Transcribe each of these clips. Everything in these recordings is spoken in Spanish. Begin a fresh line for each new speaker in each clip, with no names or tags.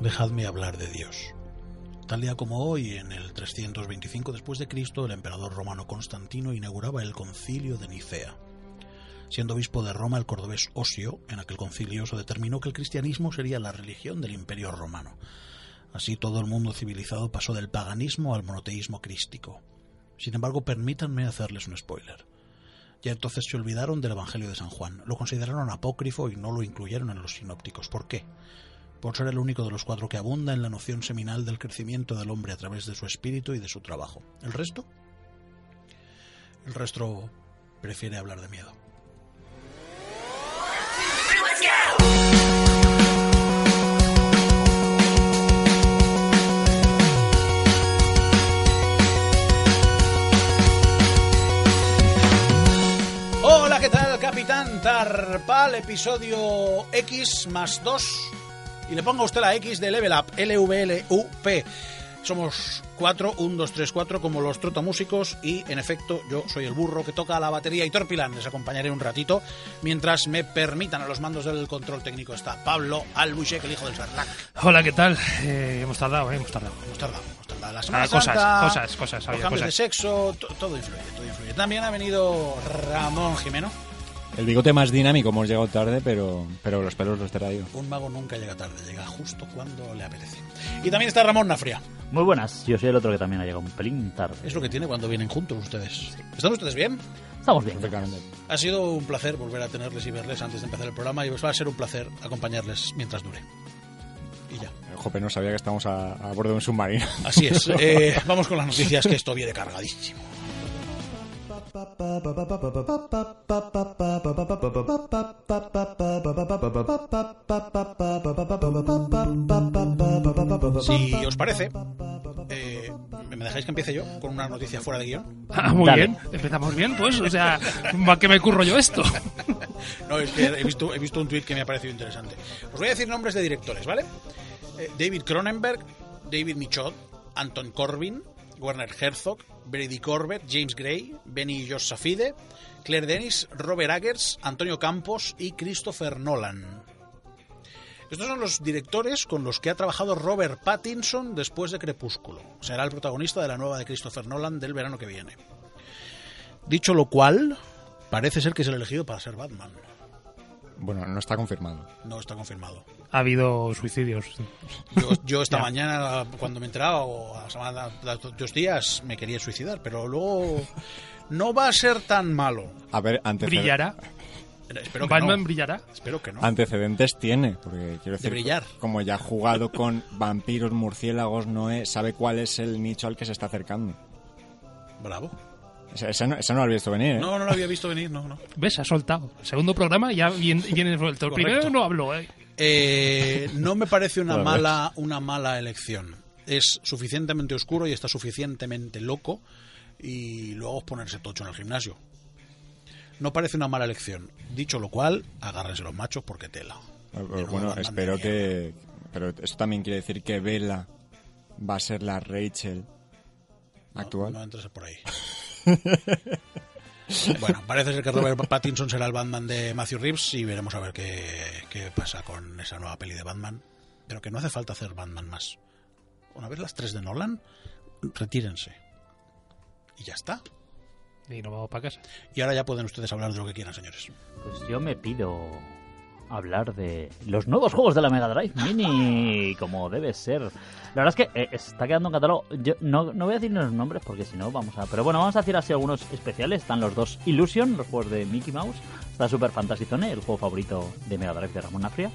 Dejadme hablar de Dios. Tal día como hoy, en el 325 después de Cristo, el emperador romano Constantino inauguraba el Concilio de Nicea. Siendo obispo de Roma el cordobés Osio, en aquel concilio se determinó que el cristianismo sería la religión del imperio romano. Así todo el mundo civilizado pasó del paganismo al monoteísmo crístico. Sin embargo, permítanme hacerles un spoiler. Ya entonces se olvidaron del Evangelio de San Juan, lo consideraron apócrifo y no lo incluyeron en los sinópticos. ¿Por qué? Por ser el único de los cuatro que abunda en la noción seminal del crecimiento del hombre a través de su espíritu y de su trabajo. ¿El resto? El resto prefiere hablar de miedo. Hola, ¿qué tal, Capitán Tarpal? Episodio X más 2. Y le pongo a usted la X de Level Up, LVLUP. Somos 4, 1, 2, 3, 4, como los trotamúsicos. Y en efecto, yo soy el burro que toca la batería y Torpilan. Les acompañaré un ratito mientras me permitan a los mandos del control técnico. Está Pablo Albuchek, el hijo del Sarlac.
Hola, ¿qué tal? Eh, hemos tardado, eh, hemos tardado.
Hemos tardado, hemos tardado. La Semana
Ah, cosas,
Santa,
cosas, cosas,
Los
había
cambios
cosas.
de sexo, to- todo influye, todo influye. También ha venido Ramón Jimeno.
El bigote más dinámico, hemos llegado tarde, pero, pero los pelos los he traído.
Un mago nunca llega tarde, llega justo cuando le apetece. Y también está Ramón Nafria.
Muy buenas, yo soy el otro que también ha llegado un pelín tarde.
Es lo que tiene cuando vienen juntos ustedes. ¿Están ustedes bien?
Estamos bien.
Perfectamente.
Ha sido un placer volver a tenerles y verles antes de empezar el programa y os va a ser un placer acompañarles mientras dure. Y ya.
Jope, no sabía que estamos a, a bordo de un submarino.
Así es. Eh, vamos con las noticias que esto viene cargadísimo. Si os parece, eh, ¿me dejáis que empiece yo con una noticia fuera de guión?
Ah, muy
Dale.
bien, empezamos bien, pues. O sea, ¿va que me curro yo esto?
No, es que he visto, he visto un tweet que me ha parecido interesante. Os voy a decir nombres de directores, ¿vale? Eh, David Cronenberg, David Michaud, Anton Corbin, Werner Herzog, Brady Corbett, James Gray, Benny y Josh Safide, Claire Dennis, Robert Eggers, Antonio Campos y Christopher Nolan. Estos son los directores con los que ha trabajado Robert Pattinson después de Crepúsculo. Será el protagonista de la nueva de Christopher Nolan del verano que viene. Dicho lo cual, parece ser que es el elegido para ser Batman.
Bueno, no está confirmado.
No está confirmado.
Ha habido suicidios.
Yo, yo esta mañana, cuando me enteraba, o a la semana, las dos- dos días, me quería suicidar, pero luego no va a ser tan malo.
A ver, anteced-
¿Brillará?
Espero que
¿Batman
no.
brillará?
Espero que no.
antecedentes tiene, porque quiero decir,
brillar.
como ya ha jugado con vampiros, murciélagos, Noé, sabe cuál es el nicho al que se está acercando.
Bravo.
O sea, esa no, esa no la había visto venir, ¿eh?
No, no lo había visto venir, no, no.
¿Ves? Ha soltado. Segundo programa ya bien- viene suelto. El
Correcto.
primero no habló, ¿eh?
Eh, no me parece una
Bueno,
mala, una mala elección. Es suficientemente oscuro y está suficientemente loco y luego es ponerse tocho en el gimnasio. No parece una mala elección. Dicho lo cual, agárrense los machos porque tela.
Bueno, Eh, pues bueno,
Batman
espero
de mierda.
que... Pero eso también quiere decir que Vela va a ser la Rachel actual.
No, no entres por ahí. bueno, parece ser que Robert Pattinson será el Batman de Matthew Reeves y veremos a ver qué, qué pasa con esa nueva peli de Batman. Pero que no hace falta hacer Batman más. Una vez las tres de Nolan, retírense. Y ya está.
Y nos vamos para casa.
Y ahora ya pueden ustedes hablar de lo que quieran, señores.
Pues yo me pido hablar de los nuevos juegos de la Mega Drive Mini, como debe ser. La verdad es que eh, está quedando un catálogo. Yo no, no voy a decir los nombres porque si no vamos a. Pero bueno, vamos a decir así algunos especiales. Están los dos Illusion, los juegos de Mickey Mouse. Está Super Fantasy Zone, el juego favorito de Mega Drive de Ramón Nafria.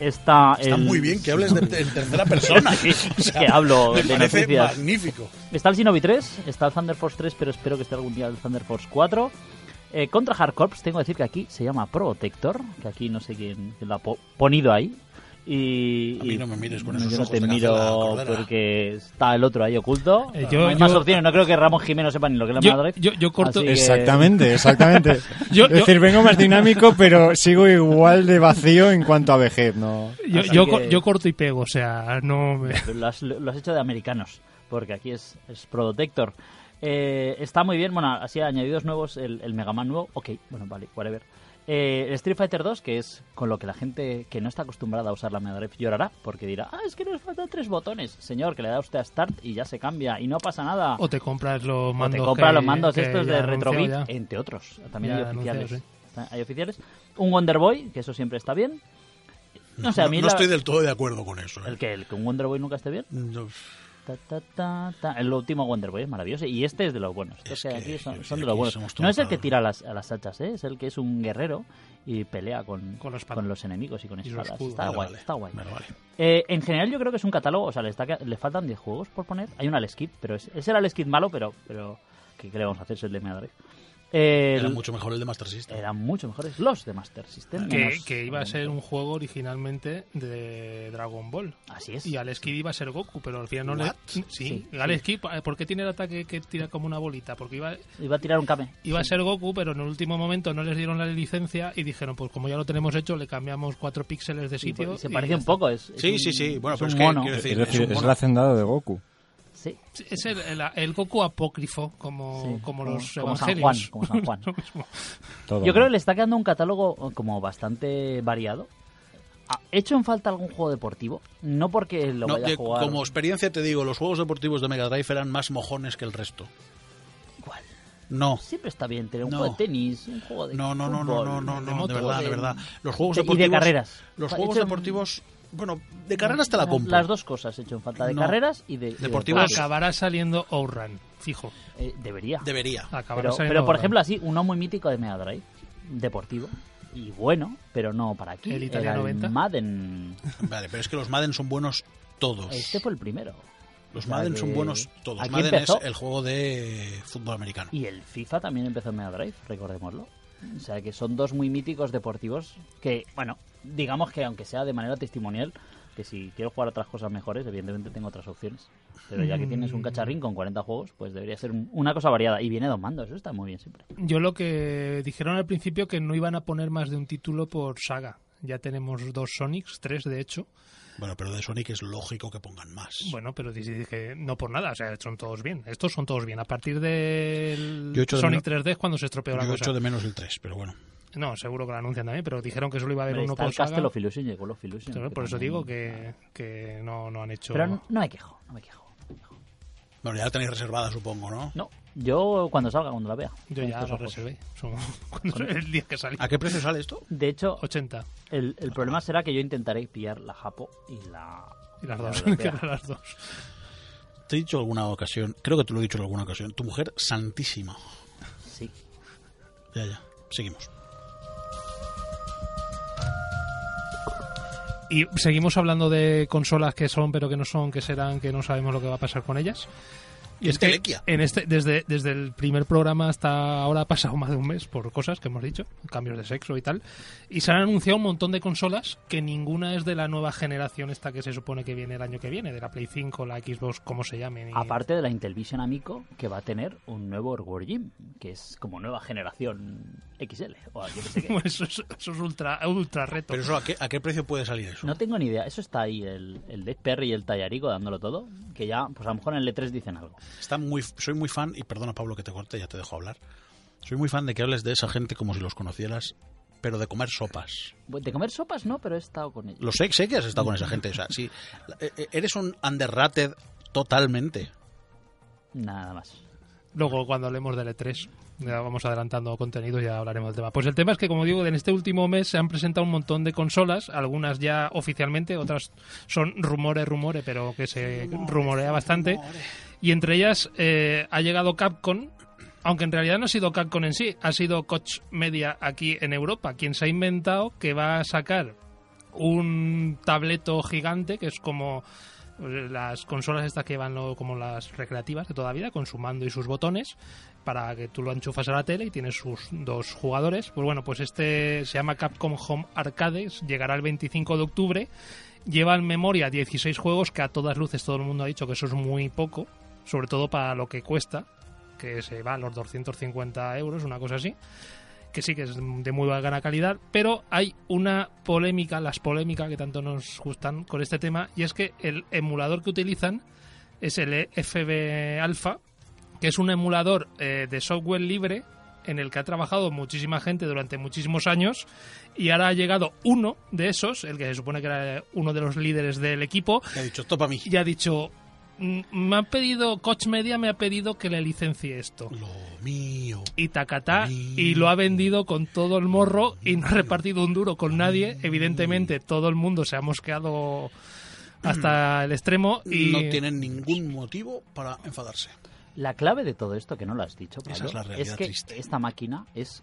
Está.
Está
el-
muy bien que hables de, en tercera persona.
Sí, que hablo
me
de
parece
noticias.
magnífico.
Está el Shinobi 3, está el Thunder Force 3, pero espero que esté algún día el Thunder Force 4. Eh, contra Hard Corps, tengo que decir que aquí se llama Protector, que aquí no sé quién quién lo ha po- ponido ahí. Y,
A mí
y-
no me mires con esos
yo no
ojos
te
de
miro
Cacela Cordera.
porque está el otro ahí oculto.
Eh, yo-
no hay
yo-
más opciones, no creo que Ramón Jiménez sepa ni lo que es la
Yo-
Mega Drive.
yo- yo corto-
Así que-
Exactamente, exactamente.
Yo-
es decir, vengo más dinámico, pero sigo igual de vacío en cuanto a vejez, ¿no?
Yo,
Así
yo,
que-
co- yo corto y pego, o sea, no... me-
Pero lo has, lo has hecho de americanos, porque aquí es, es Protector. Eh, está muy bien, bueno, así añadidos nuevos, el, el Mega Man nuevo, ok, bueno, vale, whatever. Eh, Street Fighter 2, que es con lo que la gente que no está acostumbrada a usar la Mega Drive llorará, porque dirá, ah, es que nos faltan tres botones. Señor, que le da usted a Start y ya se cambia y no pasa nada.
O te compras los
O
mandos.
te compra
que-
los mandos
que
estos
ya
de
han anunciado
RetroBit,
ya.
entre otros. También hay
Ya anunciados,
oficiales. Está- Hay oficiales. Un Wonder Boy, que eso siempre está bien. No sé, a mí
no
la-
estoy del todo de acuerdo con eso. ¿eh?
el que el que un Wonder Boy nunca esté bien.
No,
Ta, ta, ta, ta. El último Wonder Boy es maravilloso. Y este es de los buenos. Estos
Es
que hay
que,
aquí son,
yo
son
sé,
de los
aquí
buenos.
somos
No es el que
tomados.
tira las, a las hachas, ¿eh? es el que es un guerrero y pelea con,
Con la espada.
los enemigos y con
Y los
espadas.
escudos.
Está
me lo
guay,
vale,
está guay.
me lo vale.
Eh, en general, yo creo que es un catálogo. O sea, le, está que- le faltan 10 juegos por poner. Hay un Alex Kid, pero es- ese era Alex Kid malo, pero, pero ¿qué, qué le vamos a hacer? Es el de Mega Drive. Eh,
Era
el-
mucho mejor el de Master System.
eran mucho mejores los de Master System.
Que,
menos-
que iba a ser un juego originalmente de Dragon Ball.
Así es.
Y Alex Kidd iba a ser Goku, pero al final no le.
What?
Sí,
Sí,
Alex Kidd, eh, ¿por qué tiene el ataque que tira como una bolita? Porque iba,
Iba a tirar un Kame.
iba a ser Goku, pero en el último momento no les dieron la licencia y dijeron, pues como ya lo tenemos hecho, le cambiamos cuatro píxeles de
Y-
sitio.
y se
y
parece
ya
un
está.
poco. Es, es
Sí,
un-
sí, sí. Bueno,
es
pero
un
es que-
mono.
quiero decir-
Es
Sí, es
decir,
un
es el
mono.
hacendado de Goku.
Sí.
Sí, Es el, el, el Goku apócrifo, como,
Sí,
como
como-
los
como San
evangelios.
Juan, como San Juan.
Lo mismo.
Todo
Yo creo que
mal.
le está quedando un catálogo eh, como bastante variado. Ah, He hecho en falta algún juego deportivo, no porque lo
No,
vaya
de-
a jugar.
Como experiencia te digo, los juegos deportivos de Mega Drive eran más mojones que el resto.
Igual.
No,
Siempre está bien tener un
No.
juego de tenis, un juego de
no, no, no, no,
fútbol,
no, no,
de
no, de
moto,
verdad, de verdad. Los juegos
de- y de
deportivos...
carreras.
Los
He
juegos
hecho en-
deportivos... Bueno, de carreras te la
Las-
compro.
Las dos cosas he hecho en falta de
No.
carreras y de y de
Deportivos.
deportes.
Acabará saliendo Outrun, fijo.
Eh, debería.
Debería.
Acabará
pero,
saliendo
pero, por
Outrun.
ejemplo así uno muy mítico de Mega Drive, deportivo y bueno, pero no para aquí.
El Italia
Era
90.
Madden.
Vale, pero es que los Madden son buenos todos.
Este fue el primero.
Los
la
Madden
de-
son buenos todos.
Aquí
Madden
empezó.
es el juego de fútbol americano.
Y el FIFA también empezó en Mega Drive, recordémoslo. O sea que son dos muy míticos deportivos que, bueno, digamos que aunque sea de manera testimonial, que si quiero jugar a otras cosas mejores, evidentemente tengo otras opciones. Pero ya que tienes
Mm.
un cacharrín con 40 juegos, pues debería ser un- una cosa variada. Y viene dos mandos, eso está muy bien siempre.
Yo lo que dijeron al principio que no iban a poner más de un título por saga. Ya tenemos dos Sonics, tres de hecho.
Bueno, pero de Sonic es lógico que pongan más.
Bueno, pero dice que no por nada, o sea, son todos bien. Estos son todos bien. A partir del
Yo he hecho de
Sonic 3D es cuando se estropeó la
Yo
cosa.
echo de menos el 3, pero bueno.
No, seguro que lo anuncian también, pero dijeron que solo iba a haber
Hombre,
uno
está
por
el Castle
saga.
of Illusion, llegó el of Illusion,
Claro,
que
Por eso
también-
digo que, que no, no han hecho...
Pero no, no me quejo, no me quejo. no me quejo.
Bueno, ya la tenéis reservada, supongo, ¿no?
No, yo cuando salga, cuando la vea.
Yo
con
ya
estos
lo
ojos.
reservé. Son- cuando- el día que salió.
¿A qué precio sale esto?
De hecho,
80.
el, el problema será que yo intentaré pillar la Japo y la...
Y las
y la
dos.
europea.
que las dos.
Te he dicho alguna ocasión, creo que te lo he dicho en alguna ocasión, tu mujer santísima.
Sí.
Ya, ya. Seguimos.
Y seguimos hablando de consolas que son, pero que no son, que serán, que no sabemos lo que va a pasar con ellas.
Y es Telequia.
En este, desde, desde el primer programa hasta ahora ha pasado más de un mes por cosas que hemos dicho, cambios de sexo y tal. Y se han anunciado un montón de consolas que ninguna es de la nueva generación esta que se supone que viene el año que viene, de la Play 5, la Xbox, como se llamen. y-
Aparte de la Intellivision Amico, que va a tener un nuevo World Gym, que es como nueva generación XL. O yo qué sé qué.
Bueno, eso, es, eso es ultra, ultra reto.
Pero eso, ¿a qué, a qué precio puede salir eso?
No tengo ni idea. Eso está ahí, el, el Dave Perry y el Tallarico dándolo todo. Que ya, pues a lo mejor en el E3 dicen algo.
Está muy, soy muy fan, y perdona Pablo que te corte, ya te dejo hablar. Soy muy fan de que hables de esa gente como si los conocieras, pero de comer sopas.
Bueno, De comer sopas no, pero he estado con ellos.
Lo sé, sé que has estado con esa gente. O sea, sí, eh, eh, eres un underrated totalmente.
Nada más.
Luego, cuando hablemos del E3, ya vamos adelantando contenido y ya hablaremos del tema. Pues el tema es que, como digo, en este último mes se han presentado un montón de consolas, algunas ya oficialmente, otras son rumores, rumores, pero que se rumorea bastante. Y entre ellas eh, ha llegado Capcom, aunque en realidad no ha sido Capcom en sí, ha sido Koch Media aquí en Europa, quien se ha inventado que va a sacar un tableto gigante que es como eh, las consolas estas que van lo- como las recreativas de toda la vida con su mando y sus botones para que tú lo enchufas a la tele y tienes sus dos jugadores pues bueno pues este se llama Capcom Home Arcades llegará el 25 de octubre lleva en memoria 16 juegos que a todas luces todo el mundo ha dicho que eso es muy poco sobre todo para lo que cuesta que se va a los 250 euros una cosa así que sí que es de muy buena calidad, pero hay una polémica, las polémicas que tanto nos gustan con este tema, y es que el emulador que utilizan E es el FB Alpha, que es un emulador eh, de software libre en el que ha trabajado muchísima gente durante muchísimos años y ahora ha llegado uno de esos, el que se supone que era uno de los líderes del equipo,
Te ha dicho, esto para mí.
y ha dicho, "Mm, me han pedido, Coach Media me ha pedido que le licencie esto.
Lo mío.
Y tacatá, y lo ha vendido con todo el morro y no ha repartido un duro con nadie. Evidentemente, todo el mundo se ha mosqueado hasta el extremo y
No tienen ningún motivo para enfadarse.
La clave de todo esto, que no lo has dicho, Pablo,
Esa es la realidad
que
triste.
esta máquina es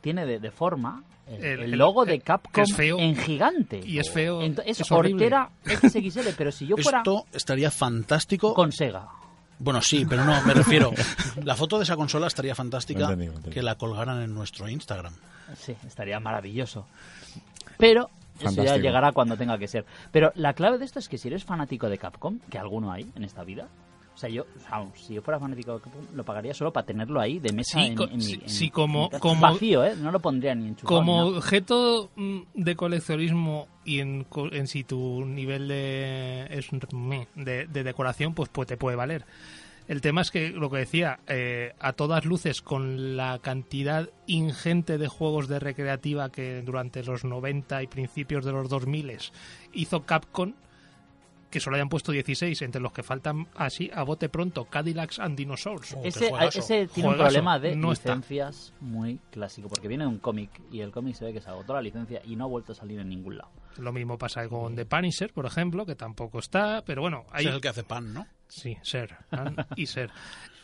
tiene de, de forma el,
El-
el
el-
logo
el-
de
que
Capcom
es feo.
en gigante.
Y es feo,
Ento- es,
es horrible.
hortera XXL, pero si yo fuera
Esto estaría fantástico.
con Sega.
Bueno, sí, pero no, me refiero. La foto de esa consola estaría fantástica
No te digo, no te digo.
que la colgaran en nuestro Instagram.
Sí, estaría maravilloso. Pero eso ya
Fantástico.
llegará cuando tenga que ser. Pero la clave de esto es que si eres fanático de Capcom, que alguno hay en esta vida, o sea, yo, vamos, si yo fuera fanático de Capcom, lo pagaría solo para tenerlo ahí de mesa
Sí,
en,
co-
en mi-
sí,
en-
sí, como-
en mi-
como-
vacío, ¿eh? No lo pondría ni enchufado.
como
ni nada.
objeto mm, de coleccionismo y en, co- en si tu nivel de, es un meh, de, de decoración pues, pues te puede valer. El tema es que lo que decía, eh, a todas luces con la cantidad ingente de juegos de recreativa que durante los 90 y principios de los 2000 hizo Capcom, que solo hayan puesto 16, entre los que faltan así a bote pronto Cadillacs and Dinosaurs.
Oh, qué
Ese,
juegazo.
ese tiene un
Juegazo.
problema de
No está.
licencias muy clásico, porque viene de un cómic y el cómic se ve que se agotó la licencia y no ha vuelto a salir en ningún lado.
Lo mismo pasa con The Punisher, por ejemplo, que tampoco está, pero bueno, hay...
Ese es el que hace pan, ¿no?
Sí, ser. Ann y ser.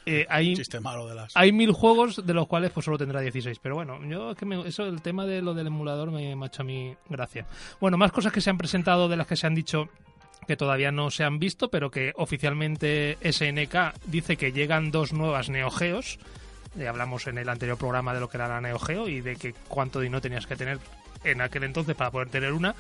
Eh, hay,
Chiste malo de las.
hay mil juegos de los cuales pues solo tendrá 16. Pero bueno, yo es que me- eso, el tema de lo del emulador me, me ha hecho a mí gracia. Bueno, más cosas que se han presentado de las que se han dicho que todavía no se han visto, pero que oficialmente SNK dice que llegan dos nuevas Neo Geos. Ya hablamos en el anterior programa de lo que era la Neo Geo y de que cuánto dinero tenías que tener en aquel entonces para poder tener una.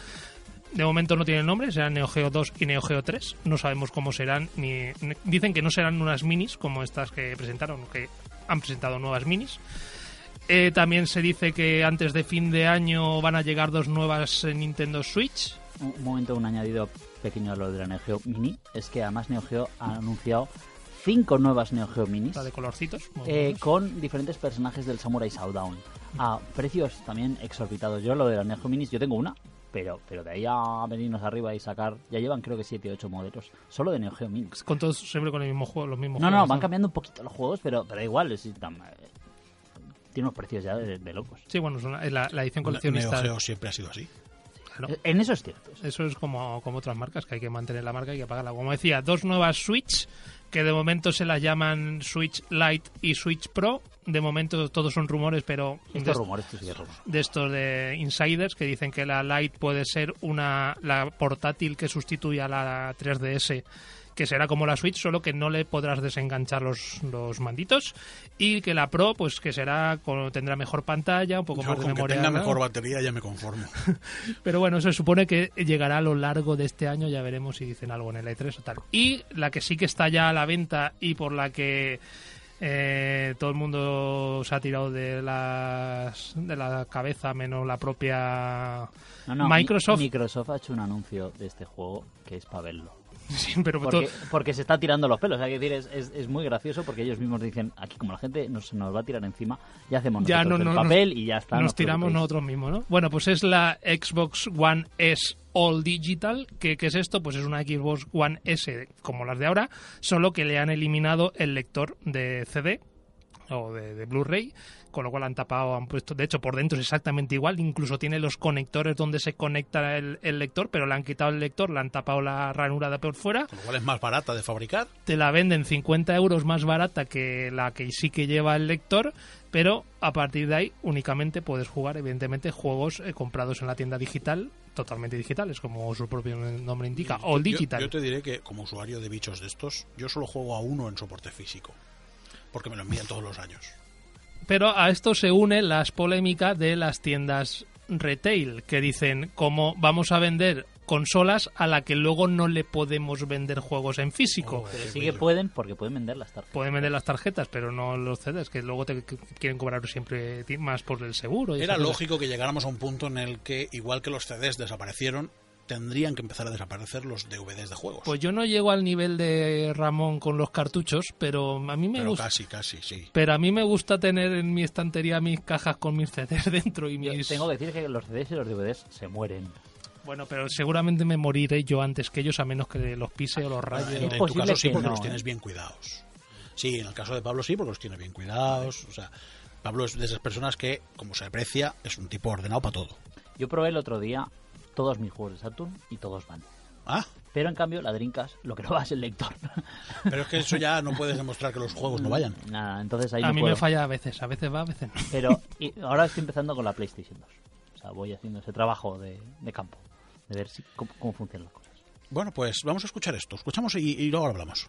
De momento no tienen nombre, serán Neo Geo 2 y Neo Geo 3. No sabemos cómo serán, ni ni- dicen que no serán unas minis como estas que presentaron, que han presentado nuevas minis. Eh, también se dice que antes de fin de año van a llegar dos nuevas eh, Nintendo Switch.
Un un momento, un añadido pequeño a lo de la Neo Geo Mini, es que además Neo Geo ha anunciado cinco nuevas Neo Geo Minis
La de colorcitos. más o
eh,
menos.
con diferentes personajes del Samurai Showdown a precios también exorbitados. Yo lo de la Neo Geo Minis, yo tengo una, pero, pero de ahí a venirnos arriba y sacar, ya llevan creo que 7 o 8 modelos solo de Neo Geo Minis.
Con todos siempre con el mismo juego, los mismos
No, no,
juegos,
van cambiando un poquito los juegos, pero, pero da igual, es- tam- eh, tiene unos precios ya de, de locos.
Sí, bueno, es una- es la, la edición
Neo
coleccionista.
Geo siempre ha sido así.
claro.
Eh, En eso es cierto.
Eso es como, como otras marcas, que hay que mantener la marca y que pagarla. Como decía, dos nuevas Switch, que de momento se las llaman Switch Lite y Switch Pro. De momento todos son rumores, pero de,
Estos rumores, estos sí que es rumor.
de estos de insiders que dicen que la Lite puede ser una la portátil que sustituye a la 3DS, que será como la Switch, solo que no le podrás desenganchar los, los manditos. Y que la Pro, pues que será con- tendrá mejor pantalla, un poco
Yo
más de
con que
memoria.
tenga
RAM.
mejor batería ya me conformo.
Pero bueno, se supone que llegará a lo largo de este año, ya veremos si dicen algo en el E3 o tal. Y la que sí que está ya a la venta y por la que eh, todo el mundo se ha tirado de, las, de la cabeza, menos la propia...
No, no,
Microsoft-
Mi- Microsoft ha hecho un anuncio de este juego que es para verlo.
Sí, pero
Porque,
todo-
porque se está tirando los pelos. Hay que decir, es, es, es muy gracioso porque ellos mismos dicen, aquí como la gente nos, nos va a tirar encima, ya hacemos
Ya,
nosotros
no,
el
no,
papel y ya está. no
nos
os
tiramos
preocupéis".
nosotros mismos, ¿no? Bueno, pues es la Xbox One S All Digital. ¿Qué, qué es esto? Pues es una Xbox One S como las de ahora, solo que le han eliminado el lector de CD o de, de Blu-ray, con lo cual han tapado, han puesto, de hecho por dentro es exactamente igual, incluso tiene los conectores donde se conecta el, el lector, pero le han quitado el lector, le han tapado la ranura de por fuera,
Con lo cual es más barata de fabricar.
te la venden 50 euros más barata que la que sí que lleva el lector, pero a partir de ahí únicamente puedes jugar, evidentemente, juegos eh, comprados en la tienda digital, totalmente digitales, como su propio nombre indica, o
Yo-
digital.
Yo, te diré que como usuario de bichos de estos, yo solo juego a uno en soporte físico. Porque me lo envían todos los años.
Pero a esto se une las polémicas de las tiendas retail, que dicen cómo vamos a vender consolas a la que luego no le podemos vender juegos en físico.
Oh,
Pero
qué
sí que
bello.
pueden porque pueden vender las tarjetas.
Pueden vender las tarjetas, pero no los CDs, que luego te qu- quieren cobrar siempre ti- más por el seguro. y
Era
esas cosas.
lógico que llegáramos a un punto en el que, igual que los CDs desaparecieron, tendrían que empezar a desaparecer los DVDs de juegos.
Pues yo no llego al nivel de Ramón con los cartuchos, pero a mí me
pero
gusta.
casi, casi, sí.
Pero a mí me gusta tener en mi estantería mis cajas con mis CDs dentro y mis.
Tengo que decir que los CDs y los DVDs se mueren.
Bueno, pero seguramente me moriré yo antes que ellos, a menos que los pise o los raye.
En, en tu
posible
caso sí,
que
porque
no,
los
¿eh?
tienes bien cuidados. Sí, en el caso de Pablo sí, porque los tiene bien cuidados. O sea, Pablo es de esas personas que, como se aprecia, es un tipo ordenado para todo.
Yo probé el otro día todos mis juegos de Saturn y todos van.
Ah,
Pero en cambio, la Dreamcast, lo que no va es el lector.
pero es que eso ya no puedes demostrar que los juegos no vayan.
Nada, entonces ahí
A
no
mí
puedo.
me falla a veces, a veces va, a veces no.
Pero y ahora estoy empezando con la PlayStation 2. O sea, voy haciendo ese trabajo de, de campo, de ver si, cómo, cómo funcionan las cosas.
Bueno, pues vamos a escuchar esto. Escuchamos y, y luego hablamos.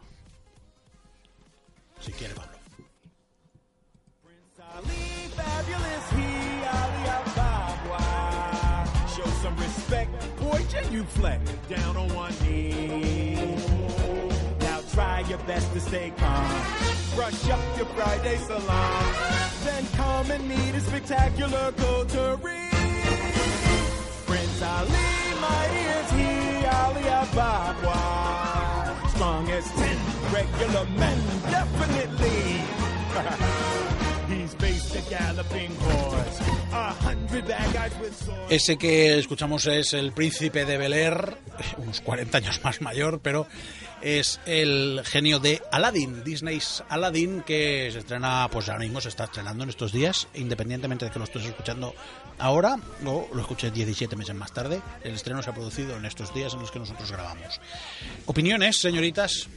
Si quiere, Pablo.
Ali, fabulous, he, Ali Ababa. Show some respect, boy, genuflect, down on one knee. Now try your best to stay calm. Brush up your Friday salon. Then come and meet a spectacular coterie. Prince Ali, mighty is he, Ali Ababa. Strong as ten regular men, definitely. He's faced a galloping horse, a hundred bad guys with swords.
Ese que escuchamos es el príncipe de Bel Air, unos 40 años más mayor, pero es el genio de Aladdin, Disney's Aladdin, que se estrena, pues ahora mismo se está estrenando en estos días, independientemente de que lo estés escuchando ahora o lo escuches 17 meses más tarde. El estreno se ha producido en estos días en los que nosotros grabamos. ¿Opiniones, señoritas?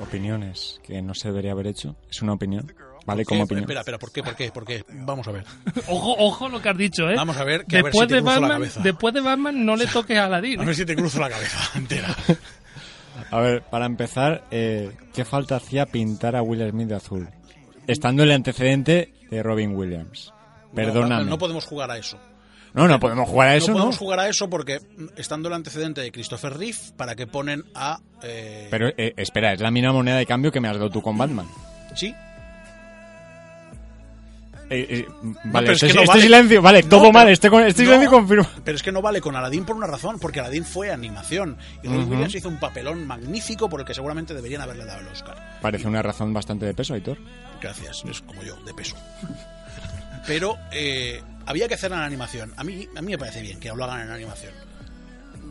Opiniones que no se debería haber hecho. Es una opinión. Vale, como
Eh,
opinión.
Espera, espera, ¿por qué? ¿Por qué? ¿Por qué? Vamos a ver.
Ojo, ojo lo que has dicho, ¿eh?
Vamos a ver, que a ver
después
si te
de
cruzo la
Batman,
cabeza.
después de Batman no le toques a
A
Aladdin.
ver si te cruzo la cabeza entera.
A ver, para empezar, eh, ¿qué falta hacía pintar a Will Smith de azul? Estando el antecedente de Robin Williams. Perdóname.
No, no podemos jugar a eso.
No, no podemos jugar a eso,
no
¿no?
podemos jugar a eso porque mm, estando el antecedente de Christopher Reeve para que ponen a eh,
Pero eh, espera, es la misma moneda de cambio que me has dado tú con Batman.
sí
Eh, eh,
pero
vale,
es
este,
que no
este
vale.
silencio, vale,
No,
todo
pero-
mal, este, con- este
no,
silencio confirma.
pero es que no vale con Aladdin por una razón porque Aladdin fue animación y Robin
Ujú.
Williams hizo un papelón magnífico por el que seguramente deberían haberle dado el Oscar
Parece una razón bastante de peso, Aitor.
gracias es como yo de peso pero eh, había que hacer en animación a mí a mí me parece bien que lo hagan en animación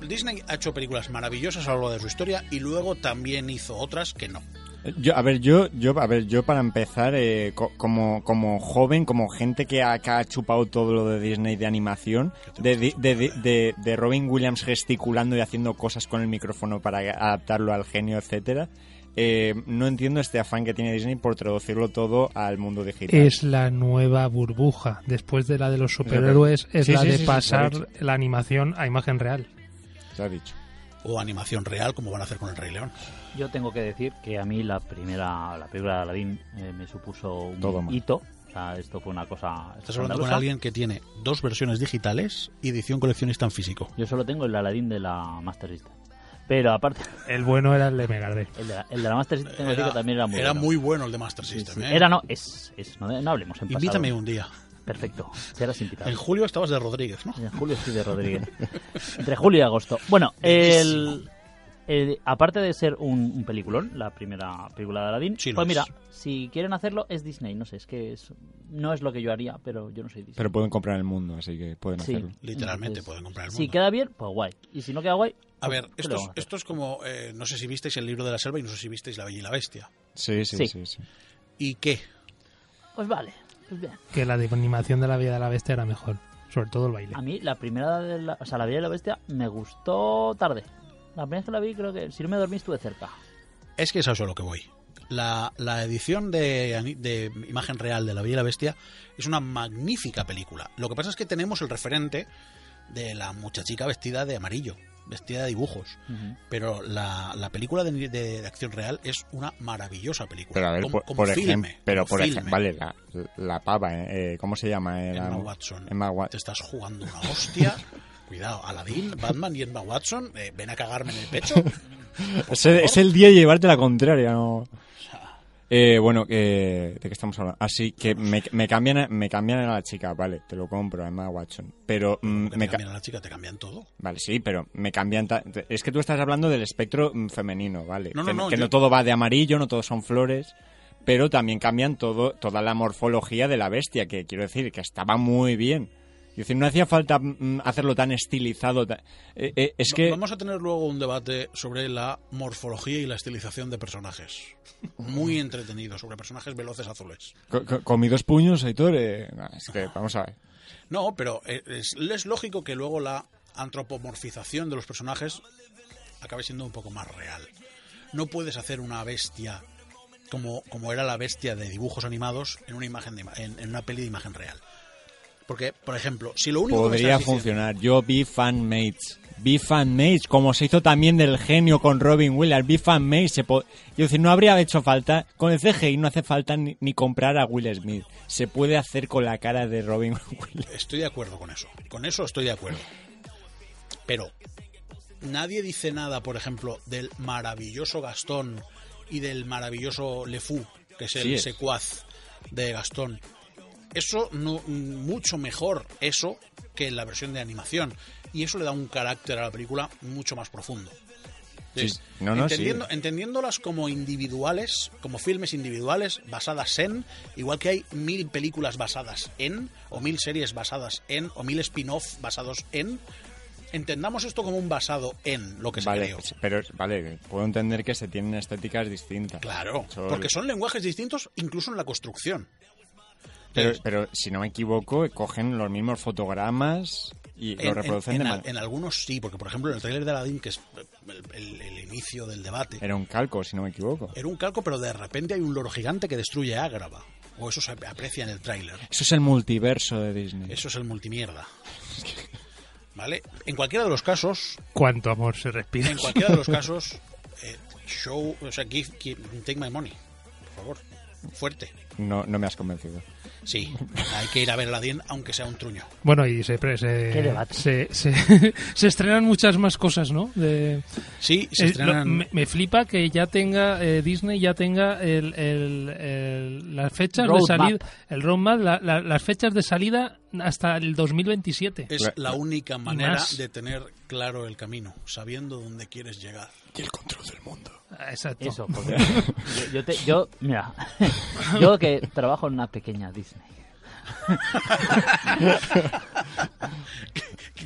Disney ha hecho películas maravillosas a lo largo de su historia y luego también hizo otras que no
Eh, Yo, a ver, yo, yo, a ver, yo para empezar, eh, co- como, como joven, como gente que ha, que ha chupado todo lo de Disney de animación, de, di- de, de, de- de Robin Williams gesticulando y haciendo cosas con el micrófono para adaptarlo al genio, etcétera, eh, no entiendo este afán que tiene Disney por traducirlo todo al mundo digital.
Es la nueva burbuja. Después de la de los superhéroes, es
Sí,
la
sí,
de
sí, sí,
pasar
se lo he
la animación a imagen real.
Se ha dicho.
o animación real como van a hacer con el Rey León
Yo tengo que decir que a mí la primera, la película de Aladdin eh, me supuso un
Todo mal.
hito. O sea, esto fue una cosa.
Estás hablando con
escandalosa.
alguien que tiene dos versiones digitales y edición coleccionista en físico.
Yo solo tengo el Aladdin de la Master System. Pero aparte,
El bueno era el de Megarde.
el de la, el de la Master System tengo que decir que Este también era muy bueno.
bueno el de Master
Sí, sí.
System. ¿eh?
Era, no, es, es- no, no hablemos en pasado.
Invítame un día.
Perfecto, serás invitado.
En julio estabas de Rodríguez, ¿no?
En julio sí de Rodríguez. Entre julio y agosto. Bueno, el, el- aparte de ser un, un peliculón, la primera película de Aladdin,
Sí lo
pues
es.
mira, si quieren hacerlo es Disney. No sé, es que es, no es lo que yo haría, pero yo no soy Disney.
Pero pueden comprar el mundo, así que pueden
Sí.
hacerlo.
Literalmente
Entonces,
pueden comprar el mundo.
Si queda bien, pues guay. Y si no queda guay,
A ver,
pues, ¿qué
esto
le
es,
vamos a hacer?
esto es como, eh, no sé si visteis el libro de la selva y no sé si visteis La Bella y la Bestia.
Sí, sí,
Sí.
sí. sí.
¿Y qué?
Pues vale, pues bien.
Que la de animación de la vida de la bestia era mejor. Sobre todo el baile.
A mí la primera de la, o sea, la Bella y la Bestia me gustó tarde. La primera vez que la vi, creo que si no me dormí estuve cerca.
Es que es a eso a lo que voy. La, la edición de, ani- de imagen real de La Bella y la Bestia es una magnífica película. Lo que pasa es que tenemos el referente de la muchachica vestida de amarillo, vestida de dibujos. Pero la, la película de, de- de acción real es una maravillosa película.
Pero a ver,
Como-
por,
como
por
filme,
ejemplo, pero
como
por
filme.
ejemplo, vale, la, la pava, eh, eh, ¿cómo se llama? Eh, la-
Emma Watson.
Emma Wa-
Te estás jugando una hostia. Cuidado, Aladdin, Batman y Emma Watson, eh, ven a cagarme en el pecho.
Es el, es el día de llevarte la contraria, ¿no? Eh, bueno, eh, ¿de qué estamos hablando? Así que me, me cambian, a- me cambian a la chica, vale, te lo compro, Emma Watson. Pero mm,
Te
me, ca-
cambian a la chica, te cambian todo.
Vale, sí, pero me cambian. ta- te- Es que tú estás hablando del espectro mm, femenino, ¿vale?
No, no,
que
no,
que
yo-
no todo va de amarillo, no todos son flores, pero también cambian todo, toda la morfología de la bestia, que quiero decir, que estaba muy bien. Es decir, no hacía falta mm, hacerlo tan estilizado. ta- eh, eh, es
Va-
que.
Vamos a tener luego un debate sobre la morfología y la estilización de personajes. Muy entretenido, sobre personajes veloces azules.
co- co- Con mis dos puños, Aitor. eh, es que, vamos a ver.
No, pero eh, es, es lógico que luego la antropomorfización de los personajes acabe siendo un poco más real. No puedes hacer una bestia como, como era la bestia de dibujos animados en una, imagen de ima- en, en una peli de imagen real. Porque, por ejemplo, si lo único que me
Podría
estás diciendo-
funcionar. Yo vi fanmates. Vi fanmates, como se hizo también del genio con Robin Williams. Vi fanmates. Se po- Yo decir, no habría hecho falta. Con el CGI no hace falta ni, ni comprar a Will Smith. Se puede hacer con la cara de Robin Williams.
Estoy de acuerdo con eso. Con eso estoy de acuerdo. Pero nadie dice nada, por ejemplo, del maravilloso Gastón y del maravilloso Lefou, que es el
Sí es.
secuaz de Gastón. Eso no mucho mejor eso que la versión de animación y eso le da un carácter a la película mucho más profundo. Entonces,
Sí, no, no, sí.
entendiendo, entendiéndolas como individuales, como filmes individuales basadas en, igual que hay mil películas basadas en, o mil series basadas en, o mil spin-off basados en, entendamos esto como un basado en lo que se
Vale,
creó.
pero vale, puedo entender que se tienen estéticas distintas.
Claro,
Sol.
porque son lenguajes distintos incluso en la construcción.
Pero,
Entonces,
pero si no me equivoco, cogen los mismos fotogramas y
en-
los reproducen
en-
de
en
man-
al- en algunos sí, porque por ejemplo en el tráiler de Aladdin, que es el, el- el inicio del debate,
Era un calco, si no me equivoco.
era un calco, pero de repente hay un loro gigante que destruye a Ágrava. O eso se aprecia en el tráiler.
Eso es el multiverso de Disney.
Eso es el multimierda. ¿Vale? En cualquiera de los casos,
Cuánto amor se respira.
en cualquiera de los casos, eh, show, o sea, give, give- take my money, por favor, fuerte.
No, no me has convencido.
Sí, hay que ir a ver Aladdin aunque sea un truño.
Bueno, y se, pre- se,
Qué debate.
se, se, se estrenan muchas más cosas, ¿no? De-
Sí, se
Eh,
estrenan-
lo- me, me flipa que ya tenga eh, Disney ya tenga el, el- el- las fechas de
Roadmap.
salida, el roadmap, la- la- las fechas de salida hasta el 2027.
Eh,
es
la-
la única manera
más.
de tener claro el camino, sabiendo dónde quieres llegar.
Y el control del mundo.
Ah, Exacto.
Eso, porque yo, yo te, yo, mira, yo que trabajo en una pequeña Disney.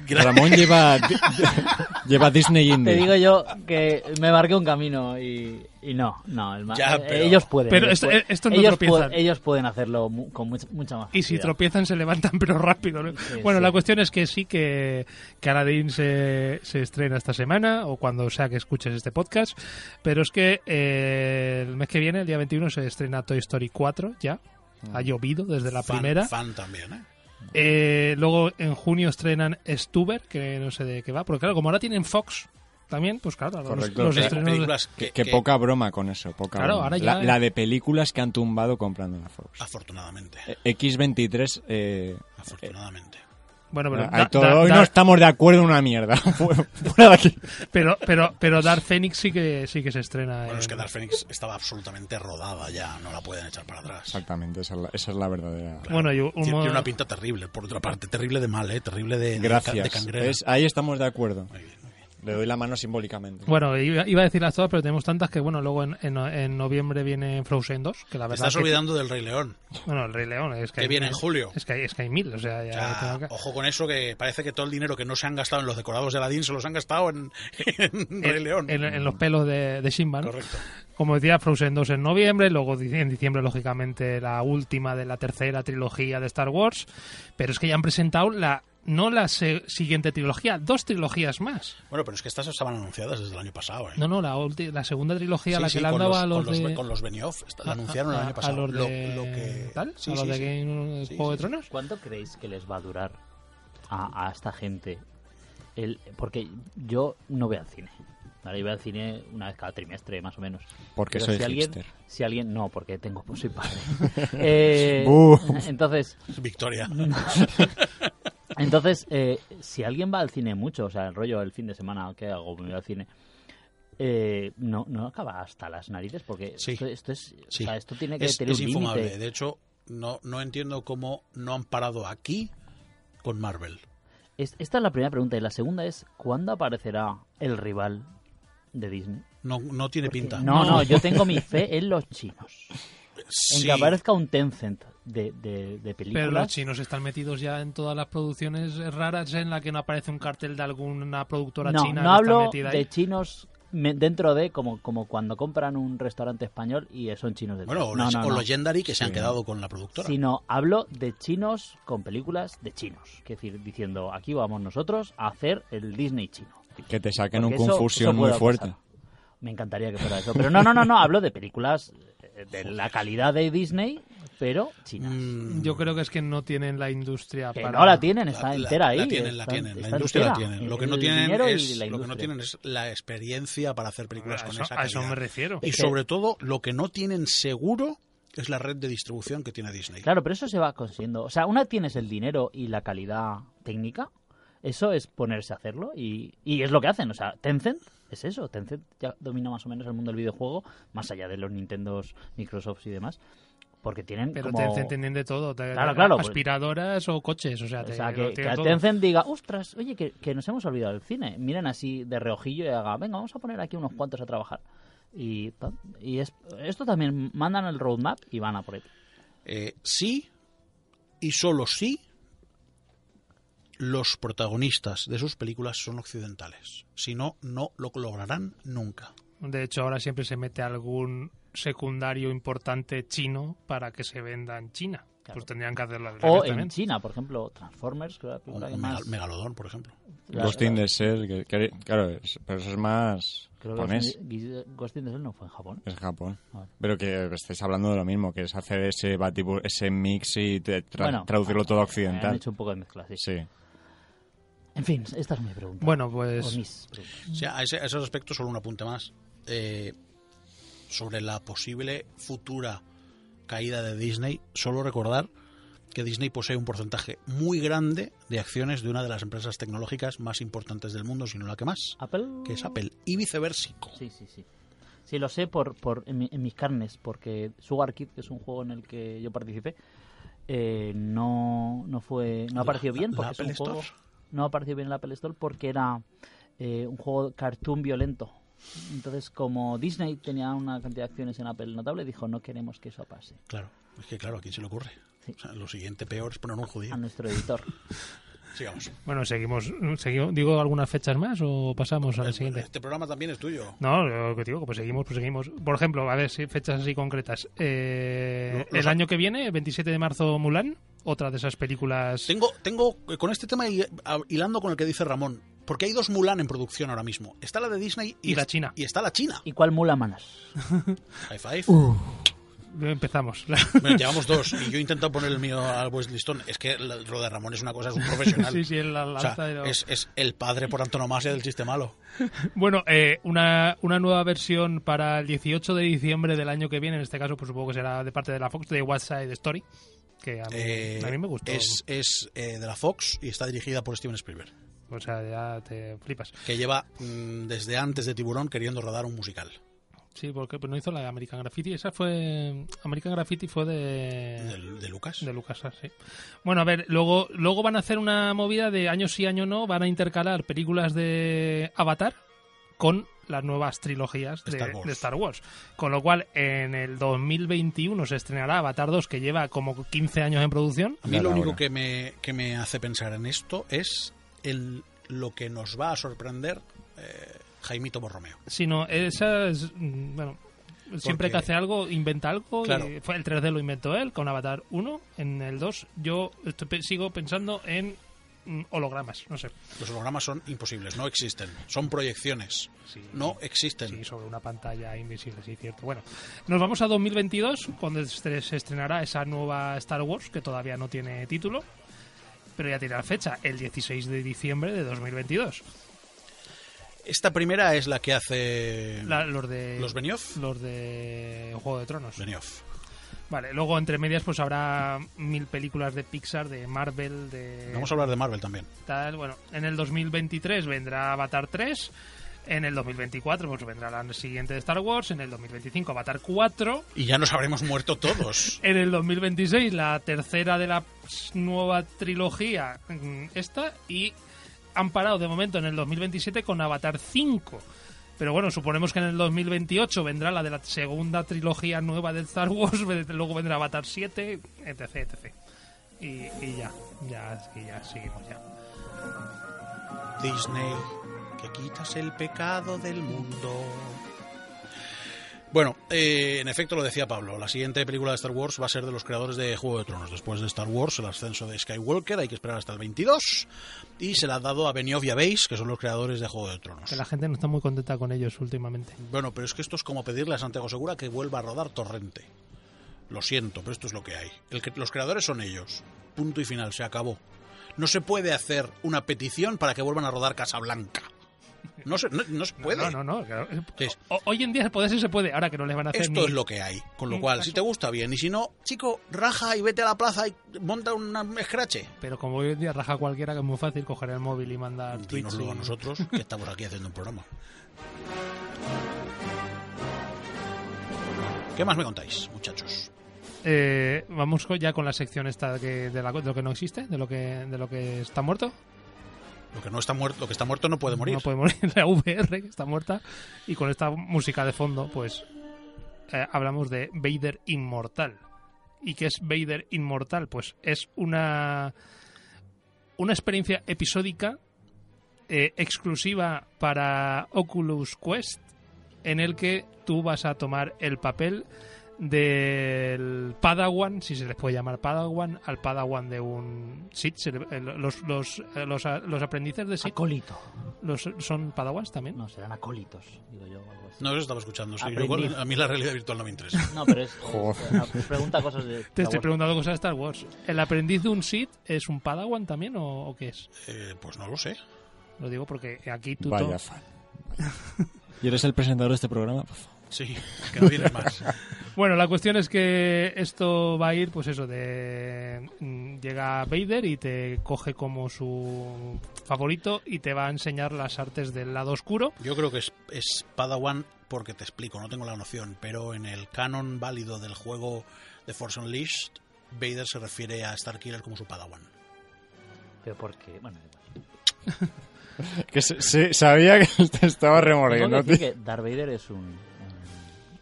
Ramón lleva, lleva Disney
Te
Indie.
digo yo que me marqué un camino y, y no, no, el ma-
Ya,
eh,
pero-
ellos pueden.
Pero
ellos
esto-
pueden-
eh, estos no
ellos,
tropiezan.
pu- ellos pueden hacerlo mu- con mucha, mucha más
Y si
facilidad.
tropiezan se levantan pero rápido. ¿no?
Sí,
bueno,
sí.
la cuestión es que sí que, que Aladdin se, se estrena esta semana o cuando sea que escuches este podcast. Pero es que eh, el mes que viene, el día 21, se estrena Toy Story 4 ya. Ha llovido desde la
Mm. Fan-
primera.
Fan también, ¿eh?
Eh, luego en junio estrenan Stuber, que no sé de qué va, porque claro, como ahora tienen Fox también, pues claro, ahora los,
Correcto.
los
Pe-
estrenos.
películas
Que,
que,
que
que,
poca broma con eso, poca
Claro,
broma.
ahora ya-
la, la de películas que han tumbado comprando en la Fox.
afortunadamente,
Eh, X23, eh,
afortunadamente.
Bueno, pero, da-
ahí todo,
da-
Ah, hoy
da-
no estamos de acuerdo en una mierda. Fu- Fuera de aquí.
pero, pero, pero Dark Phoenix sí que sí que se estrena.
Bueno,
en-
es que Dark Phoenix estaba absolutamente rodada ya, no la pueden echar para atrás.
Exactamente, esa es la, esa es la verdadera.
Bueno, y un-
Tiene, tiene
un-
una pinta terrible, por otra parte, terrible de mal, ¿eh? terrible de, de ca- de
Gracias.
cangrena.
Es- ahí estamos de acuerdo.
Muy bien, muy bien.
Le doy la mano simbólicamente.
Bueno, iba, iba a decirlas todas, pero tenemos tantas que, bueno, luego en, en- en noviembre viene Frozen 2, que la
Te
verdad.
estás
que-
olvidando del Rey León.
bueno, el Rey León, es que.
Que
hay-
viene en julio.
Es que hay, es que hay mil, o sea, ya
O sea,
tengo que-
ojo con eso, que parece que todo el dinero que no se han gastado en los decorados de Aladdin se los han gastado en, en Oh, Rey
en-
León.
En, en los pelos de, de Simba, ¿no?
Correcto.
Como decía, Frozen 2 en noviembre, luego dic- en diciembre, lógicamente, la última de la tercera trilogía de Star Wars, pero es que ya han presentado la no la se- siguiente trilogía, dos trilogías más.
Bueno, pero es que estas estaban anunciadas desde el año pasado. ¿eh?
No, no, la, ulti- la segunda trilogía,
Sí,
la
sí,
que le han
con
dado
los,
a los
con los,
de...
con los Benioff, esta- la
a-
anunciaron
a-
el año pasado.
A los
Lo-
de...
lo que-
¿Tal?
Sí,
a los
sí,
de
sí.
Game-
Sí, sí,
Juego de
sí.
Tronos.
¿Cuánto creéis que les va a durar a, a esta gente? El, porque yo no voy al cine. Vale, yo voy al cine una vez cada trimestre, más o menos.
Porque
Pero
soy
si alguien,
hipster.
Si alguien... No, porque tengo... Pues soy padre. Eh,
Buh.
entonces,
Victoria.
entonces eh, si alguien va al cine mucho, o sea, el rollo el fin de semana, ¿qué hago? Me voy al cine. eh, no, no acaba hasta las narices porque
Sí.
esto, esto es, o
Sí.
sea, esto tiene que
Es,
tener
es
un
infumable.
límite.
De hecho, no, no entiendo cómo no han parado aquí con Marvel.
Es- esta es la primera pregunta y la segunda es ¿cuándo aparecerá el rival de Disney?
No, no tiene pinta.
No, no, yo tengo mi fe en los chinos. En
Sí,
que aparezca un Tencent de, de, de películas.
Pero los chinos están metidos ya en todas las producciones raras en la que no aparece un cartel de alguna productora
no,
china.
no
que
hablo
está metida ahí.
de chinos me- dentro de como, como cuando compran un restaurante español y son chinos de
Bueno, o,
no,
las-
no,
o
no.
los Legendary que se han quedado con la productora.
sino hablo de chinos con películas de chinos. Es decir, diciendo, aquí vamos nosotros a hacer el Disney chino.
Que te saquen un
Porque eso-
confusión
eso
muy
puede
fuerte.
pasar. Me encantaría que fuera eso. Pero no, no, no, no, hablo de películas eh, de la calidad de Disney, pero chinas.
Mm,
Yo creo que es que no tienen la industria
Que
para...
no la tienen,
la-
está
la-
entera ahí.
La tienen, la
está-
tienen. La
está
industria la
entera.
tienen. Lo que,
El
no tienen
dinero y
es,
la
lo que no
industria.
tienen es la experiencia para hacer
A
películas con
eso,
esa
a eso
calidad.
me refiero.
Y
Es que-
sobre todo, lo que no tienen seguro es la red de distribución que tiene Disney.
Claro, pero eso se va consiguiendo. O sea, una tienes el dinero y la calidad técnica. Eso es ponerse a hacerlo y, y es lo que hacen. O sea, Tencent es eso. Tencent ya domina más o menos el mundo del videojuego, más allá de los Nintendos, Microsofts y demás. Porque tienen
Pero
como...
Tencent tienen de todo. te-
Claro, claro, pues-
Aspiradoras o coches. O sea,
O
te-
sea,
lo
que, que
tienen todo.
Tencent diga, ostras, oye, que, que nos hemos olvidado del cine. Miren así de reojillo y haga, venga, vamos a poner aquí unos cuantos a trabajar. Y, ta- y es- esto también mandan el roadmap y van a por él.
Eh, sí y solo sí los protagonistas de sus películas son occidentales. Si no, no lo lograrán nunca.
De hecho, ahora siempre se mete algún secundario importante chino para que se venda en China.
Claro.
Pues tendrían que hacerla
O en China, por ejemplo, Transformers, que era la
Un
película que
mega-
más-
megalodón, por ejemplo.
la-
Ghost in the Shell, que- que- claro, es- pero eso es más
Creo que
japonés.
Ghost in the- Ghost in the Shell no fue en Japón.
Es Japón.
Ah.
Pero que estáis hablando de lo mismo, que es hacer ese batibu- ese mix y te- tra-
Bueno,
traducirlo todo a
Han
occidental.
hecho un poco de mezcla, sí.
Sí.
En fin, esta es mi pregunta.
Bueno,
O
pues
mis preguntas.
O sea, a ese, a ese respecto, solo un apunte más. Eh, sobre la posible futura caída de Disney, solo recordar que Disney posee un porcentaje muy grande de acciones de una de las empresas tecnológicas más importantes del mundo, si no la que más,
Apple.
que es Apple, y viceversa.
Sí, sí, sí. Sí, lo sé por, por, en, mi- en mis carnes, porque Sugar Kid, que es un juego en el que yo participé, eh, no, no fue no
La-
apareció bien
la
porque es un
Apple Store.
juego no apareció bien en la Apple Store porque era eh, un juego cartoon violento. Entonces, como Disney tenía una cantidad de acciones en Apple notable, dijo no queremos que eso pase
Claro, es que claro, ¿a quién se le ocurre?
Sí.
O sea, lo siguiente peor es poner un judío.
a nuestro editor.
Sigamos.
bueno, seguimos, seguimos. ¿Digo algunas fechas más o pasamos al siguiente?
Este programa también es tuyo.
No, lo que te digo, pues seguimos, pues seguimos. Por ejemplo, a ver, si fechas así concretas. Eh,
Lo- los
el
a-
año que viene, 27 de marzo, Mulan, otra de esas películas.
Tengo, tengo eh, con este tema hi- a- hilando con el que dice Ramón, porque hay dos Mulan en producción ahora mismo. Está la de Disney y,
Y la
es-
china.
Y está la China.
¿Y cuál mula manas?
High five.
Uh. Empezamos.
Bueno, llevamos dos y yo he intentado poner el mío al West Listón. Es que la- lo de Ramón es una cosa, es un profesional.
sí, sí, en la
O
lanza
sea,
de los-
es, es el padre por antonomasia del chiste malo.
Bueno, eh, una, una nueva versión para el 18 de diciembre del año que viene, en este caso pues supongo que será de parte de la Fox, de West Side Story, que a mí,
Eh,
a mí me gustó.
Es, es, eh, de la Fox y está dirigida por Steven Spielberg,
O sea, ya te flipas.
que lleva mm, desde antes de Tiburón queriendo rodar un musical.
Sí, porque pues, no hizo la de American Graffiti, esa fue... American Graffiti fue de...
eh, De, de Lucas.
De Lucas, sí. Bueno, a ver, luego, luego van a hacer una movida de año sí, año no, van a intercalar películas de Avatar con las nuevas trilogías de,
Star Wars.
de Star Wars. Con lo cual, en el 2021 se estrenará Avatar 2, que lleva como 15 años en producción.
A mí
Ya
lo
era
único
hora.
que me, que me hace pensar en esto es el, lo que nos va a sorprender eh, Jaimito Borromeo.
Sino, esa es, mm, bueno, siempre que
Porque-
hace algo, inventa algo. y
Claro.
fue el 3D lo inventó él con Avatar 1. En el 2, yo estoy pe- sigo pensando en mm, hologramas, no sé.
Los hologramas son imposibles, no existen. Son proyecciones,
Sí.
no existen.
Sí, sobre una pantalla invisible, sí, cierto. Bueno, nos vamos a 2022, cuando se se estrenará esa nueva Star Wars, que todavía no tiene título, pero ya tiene la fecha, el 16 de diciembre de 2022.
Esta primera es la que hace
La- los de...
Mm. los Benioff.
Los de Juego de Tronos.
Benioff.
Vale, luego entre medias pues habrá mil películas de Pixar, de Marvel, de...
Vamos a hablar de Marvel también.
tal. Bueno, en el 2023 vendrá Avatar 3. En el 2024 pues vendrá la siguiente de Star Wars, en el 2025 Avatar 4,
Y ya nos habremos muerto todos.
en el 2026 la tercera de la ps- nueva trilogía mm, esta y han parado de momento en el 2027 con Avatar 5. Pero bueno, suponemos que en el 2028 vendrá la de la segunda trilogía nueva de Star Wars, ve- luego vendrá Avatar 7, etc, etc. Y, y ya, ya, es que ya seguimos ya.
Disney, que quitas el pecado del mundo. Bueno, eh, en efecto lo decía Pablo, la siguiente película de Star Wars va a ser de los creadores de Juego de Tronos. Después de Star Wars, el ascenso de Skywalker, hay que esperar hasta el 22. Y se la ha dado a Benioff y a Weiss, que son los creadores de Juego de Tronos.
Que la gente no está muy contenta con ellos últimamente.
Bueno, pero es que esto es como pedirle a Santiago Segura que vuelva a rodar Torrente. Lo siento, pero esto es lo que hay. El que- los creadores son ellos. Punto y final, se acabó. No se puede hacer una petición para que vuelvan a rodar Casablanca. No se, no, no se puede.
No, no, no. claro.
Sí.
O- hoy en día puede ser, se puede. Ahora que no les van a hacer
Esto
ni-
es lo que hay. Con lo
ni
cual,
caso.
si te gusta bien, y si no, chico, raja y vete a la plaza y monta un escrache.
Pero como hoy en día raja cualquiera, que es muy fácil coger el móvil y mandar tweets.
Dínoslo
y-
a nosotros, que estamos aquí haciendo un programa. ¿Qué más me contáis, muchachos?
Eh, vamos co- ya con la sección esta que, de, la- de lo que no existe, de lo que, de lo que está muerto.
Lo que no está muerto, lo que está muerto no puede morir.
No puede morir la VR, que está muerta. Y con esta música de fondo, pues eh, hablamos de Vader Inmortal. ¿Y qué es Vader Inmortal? Pues es una, una experiencia episódica eh, exclusiva para Oculus Quest, en el que tú vas a tomar el papel del Padawan, si se les puede llamar Padawan, al Padawan de un Sith. se le- eh, Los, los, eh, los, a- los aprendices de Sith
Acólito.
los, son padawans también.
No, serán acólitos, digo yo. o algo así.
No, eso estaba escuchando. sí.
Aprendiz.
Yo- a mí la realidad virtual no me interesa.
No, pero es.
Joder.
es- pregunta cosas
Te
de. de
estoy
abuelo.
preguntando cosas de Star Wars. ¿El aprendiz de un Sith es un padawan también o, o qué es?
Eh, pues no lo sé.
Lo digo porque aquí tú...
Vaya
to-
fan. Vaya. ¿Y eres el presentador de este programa? Por favor.
Sí, que no tienes más.
Bueno, la cuestión es que esto va a ir, pues eso, de... mm, Llega Vader y te coge como su favorito y te va a enseñar las artes del lado oscuro.
Yo creo que es, es Padawan porque te explico, no tengo la noción, pero en el canon válido del juego de Force Unleashed, Vader se refiere a Starkiller como su Padawan.
Pero porque. Bueno, da igual.
Que se- se- sabía que te estaba
Tengo
remordiendo,
que decir
tío.
que Darth Vader es un, un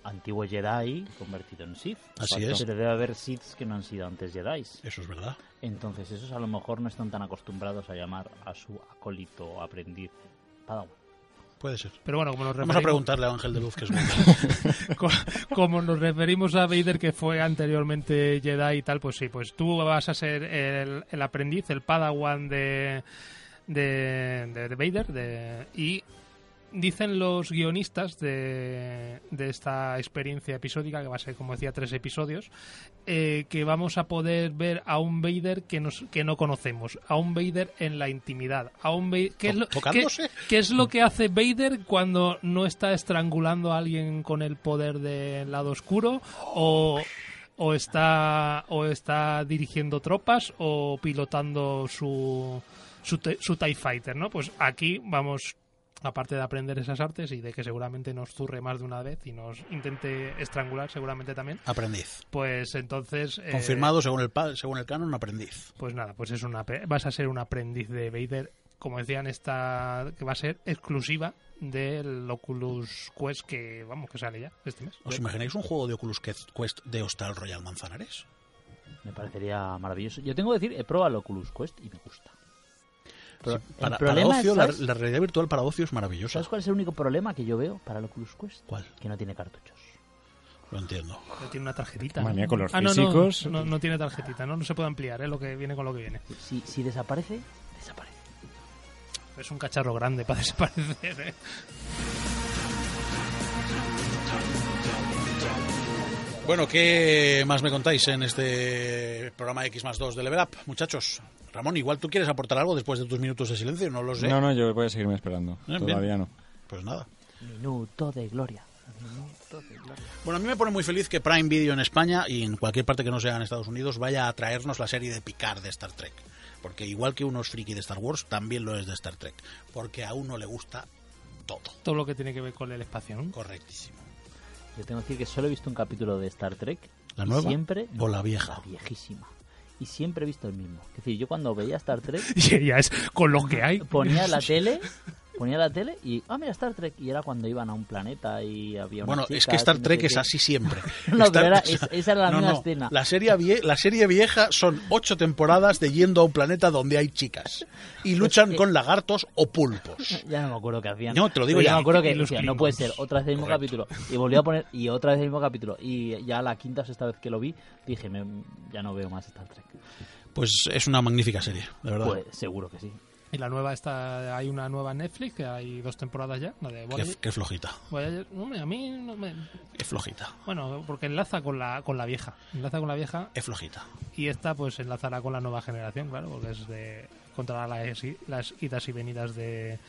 antiguo Jedi convertido en Sith.
Así
Pero
es.
debe haber Siths que no han sido antes Jedi.
Eso es verdad.
Entonces, esos a lo mejor no están tan acostumbrados a llamar a su acólito o aprendiz Padawan.
Puede ser.
Pero bueno, como nos
Vamos a
referimos,
preguntarle a Ángel de Luz que es bueno.
co- como nos referimos a Vader que fue anteriormente Jedi y tal, pues sí, pues tú vas a ser el, el aprendiz, el padawan de, de, de- de Vader de- y dicen los guionistas de, de esta experiencia episódica que va a ser como decía tres episodios eh, que vamos a poder ver a un Vader que nos que no conocemos a un Vader en la intimidad a un Vader que es lo,
To-
que,
tocándose.
que es lo que hace Vader cuando no está estrangulando a alguien con el poder del lado oscuro o o está o está dirigiendo tropas o pilotando su su, te- su TIE Fighter, ¿no? Pues aquí vamos, aparte de aprender esas artes y de que seguramente nos zurre más de una vez y nos intente estrangular seguramente también,
Aprendiz.
pues entonces... eh,
Confirmado según el, pa- según el canon, aprendiz.
Pues nada, pues es una, pe- vas a ser un aprendiz de Vader, como decían, esta que va a ser exclusiva del Oculus Quest que, vamos, que sale ya este mes.
¿Os imagináis un juego de Oculus Quest de Hostal Royal Manzanares?
Me parecería maravilloso. Yo tengo que decir, he probado el Oculus Quest y me gusta. Pero
Sí,
el
para, para
problema es,
ocio, la,
¿sabes?
la realidad virtual para ocio es maravillosa.
¿Sabes cuál es el único problema que yo veo para el Oculus Quest?
¿Cuál?
Que no tiene cartuchos.
Lo entiendo.
Pero tiene una tarjetita.
Madre mía, con los
Ah, no, no,
físicos.
No, no tiene tarjetita, no, no se puede ampliar, es lo que viene con lo que viene.
Si, si desaparece, desaparece.
Es un cacharro grande para desaparecer, ¿eh?
Bueno, ¿qué más me contáis en este programa X más 2 de Level Up, muchachos? Ramón, igual tú quieres aportar algo después de tus minutos de silencio, no lo sé.
No, no, yo voy a seguirme esperando.
Ah,
Bien,
Todavía
Mm,
no.
Pues nada.
Minuto de gloria. Minuto de gloria.
Bueno, a mí me pone muy feliz que Prime Video en España y en cualquier parte que no sea en Estados Unidos vaya a traernos la serie de Picard de Star Trek. Porque igual que uno es friki de Star Wars, también lo es de Star Trek. Porque a uno le gusta todo.
Todo lo que tiene que ver con el espacio, ¿no?
Correctísimo.
Yo tengo que decir que solo he visto un capítulo de Star Trek.
¿La
y
nueva
Siempre,
o la vieja?
La viejísima. Y siempre he visto el mismo. Es decir, yo cuando veía Star Trek
Y ya es con lo que hay.
ponía la tele, ponía la tele y ah mira Star Trek y era cuando iban a un planeta y había una
Bueno, es
chica,
que Star
no sé
Trek
qué.
es así siempre.
No,
Star-
pero era-
o sea,
es- esa era la
no,
misma
no,
escena.
La serie, vie- la serie vieja son ocho temporadas de yendo a un planeta donde hay chicas y luchan
Pues que-
con lagartos o pulpos.
Ya no me acuerdo qué hacían.
No, te lo digo
Pero
ya.
me acuerdo que
Y los
decía, no puede ser,
Klingons.
otra vez el mismo
Correcto.
capítulo. Y volví a poner, y otra vez el mismo capítulo. Y ya la quinta o sexta vez que lo vi, dije, "Me- ya no veo más Star Trek.
Pues es una magnífica serie, de verdad.
Pues seguro que sí.
Y la nueva está, hay una nueva en Netflix, que hay dos temporadas ya, la de
qué,
Voyager.
qué flojita,
Voyager, hombre, a mí no me...
qué flojita,
Bueno, porque enlaza con la, con la vieja. Enlaza con la vieja
qué flojita.
y esta pues enlazará con la nueva generación, claro, porque es de contra las, las idas y venidas de,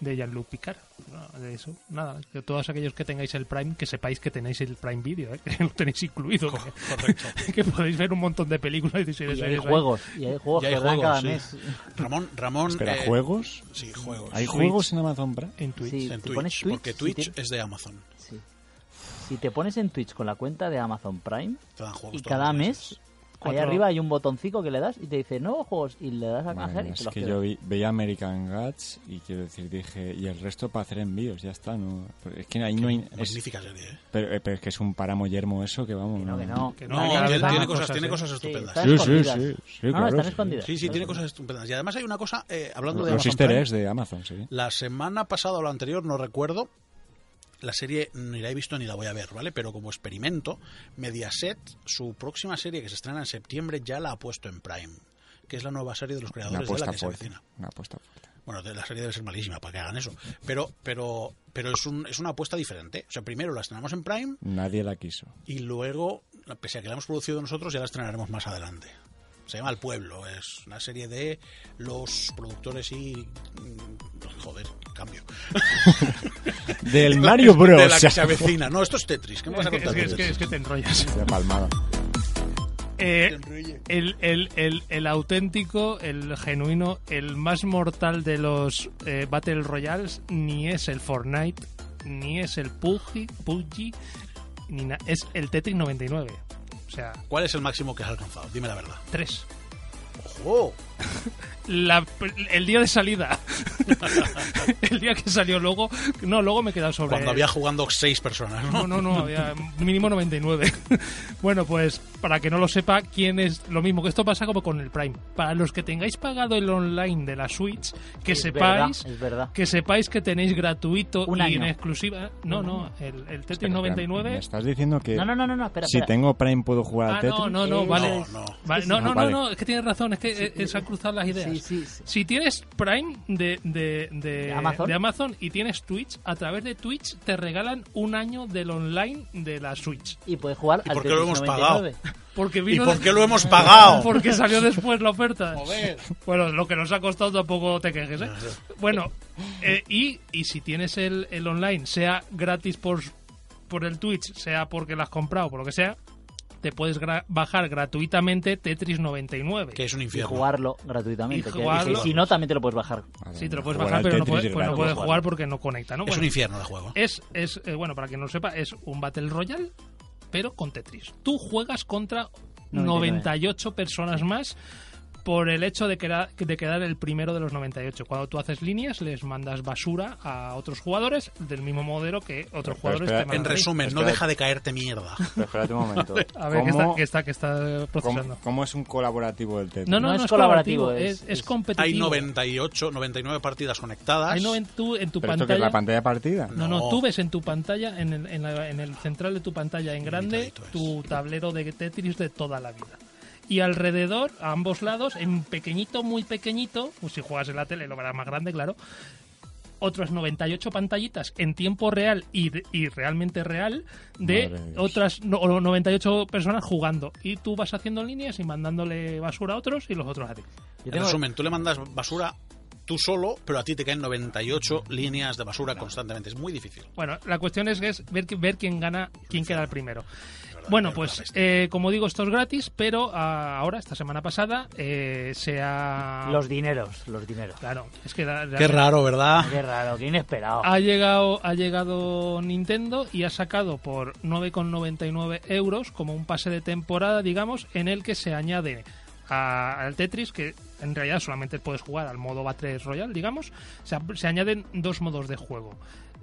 de Jean-Luc Picard. No, de eso, nada, que todos aquellos que tengáis el Prime, que sepáis que tenéis el Prime Video, ¿eh? que lo tenéis incluido, que-
Correcto.
que, podéis ver un montón de películas y de
Y
series.
hay
ahí.
juegos, y hay juegos
Ya hay
que dan
juegos,
cada
sí.
mes.
Ramón, Ramón.
Espera,
eh,
¿juegos?
Sí, juegos.
¿Hay
Switch.
juegos en Amazon Prime?
en Twitch.
Sí.
En
¿Te
Twitch,
pones Twitch?
porque
Sí,
Twitch
tiene-
es de Amazon.
Sí. Si te pones en Twitch con la cuenta de Amazon Prime
Te dan juegos
y
todos
cada
los
mes, ahí
Cuatro-
arriba hay un botoncito que le das y te dice nuevos juegos y le das a
Madre
canjear
mía,
y te
es
los
que
quedas.
yo vi- veía American Gods y quiero decir, dije, y el resto para hacer envíos, ya está. No, Porque es que ahí no hay. es-
Magnífica serie, ¿eh?
pero, eh, pero es que es un páramo yermo eso que vamos.
Que no, que no.
Que
No,
Vale,
tiene,
ahora
tiene
más
cosas,
cosas,
tiene
¿eh?
cosas
Sí,
estupendas.
están
Sí, sí,
escondidas.
sí, sí,
no, no,
claro,
están
sí.
escondidas.
Sí, sí, tiene cosas estupendas. Y además hay una cosa, eh, hablando de
Los
Amazon
easter
Prime,
eggs de Amazon, sí.
la semana pasada o la anterior, no recuerdo, la serie ni la he visto ni la voy a ver, ¿vale? Pero como experimento, Mediaset, su próxima serie que se estrena en septiembre, ya la ha puesto en Prime, que es la nueva serie de los
Una
creadores de la
apuesta
que se
fuerte.
avecina.
Una apuesta fuerte.
Bueno, de- la serie debe ser malísima para que hagan eso. Pero, pero, pero es, un, es una apuesta diferente. O sea, primero la estrenamos en Prime
Nadie la quiso.
y luego, pese a que la hemos producido nosotros, ya la estrenaremos más adelante. Se llama El Pueblo, es una serie de los productores y... mm, Joder, cambio.
Del Mario Bros.
De la que se avecina. No, esto es Tetris. ¿Qué me vas
Es
a
que, es
contar?
que- es
de
que- es
Tetris?
que te enrollas.
Ya palmada.
Eh, el, el, el, el auténtico, el genuino, el más mortal de los eh, Battle Royales ni es el Fortnite, ni es el PUBG, PUBG ni na- es el Tetris 99. O sea,
¿Cuál es el máximo que has alcanzado? Dime la verdad.
tres.
¡Ojo!
La- el día de salida. el día que salió luego. No, luego me he quedado sobre.
Cuando había jugando seis personas, ¿no?
No, no, no, había mínimo 99. bueno, pues para que no lo sepa, quién es lo mismo que esto pasa como con el Prime. Para los que tengáis pagado el online de la Switch, que
Es
sepáis
verdad, es verdad.
que sepáis que tenéis gratuito
Un
y en
año.
exclusiva. No, no, el, el Tetris
Espera, espera,
99.
¿Me estás diciendo que
No, no, no, no, no, espera,
si
espera.
tengo Prime puedo jugar al
Ah,
Tetris?
no, no, no,
Eh,
vale.
No, no.
Vale, no, no,
Ah,
no,
vale.
no, es que tienes razón, es que eh, eh, se han cruzado las ideas.
Sí, sí, sí.
Si tienes Prime de, de, de-
¿De Amazon?
de Amazon y tienes Twitch, a través de Twitch te regalan un año del online de la Switch.
Y puedes jugar
¿Y
al
por qué lo
Tetris
hemos pagado?
99.
Porque
¿Y
vino
por
de-
qué lo hemos pagado?
Porque salió después la oferta.
Joder.
Bueno, lo que nos ha costado tampoco te quejes, ¿eh? Bueno, eh, y, y si tienes el, el online, sea gratis por, por el Twitch, sea porque lo has comprado, por lo que sea, te puedes gra- bajar gratuitamente Tetris 99.
Que es un
Y
infierno.
jugarlo gratuitamente.
Y
quiero
jugarlo.
decir, si no, también te lo puedes bajar.
Madre
Sí, te lo
mía,
puedes
jugar
bajar,
al
pero no
Tetris
puedes,
es
pues no
gratis.
puedes jugar porque no conecta, ¿no?
Es un
Bueno,
infierno de juego.
es, es, eh, bueno, para quien no lo sepa, es un Battle Royale, pero con Tetris. Tú juegas contra
99.
98 personas más por el hecho de, queda- de quedar el primero de los 98. Cuando tú haces líneas, les mandas basura a otros jugadores del mismo modelo que otros
Pero
jugadores
espera,
te
En
mandan. a ti.
resumen, no
Espera.
deja de caerte mierda.
Pero espérate un momento.
A ver, que está,
¿Cómo,
que está, que está procesando.
cómo- cómo es un colaborativo del Tetris?
No, no, no, es, colaborativo, es, es competitivo.
Hay 98, 99 partidas conectadas.
Hay 90 tú en tu
¿Pero esto que
pantalla.
es la pantalla de partida?
No,
No.
no, tú ves en tu pantalla, en el, en la- en el central de tu pantalla en grande,
Limitadito es.
tu tablero de Tetris de toda la vida. Y alrededor, a ambos lados, en pequeñito, muy pequeñito, pues si juegas en la tele lo verás más grande, claro, otras 98 pantallitas en tiempo real y, de- y realmente real de
Madre de Dios.
otras no- o 98 personas jugando. Y tú vas haciendo líneas y mandándole basura a otros y los otros a ti.
Yo
En
tengo-
resumen, tú le mandas basura tú solo, pero a ti te caen 98 líneas de basura constantemente. Es muy difícil.
Bueno, la cuestión es, que es ver, ver quién gana, quién queda el primero. Bueno,
la
pues
bestia.
eh, como digo, esto es gratis, pero ah, ahora, esta semana pasada, eh, se ha...
Los dineros, los dineros.
Claro, es que... da-
Qué
da-
raro, ¿verdad?
Qué raro, qué inesperado.
Ah,
Ha llegado, ha llegado Nintendo y ha sacado por 9,99 euros como un pase de temporada, digamos, en el que se añade a- al Tetris, que en realidad solamente puedes jugar al modo Battle Royale, digamos, se, ap- se añaden dos modos de juego.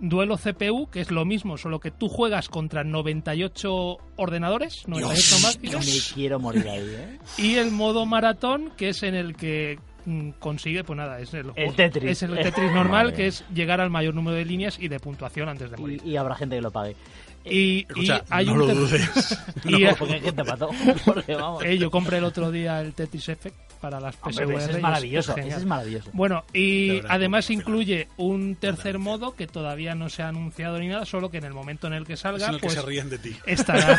Duelo CPU, que es lo mismo, solo que tú juegas contra 98 ordenadores, 98
Yo
máquinas,
me quiero morir ahí, ¿eh?
y el modo maratón, que es en el que mm, consigue, pues nada, es el, juego-
Tetris.
es el Tetris normal,
Madre
que es llegar al mayor número de líneas y de puntuación antes de morir.
Y, y habrá gente que lo pague.
Y,
Escucha,
y hay
no
un
lo
ter-
dudes.
y-
No, porque hay gente pató. Porque vamos.
eh, yo compré el otro día el Tetris Effect para las
Hombre,
PSVR.
ese
y
es maravilloso,
genial.
ese es maravilloso.
Bueno,
De
y
verdad,
además
al final.
incluye un tercer modo que todavía no se ha anunciado ni nada, solo que en el momento en el que
Es
salga,
en el que
pues
se ríen de ti.
estará.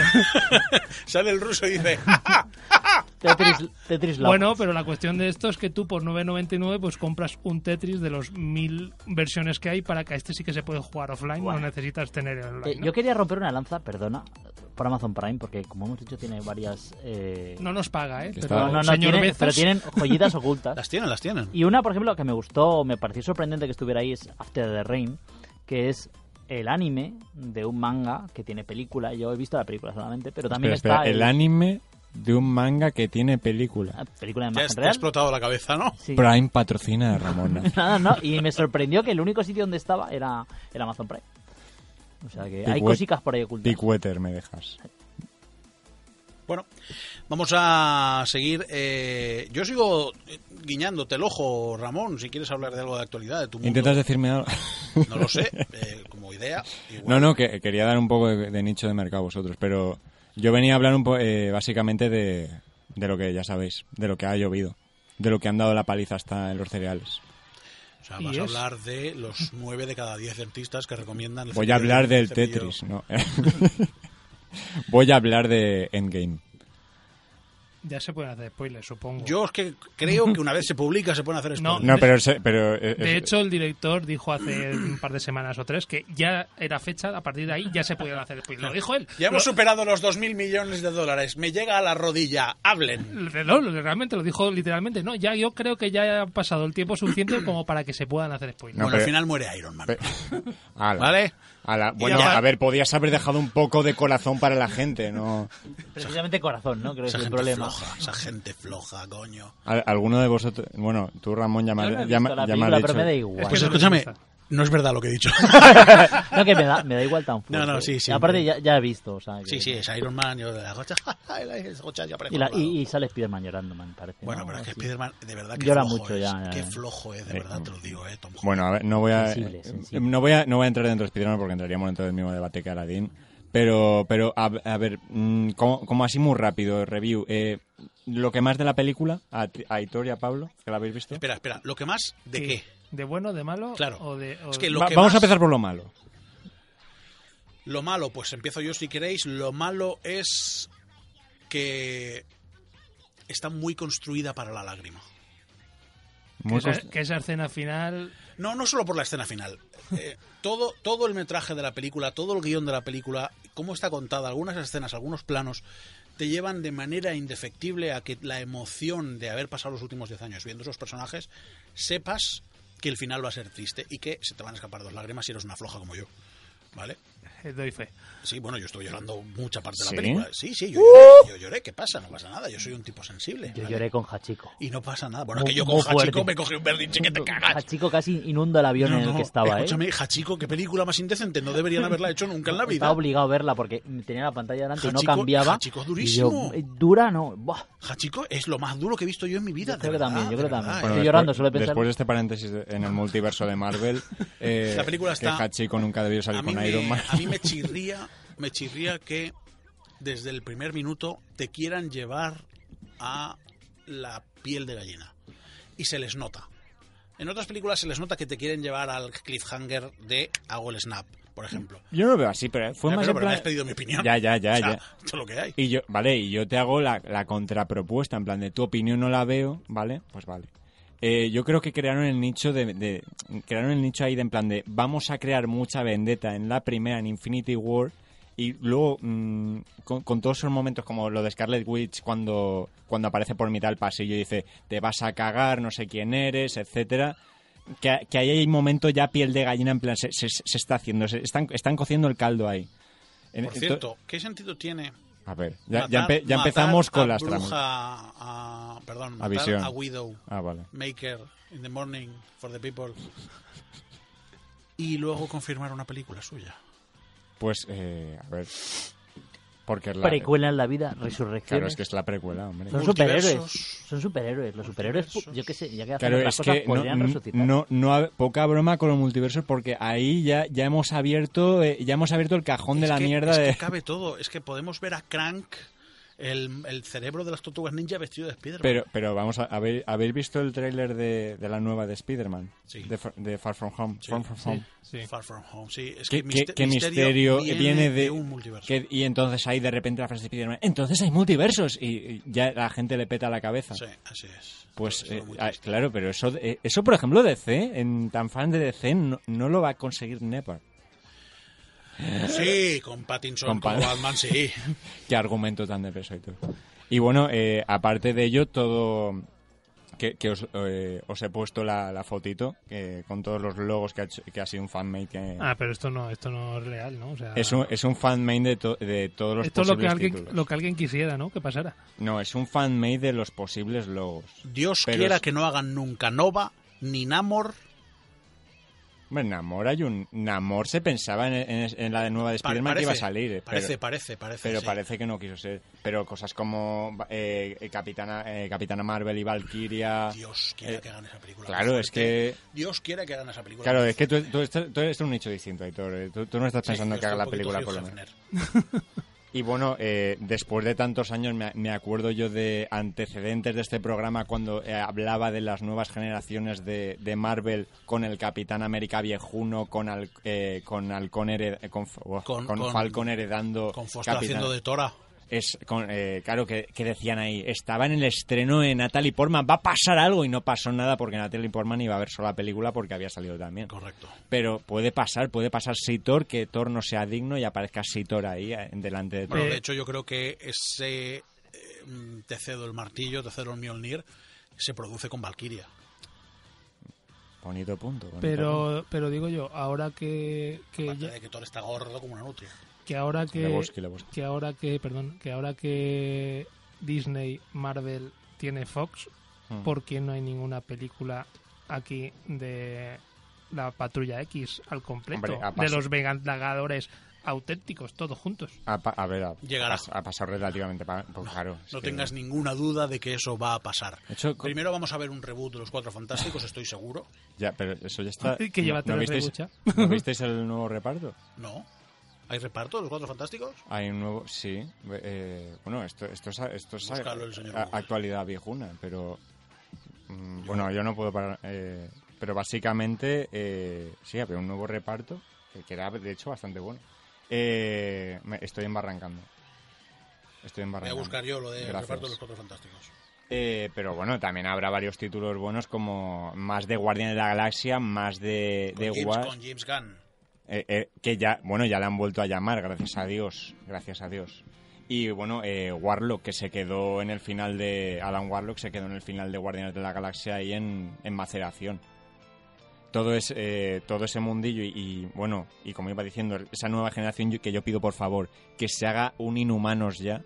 Sale el ruso y dice, ¡Ah!
Tetris, Tetris Eh, Lab.
Bueno, pero la cuestión de esto es que tú por 9.99 pues compras un Tetris de los mil versiones que hay para que a este sí que se puede jugar offline,
Bueno.
no necesitas tener el
Eh,
online. ¿no?
yo quería romper una lanza, perdona, por Amazon Prime, porque como hemos dicho, tiene varias. eh,
No nos paga, ¿eh?
Que
Pero,
está- No,
señor
tiene-
Bezos,
pero tienen joyitas ocultas.
las tienen, las tienen.
Y una, por ejemplo, que me gustó, me pareció sorprendente que estuviera ahí, es After the Rain, que es el anime de un manga que tiene película. Yo he visto la película solamente, pero también
Espera,
está
espera, el anime de un manga que tiene película.
la película de
Ya
imagen
has- te ha
real.
explotado la cabeza, ¿no?
Sí.
Prime patrocina a Ramona.
Nada, no, y me sorprendió que el único sitio donde estaba era, era Amazon Prime. O sea que hay
Picuet-
cositas por ahí ocultas.
Pickwetter me dejas.
Bueno, vamos a seguir. eh, yo sigo eh, guiñándote el ojo, Ramón, si quieres hablar de algo de actualidad, de tu mundo.
¿Intentas decirme algo?
No lo sé, eh, como idea. igual.
No, no, que quería dar un poco de, de nicho de mercado a vosotros, pero yo venía a hablar un po- eh, básicamente de, de lo que ya sabéis, de lo que ha llovido, de lo que han dado la paliza hasta en los cereales.
O sea,
¿Y
vas
es?
a hablar de los 9 de cada 10 dentistas que recomiendan... el
Voy a
cepillo-
hablar del
cepillo.
Tetris, ¿no? Voy a hablar de Endgame.
ya se pueden hacer spoilers, supongo.
Yo es que creo que una vez se publica se pueden hacer
No.
spoilers.
No, pero... se- pero eh,
De
eh,
hecho, el director dijo hace un par de semanas o tres que ya era fecha, a partir de ahí ya se podían hacer spoilers. Lo dijo él.
Ya hemos
Lo-
superado los 2.000 millones de dólares. Me llega a la rodilla. Hablen.
No, lo- realmente lo dijo literalmente. No, ya yo creo que ya ha pasado el tiempo suficiente como para que se puedan hacer spoilers.
No,
bueno,
pero-
al final muere Iron Man.
pe- ala,
¿Vale?
ala. Bueno,
ya va.
a ver, podías haber dejado un poco de corazón para la gente, ¿no?
Precisamente corazón, ¿no? Creo que es
Esa
el
gente
problema.
floja, esa gente floja, coño.
Al- ¿Alguno de vosotros...? Bueno, tú, Ramón, ya me,
Yo no he
has- ya,
visto
me-
la
ya me has
película,
dicho.
pero me da igual.
Pues
no me
escúchame,
gusta.
no es verdad lo que he dicho.
No, que me da, me da igual tan fuerte.
no, sí, sí.
Y aparte ya, ya he visto, o sea, que-
Sí, sí, es Iron Man, yo de la gocha, la gocha ya aparece
Y, la-
al lado.
y, y sale Spiderman llorando, me parece.
Bueno,
¿no?
pero es que
Así.
Spider-Man, de verdad que
Llora
flojo
mucho
es.
ya, ya,
Qué
ya.
flojo es, de verdad te lo digo, eh, Tom Holland.
Bueno, a ver, no voy a,
Sensible,
eh,
sensible.
No, voy a, no voy a entrar dentro de Spider-Man porque entraríamos dentro del mismo debate que Aladdin. Pero, pero a, a ver, mm, como, como así muy rápido, review. eh, lo que más de la película, a, ti- a Hitor y a Pablo, que la habéis visto.
Espera, espera, ¿lo que más? ¿De
Sí.
qué?
¿De bueno, de malo?
Claro.
O de, o-
Es que lo
Va-
que
vamos
más-
a empezar por lo malo.
Lo malo, pues empiezo yo si queréis. Lo malo es que está muy construida para la lágrima.
que,
Muy
esa,
cost-
que esa escena final.
No, no solo por la escena final. Eh, todo, todo el metraje de la película, todo el guión de la película, cómo está contada, algunas escenas, algunos planos, te llevan de manera indefectible a que la emoción de haber pasado los últimos 10 años viendo esos personajes, sepas que el final va a ser triste y que se te van a escapar dos lágrimas si eres una floja como yo. ¿Vale?
eh, Doy fe.
Sí, bueno, yo estoy llorando mucha parte de la
¿Sí?
película. Sí, sí, yo lloré, yo lloré, ¿qué pasa? No pasa nada, yo soy un tipo sensible.
Uh. Yo
¿vale?
lloré con Hachiko.
Y no pasa nada. Bueno,
Muy-
es que yo con
muy
Hachiko
fuerte.
me cogí un berrinche que te cagas.
Hachiko casi inunda el avión
No,
en el
no,
que estaba, ¿eh?
Escúchame, Hachiko, qué película más indecente. No deberían haberla hecho nunca en la vida.
Estaba obligado a verla porque tenía la pantalla delante y no
Hachiko-
cambiaba.
Hachiko es
Y
durísimo.
yo, eh, dura, no. Buah.
Hachiko es lo más duro que he visto yo en mi vida.
Yo creo
de
que también,
verdad,
yo
de
creo que también.
verdad,
Estoy
eh.
después-
llorando solo de pensar-
Después de este paréntesis de- en el multiverso de Marvel, eh,
La película está-
que Hachiko nunca debió salir
a, mí
con
me,
Iron Man.
a mí me chirría, me chirría que desde el primer minuto te quieran llevar a la piel de gallina. Y se les nota. En otras películas se les nota que te quieren llevar al cliffhanger de hago el snap, por ejemplo.
Yo no lo veo así, pero fue
Ya,
más
pero, pero
en
me
plan-
has pedido mi opinión.
Ya, ya, ya,
O sea,
ya.
Esto es lo que hay.
Y yo, vale, y yo te hago la, la contrapropuesta, en plan de tu opinión no la veo, ¿vale? Pues vale. Eh, yo creo que crearon el nicho de, de- crearon el nicho ahí de en plan de vamos a crear mucha vendetta en la primera en Infinity War y Y luego, mm, con, con todos esos momentos como lo de Scarlet Witch cuando, cuando aparece por mitad del pasillo y dice, te vas a cagar, no sé quién eres, etcétera que, que ahí hay un momento ya piel de gallina, en plan, se, se- se está haciendo, se- están, están cociendo el caldo ahí. En-
Por
ento-
cierto, ¿qué sentido tiene
A ver, ya,
matar-
ya empe- ya
matar
empezamos
a
con las
bruja,
tramas.
A, perdón, matar
Visión.
a Widow,
Ah, vale.
Maker, In the Morning, For the People, y luego confirmar una película suya.
Pues, eh, a ver. Porque es la.
Precuela en la vida, resurrección.
Claro, es que es la precuela, hombre.
Son
Multiversos.
superhéroes. Son superhéroes. Los superhéroes, pu- yo qué sé, ya que hacen
Claro,
otras
es
cosas,
que no,
podrían resucitar.
no, no ha- poca broma con los multiversos porque ahí ya, ya hemos abierto eh, ya hemos abierto el cajón de
Es
la
que-
mierda
es
de
que cabe todo. Es que podemos ver a Crank, el, el cerebro de las tortugas ninja vestido de Spider-Man.
pero pero vamos a, haber habéis visto el tráiler de, de la nueva de Spider-Man
Sí.
de, Far- de Far From Home,
Sí.
From From Home.
Sí.
Far From Home, sí. Es
¿Qué,
que Mister-
qué- qué misterio, viene de,
un multiverso.
que- y entonces ahí de repente la frase de Spider-Man, entonces hay multiversos y, y ya la gente le peta la cabeza.
Sí, así es.
Pues
Eso es muy
eh, ah,
triste.
claro, pero eso, eh, eso por ejemplo DC, en tan fan de DC, no, no lo va a conseguir Never.
Sí, con Pattinson
Con
como
Pat-
Batman, sí.
Qué argumento tan de peso y todo. Y bueno, eh, aparte de ello, todo... Que, que os, eh, os he puesto la, la fotito eh, con todos los logos que ha, hecho- que ha sido un fanmate. Que
Ah, pero esto no, esto no es real, ¿no? O sea,
es, un, es un fanmate de, to- de todos los
esto es lo que,
posibles
alguien,
títulos.
lo que alguien quisiera, ¿no? Que pasara.
No, es un fanmate de los posibles logos.
Dios
Pero
quiera
es-
que no hagan nunca Nova ni Namor.
Hombre, Namor hay un... Namor se pensaba en, en- en la nueva de
Pa-
Spider-Man que iba a salir. eh, pero-
parece, parece, parece.
Pero
sí.
parece que no quiso ser. Pero cosas como eh, eh, Capitana, eh, Capitana Marvel y Valkyria.
Dios quiera
eh,
que hagan esa película.
claro,
muy
es
fuerte.
que-
Dios quiera que hagan esa película.
Claro,
muy
es que tú, tú estás, tú eres un nicho distinto, Aitor. eh, Tú, tú no estás
fuerte.
pensando
Sí,
que haga la
yo estoy un
película
poquito
colombiana.
Hugh Hefner.
Y bueno, eh, después de tantos años me, me acuerdo yo de antecedentes de este programa cuando eh, hablaba de las nuevas generaciones de, de Marvel con el Capitán América viejuno, con, Al- eh, con, Halcón hered- con, F-
Con-
con
con-
Falcon heredando...
Con Foster
Capitán-
haciendo de Tora.
es con- eh, claro que, que decían ahí estaba en el estreno de Natalie Portman va a pasar algo y no pasó nada porque Natalie Portman iba a ver sola película porque había salido también
Correcto.
pero puede pasar puede pasar Sitor que Thor no sea digno y aparezca Sitor ahí eh, delante de Thor
Bueno,
Eh,
de hecho, yo creo que ese eh, mm, te cedo el martillo, te cedo el Mjolnir, se produce con Valkyria.
bonito punto bonito punto.
Pero, pero digo yo, ahora que, que,
Aparte
ya-
eh,
de que Thor está gordo como una nutria.
que ahora que,
Lebowski, Lebowski.
que ahora que, perdón, que ahora que Disney, Marvel tiene Fox,
Mm.
¿por qué no hay ninguna película aquí de la Patrulla X al completo?
Hombre, ha
de
pas-
los vengadores auténticos, todos juntos.
a, pa- a ver, ha-
Llegará.
ha pas- ha pasado relativamente pa- pues claro. es
No
que-
tengas ninguna duda de que eso va a pasar.
De hecho, co-
Primero vamos a ver un reboot de los Cuatro Fantásticos, estoy seguro.
ya, pero eso ya está.
Que lleva
¿No,
tres
visteis,
rebuchas.
¿no visteis el nuevo reparto?
¿No? ¿Hay reparto de los Cuatro Fantásticos?
Hay un nuevo, sí. eh, bueno, esto, esto es, esto es
Búscalo, el señor
a-
Google.
actualidad viejuna, pero mm, bueno, yo no puedo parar. eh, pero básicamente, eh, sí, había un nuevo reparto que, que era de hecho bastante bueno. Eh, me estoy embarrancando.
Voy
Estoy
a
embarrancando.
buscar yo lo de
Gracias.
reparto de los Cuatro Fantásticos.
Eh, pero bueno, también habrá varios títulos buenos como más de Guardián de la Galaxia, más de,
Con
de
James,
War-
con James Gunn.
eh, eh, que ya, bueno, ya la han vuelto a llamar, gracias a Dios, gracias a Dios. Y bueno, eh, Warlock, que se quedó en el final de... Alan Warlock se quedó en el final de Guardianes de la Galaxia ahí en, en Maceración. Todo, es, eh, todo ese mundillo y, y, bueno, y como iba diciendo, esa nueva generación yo- que yo pido por favor, que se haga un Inhumanos ya.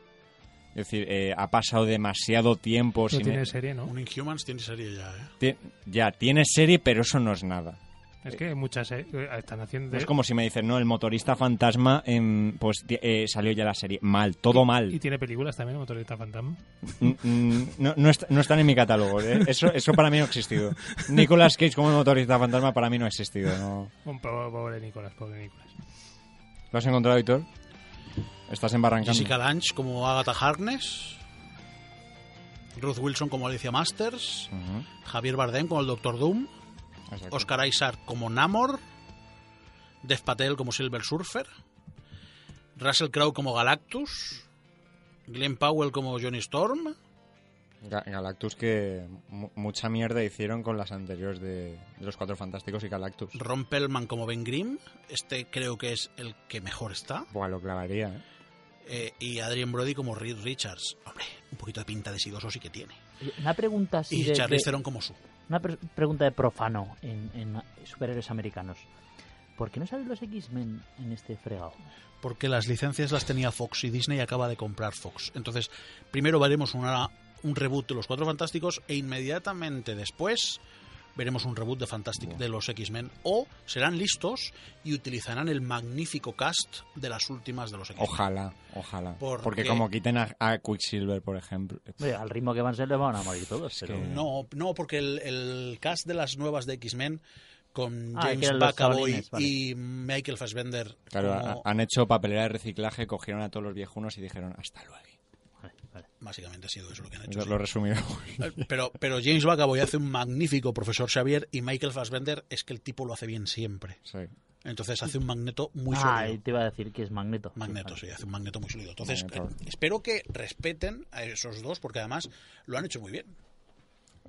Es decir, eh, ha pasado demasiado tiempo
No
sin... e-
tiene serie, ¿no?
Un Inhumans tiene serie ya, ¿eh?
Ti- ya, tiene serie, pero eso no es nada.
Es que muchas eh, están haciendo...
Es como si me dicen, no, el motorista fantasma, em, pues ti- eh, salió ya la serie. Mal, todo
Y
mal.
tiene películas también, Motorista Fantasma.
Mm, mm, No, no, est- no están en mi catálogo. eh. Eso, eso para mí no ha existido. Nicolas Cage como motorista fantasma para mí no ha existido. No.
Un po- pobre Nicolás, pobre Nicolás.
¿Lo has encontrado, Víctor? Estás embarrancando.
Jessica Lange como Agatha Harkness. Ruth Wilson como Alicia Masters.
Ujú,
Javier Bardem como el Doctor Doom.
exacto.
Oscar Isaac como Namor, Dev Patel como Silver Surfer, Russell Crowe como Galactus, Glenn Powell como Johnny Storm,
Ga- Galactus que mu- mucha mierda hicieron con las anteriores de, de los Cuatro Fantásticos y Galactus.
Rompelman como Ben Grimm, este creo que es el que mejor está.
Buah, lo clavaría, ¿eh?
Eh, y Adrian Brody como Reed Richards. Hombre, un poquito de pinta de sidoso sí que tiene.
Una pregunta así
Y
de-
Charlize
de-
Theron como su.
Una pre- pregunta de profano en, en superhéroes americanos. ¿Por qué no salen los X-Men en este fregado?
Porque las licencias las tenía Fox y Disney acaba de comprar Fox. Entonces, primero veremos una, un reboot de los Cuatro Fantásticos e inmediatamente después veremos un reboot de, Fantastic, de los X-Men. O serán listos y utilizarán el magnífico cast de las últimas de los X-Men.
Ojalá, ojalá.
¿Por
Porque
qué?
como quiten a, a Quicksilver, por ejemplo.
Oye, al ritmo que van se les van a morir todos,
Es
pero...
que-
No, no, porque el, el cast de las nuevas de X-Men con
Ah, que
James
eran los
McAvoy
Saulines, vale.
y Michael Fassbender
Claro,
como-
a- han hecho papelera de reciclaje, cogieron a todos los viejunos y dijeron hasta luego.
Vale, vale.
básicamente ha sido eso lo que han hecho.
Lo, lo resumido.
Eh, Pero, pero James McAvoy hace un magnífico profesor Xavier y Michael Fassbender es que el tipo lo hace bien siempre.
Sí.
Entonces hace un magneto muy
Ah, y
sólido.
te iba a decir que es Magneto.
Magneto, sí,
vale.
hace un magneto muy sólido. Entonces, eh,
Magneto.
espero que respeten a esos dos porque además lo han hecho muy bien.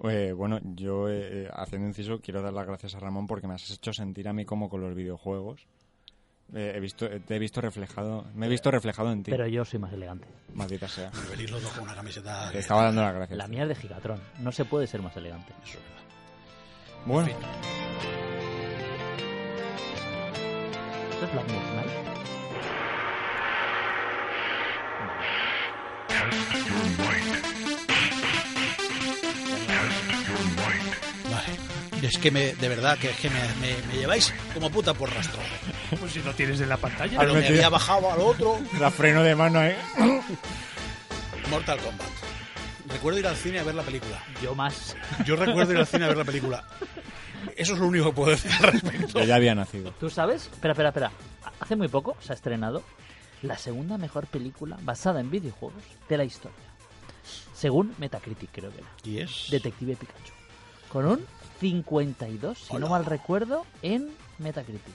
Eh, bueno, yo eh, eh, haciendo inciso quiero dar las gracias a Ramón porque me has hecho sentir a mí como con los videojuegos. Eh, he visto, eh, te he visto reflejado, me he visto reflejado en ti,
Pero yo soy más elegante.
maldita sea.
Bueno, venís los dos con una camiseta.
Te
que-
estaba dando las gracias.
La mía es de Gigatron. No se puede ser más elegante.
Eso es verdad.
Bueno,
¿Esto es Black Moon Knight?
Vale. Es que me, de verdad que, es que me, me- me lleváis como puta por rastro.
Pues si lo tienes en la pantalla.
Pero me
metido-
había bajado al otro.
la freno de mano, ¿eh?
Mortal Kombat. Recuerdo ir al cine a ver la película.
Yo más.
Yo recuerdo ir al cine a ver la película. Eso es lo único que puedo decir al respecto.
Yo ya había nacido.
¿Tú sabes? Espera, espera, espera. Hace muy poco se ha estrenado la segunda mejor película basada en videojuegos de la historia. Según Metacritic, creo que era.
¿Y es?
Detective Pikachu. Con un 52, si
Hola.
no mal recuerdo, en Metacritic.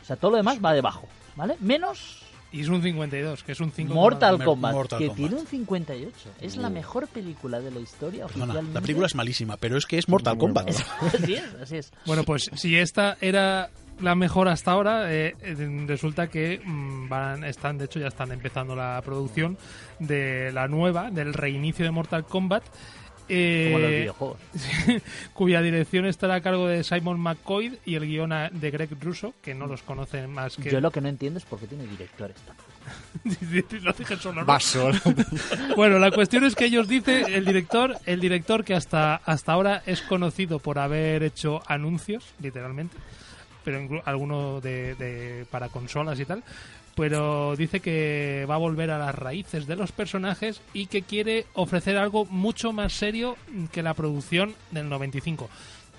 O sea, todo lo demás va debajo, ¿vale? Menos
Y es un 52, que es un 5.
Mortal
Mer-
Kombat,
Mortal
que
Kombat. Uh.
tiene un 58. Es la mejor película de la historia
Perdona,
oficialmente.
la película es malísima, pero es que es Mortal
Muy
Kombat.
mala.
Así es, así es.
Bueno, pues si esta era la mejor hasta ahora, eh, eh, resulta que mm, van, están, de hecho, ya están empezando la producción de la nueva, del reinicio de Mortal Kombat. eh,
Como los videojuegos.
cuya dirección estará a cargo de Simon McCoy y el guion a- de Greg Russo, que no los conocen más que...
Yo lo que no entiendo es por qué tiene director esta.
Lo dije solo, ¿no?
Vaso.
Bueno, la cuestión es que ellos dicen, el director, el director que hasta, hasta ahora es conocido por haber hecho anuncios, literalmente, pero inclu- alguno de, de- para consolas y tal, pero dice que va a volver a las raíces de los personajes y que quiere ofrecer algo mucho más serio que la producción del 95.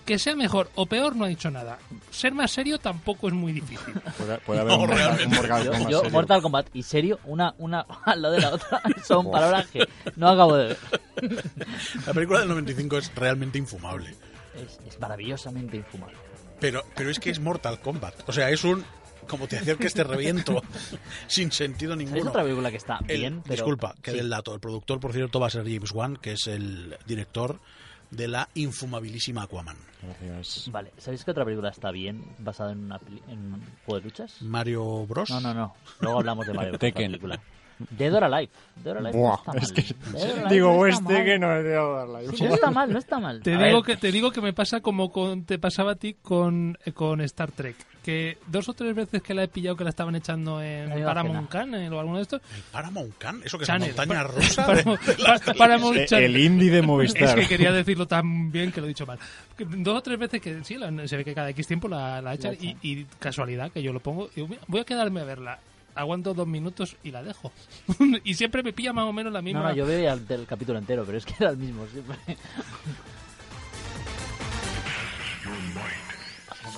Que sea mejor o peor no ha dicho nada. Ser más serio tampoco es muy difícil.
Puede, puede haber un, Mortal- un Mortal
Yo,
Kombat
yo
serio.
Mortal Kombat y serio, una, una al lado de la otra, son palabras que no acabo de ver.
La película del 95 es realmente infumable.
Es, es maravillosamente infumable.
Pero, pero es que es Mortal Kombat. O sea, es un. Como te acerques, te reviento. sin sentido
¿Sabéis
ninguno.
otra película que está
El-
bien? Pero,
Disculpa, que
sí.
del dato. El productor, por cierto, va a ser James Wan, que es el director de la infumabilísima Aquaman.
Gracias.
Vale, ¿sabéis que otra película está bien basada en, una peli- en un juego de luchas?
Mario Bros.
No, no, no. Luego hablamos de Mario Bros.
Tekken.
la película. Dead or Alive. Dead or Alive no
Buah,
está
es
mal.
que-
Dead or Alive
Digo,
no
pues
está
este
mal.
que no he dado darla.
Sí, no está mal, no está mal.
Te
A
digo,
ver,
que, te digo que me pasa como con- te pasaba a ti con, eh, con Star Trek. Que dos o tres veces que la he pillado que la estaban echando en
La misma
Paramount Channel o alguno de estos.
Paramount Can, eso que
Channel.
es la montaña
Pa-
rusa. de-
Paramount- Pa- Paramount
Eh,
Channel.
Eh, El indie de
Es
Movistar.
que quería decirlo tan bien que lo he dicho mal. Que Dos o tres veces que sí, la- se ve que cada X tiempo la, la echan y,
echan.
y casualidad que yo lo pongo. y digo, "Mira, voy a quedarme a verla. Aguanto dos minutos y la dejo. y siempre me pilla más o menos la misma.
No, no, yo veía el del capítulo entero, pero es que era el mismo siempre.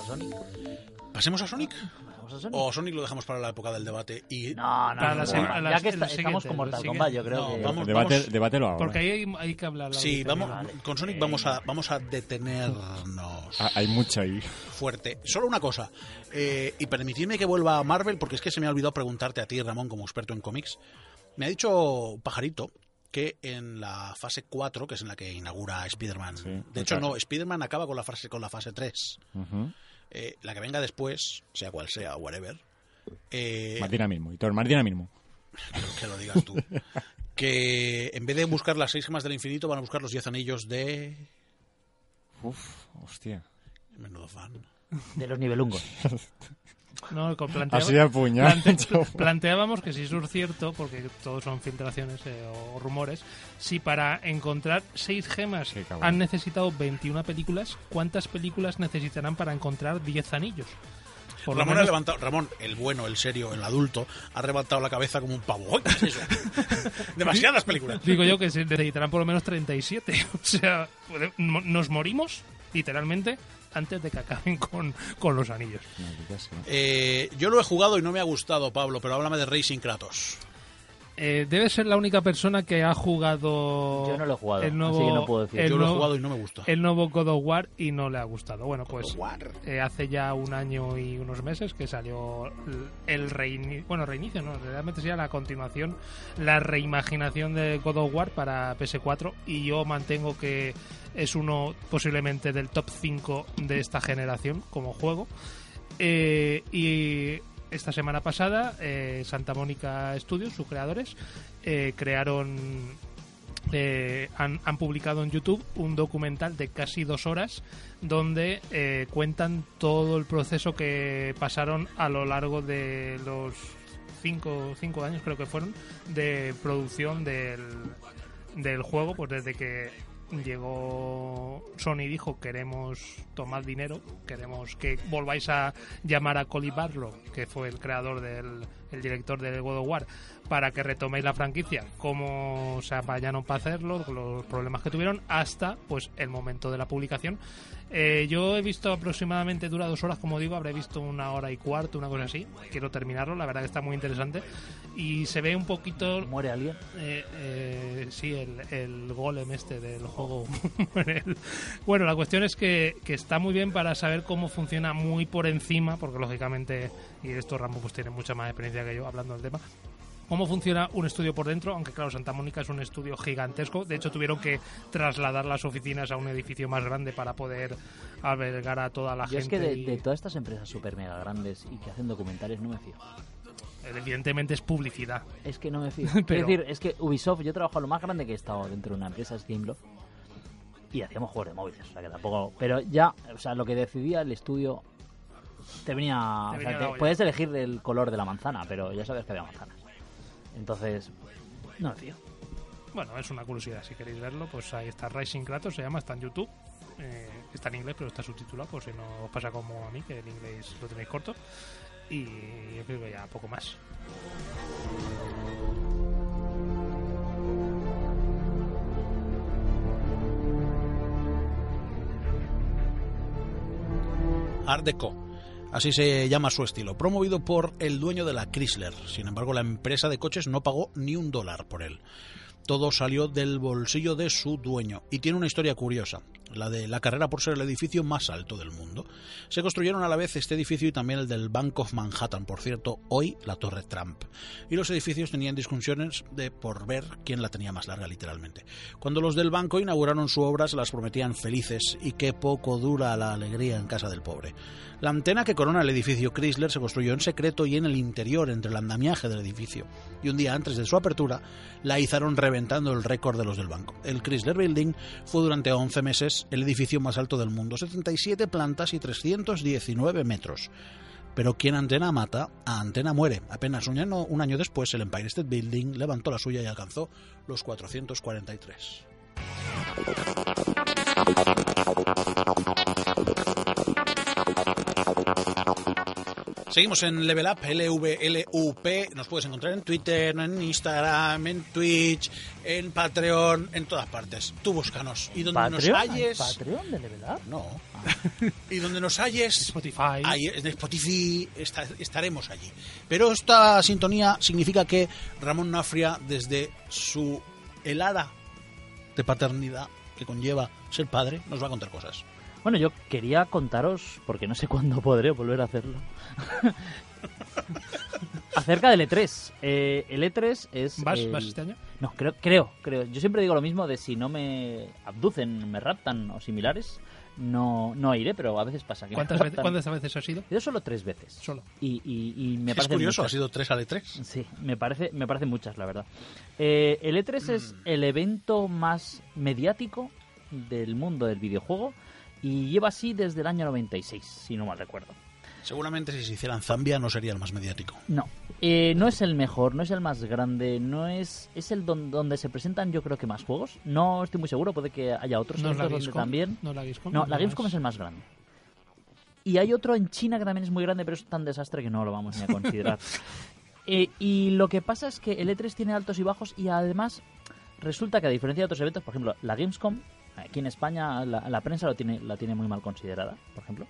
¿Pasamos a Sonic?
¿Pasemos a Sonic?
¿Pasamos a Sonic?
¿O Sonic lo dejamos para la época del debate? Y...
No, no,
Para la
no, no.
sema- a
Ya
las-
que
el
está- estamos
siguiente,
con Mortal
el siguiente.
Kombat, yo creo
No,
que...
vamos-
Debate, debátelo ahora.
Porque ahí hay, hay que hablar. la
Sí,
audiencia.
vamos,
vale.
con Sonic vamos a, vamos a detenernos
Ah, hay mucha ahí.
fuerte. Solo una cosa, eh, y permitidme que vuelva a Marvel, porque es que se me ha olvidado preguntarte a ti, Ramón, como experto en cómics. Me ha dicho Pajarito que en la fase 4, que es en la que inaugura Spider-Man.
Sí,
de hecho,
exacto.
no, Spider-Man acaba con la, fase, con la fase 3.
Ujú.
Eh, la que venga después, sea cual sea, whatever, eh,
Más dinamismo, Hitor, más dinamismo.
que lo digas tú, que en vez de buscar las seis gemas del infinito, van a buscar los diez anillos de...
Uf, hostia.
Menudo fan.
De los nivelungos.
No, con- plantea-
Así a puñal.
plante- planteábamos que si eso es cierto, porque todos son filtraciones eh, o rumores, si para encontrar seis gemas
Qué cabrón.
han necesitado 21 películas, ¿cuántas películas necesitarán para encontrar 10 anillos? Por lo
Ramón, ha
menos-
levantado, Ramón, el bueno, el serio, el adulto, ha levantado la cabeza como un pavo. ¡Ay, qué es eso! Demasiadas películas.
Digo yo que se necesitarán por lo menos 37. O sea, puede- mo- nos morimos, literalmente, antes de que acaben con, con los anillos.
Maldita sea.
Eh, yo lo he jugado y no me ha gustado, Pablo, pero háblame de Racing Kratos.
Eh, debe ser la única persona que ha jugado.
Yo no lo he jugado,
el nuevo-
así que no puedo decir.
el
Yo lo he
nuevo-
jugado y no me gusta.
el nuevo God of War y no le ha gustado. Bueno, pues
War.
eh, hace ya un año y unos meses que salió l- el reinicio, bueno, reinicio, no, realmente sería la continuación, la reimaginación de God of War para PS4 y yo mantengo que es uno posiblemente del top 5 de esta generación como juego. Eh, y esta semana pasada, eh, Santa Mónica Studios, sus creadores, eh, crearon eh, han, han publicado en YouTube un documental de casi dos horas donde eh, cuentan todo el proceso que pasaron a lo largo de los cinco, cinco años creo que fueron de producción del, del juego pues desde que llegó Sony y dijo queremos tomar dinero queremos que volváis a llamar a Cory Barlow que fue el creador del el director del God of War para que retoméis la franquicia, cómo se apañaron para hacerlo, los problemas que tuvieron, hasta pues el momento de la publicación. Eh, yo he visto aproximadamente, dura dos horas, como digo, habré visto una hora y cuarto, una cosa así. Quiero terminarlo, la verdad que está muy interesante. Y se ve un poquito
¿Muere alguien?
eh, eh, sí, el, el golem este del juego. El- bueno, la cuestión es que, que está muy bien para saber cómo funciona muy por encima, porque lógicamente, y esto Rambo pues tiene mucha más experiencia que yo hablando del tema, cómo funciona un estudio por dentro, aunque claro, Santa Mónica es un estudio gigantesco, de hecho tuvieron que trasladar las oficinas a un edificio más grande para poder albergar a toda la
Yo
gente.
es que de,
y-
de todas estas empresas super mega grandes y que hacen documentales no me fío.
Evidentemente es publicidad.
Es que no me fío.
Pero-
Es decir, es que Ubisoft, yo he trabajado lo más grande que he estado dentro de una empresa, es Gameloft. Y hacíamos juegos de móviles, o sea que tampoco. Pero ya, o sea, lo que decidía el estudio te venía.
Te
o sea,
venía
te-
la olla.
puedes elegir el color de la manzana, pero ya sabes que había manzanas. Entonces, no me fío.
Bueno, es una curiosidad. Si queréis verlo, pues ahí está Rising Kratos, se llama, está en YouTube. Eh, está en inglés, pero está subtitulado, por si no os pasa como a mí, que el inglés lo tenéis corto. Y yo creo que ya poco más.
Art Deco. Así se llama su estilo, promovido por el dueño de la Chrysler. Sin embargo, la empresa de coches no pagó ni un dólar por él. Todo salió del bolsillo de su dueño y tiene una historia curiosa, la de la carrera por ser el edificio más alto del mundo. Se construyeron a la vez este edificio y también el del Bank of Manhattan, por cierto, hoy la Torre Trump. Y los edificios tenían discusiones de por ver quién la tenía más larga, literalmente. Cuando los del banco inauguraron su obra, se las prometían felices y qué poco dura la alegría en casa del pobre. La antena que corona el edificio Chrysler se construyó en secreto y en el interior, entre el andamiaje del edificio. Y un día antes de su apertura, la izaron reventando el récord de los del banco. El Chrysler Building fue durante 11 meses el edificio más alto del mundo, 77 plantas y 319 metros. Pero quien a antena mata, a antena muere. Apenas un año, un año después, el Empire State Building levantó la suya y alcanzó los 443. Seguimos en Level Up, LVLUP. Nos puedes encontrar en Twitter, en Instagram, en Twitch, en Patreon, en todas partes. Tú búscanos. Y donde
¿Patreon?
nos
¿Hay
halles.
¿Patreon de verdad?
No. y donde nos halles,
Spotify.
ahí en Spotify esta- estaremos allí. Pero esta sintonía significa que Ramón Nafria, desde su helada de paternidad que conlleva ser padre, nos va a contar cosas.
Bueno, yo quería contaros, porque no sé cuándo podré volver a hacerlo. acerca del E3. Eh, el E3 es...
¿Vas,
el-
vas este año?
No, creo, creo, creo. Yo siempre digo lo mismo de si no me abducen, me raptan o similares, no, no iré, pero a veces pasa que me
¿Cuántas veces,
raptan.
¿Cuántas veces has ido?
Yo solo tres veces.
Solo.
Y, y, y me
es
parece
curioso, ha
muchas.
sido 3 a de 3.
Sí, me parece, me parecen muchas, la verdad. Eh, el E3 es el evento más mediático del mundo del videojuego y lleva así desde el año 96, si no mal recuerdo.
Seguramente si se hiciera en Zambia no sería el más mediático.
No, eh, no es el mejor, no es el más grande, no es es el don- donde se presentan yo creo que más juegos. No estoy muy seguro, puede que haya otros
No es la
eventos donde
Gamescom.
también.
No, la Gamescom.
No, la Gamescom es el más grande. Y hay otro en China que también es muy grande, pero es tan desastre que no lo vamos ni a considerar. Eh, y lo que pasa es que el E3 tiene altos y bajos y además resulta que a diferencia de otros eventos, por ejemplo, la Gamescom, aquí en España la, la prensa lo tiene, la tiene muy mal considerada, por ejemplo.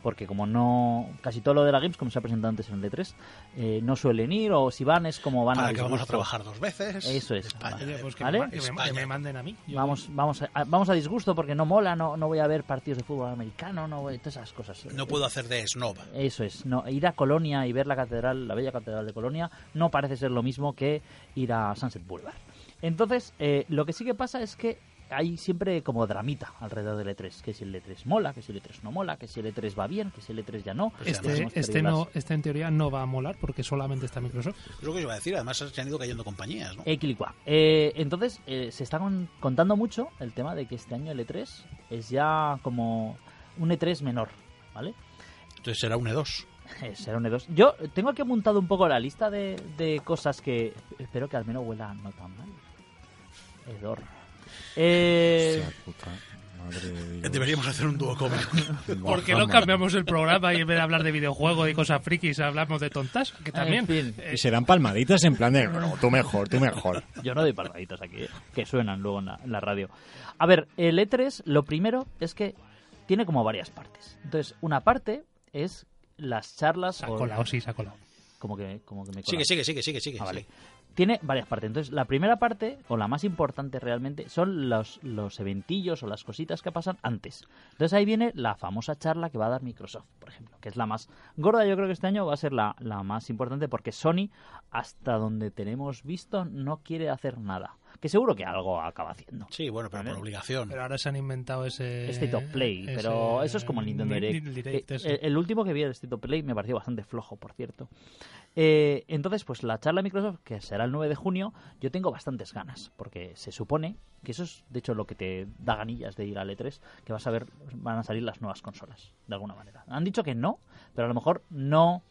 Porque como no... Casi todo lo de la Gamescom se ha presentado antes en el E3, eh, no suelen ir o si van es como van
Para
a
Ah, que vamos a
disgusto.
trabajar dos veces.
Eso es.
España,
Oye, pues que,
¿Vale?
me, ma- que me- que
España.
me manden a mí. Yo-
Vamos, vamos, a, a- vamos a disgusto porque no mola, no, no voy a ver partidos de fútbol americano, no voy, todas esas cosas.
No puedo hacer de snob.
Eso es, no, ir a Colonia y ver la catedral, la bella catedral de Colonia, no parece ser lo mismo que ir a Sunset Boulevard. Entonces, eh, lo que sí que pasa es que hay siempre como dramita alrededor del E3, que si el E3 mola, que si el E3 no mola, que si el E3 va bien, que si el E3 ya no.
Pues
Ya
Este,
hemos
este,
perdido
no, este en teoría no va a molar porque solamente está Microsoft.
Es lo que yo iba a decir. Además se han ido cayendo compañías, ¿no?
Equilicua. Eh, entonces, eh, se está con- contando mucho el tema de que este año el E3 es ya como un E3 menor, ¿vale?
Entonces será un E E2.
Eh, Será un E2. Yo tengo aquí apuntado un poco la lista de, de cosas que espero que al menos huela no tan mal. Edor. Eh,
Hostia puta, madre de Dios.
Deberíamos hacer un dúo cómico.
¿Por qué no
Mohamed.
cambiamos el programa y en vez de hablar de videojuegos y cosas frikis hablamos de tontas? Que también.
En fin.
eh,
Y se dan palmaditas en plan de, "No, tú mejor, tú mejor.
yo no doy palmaditas aquí, eh, que suenan luego en la, en la radio. A ver, el E3, lo primero es que tiene como varias partes. Entonces, una parte es las charlas.
se ha
o-
colado, sí, se ha colado.
Como que, como que me he colado.
Sigue, sigue, sigue, sigue, sigue.
Ah, vale.
sigue.
Tiene varias partes. Entonces, la primera parte, o la más importante realmente, son los, los eventillos o las cositas que pasan antes. Entonces ahí viene la famosa charla que va a dar Microsoft, por ejemplo, que es la más gorda. Yo creo que este año va a ser la, la más importante porque Sony, hasta donde tenemos visto, no quiere hacer nada. Que seguro que algo acaba haciendo.
Sí, bueno, pero
Vale.
por obligación.
Pero ahora se han inventado ese.
State of Este Play,
Eh, ese-
pero eso es como el Nintendo
Ni-
Direct.
Ni- Direct,
Eh,
ese.
el, el último que vi del State of Play me pareció bastante flojo, por cierto. Eh, entonces, pues la charla de Microsoft, que será el 9 de junio, yo tengo bastantes ganas, porque se supone que eso es, de hecho, lo que te da ganillas de ir al E3, que vas a ver, van a salir las nuevas consolas, de alguna manera. Han dicho que no, pero a lo mejor no,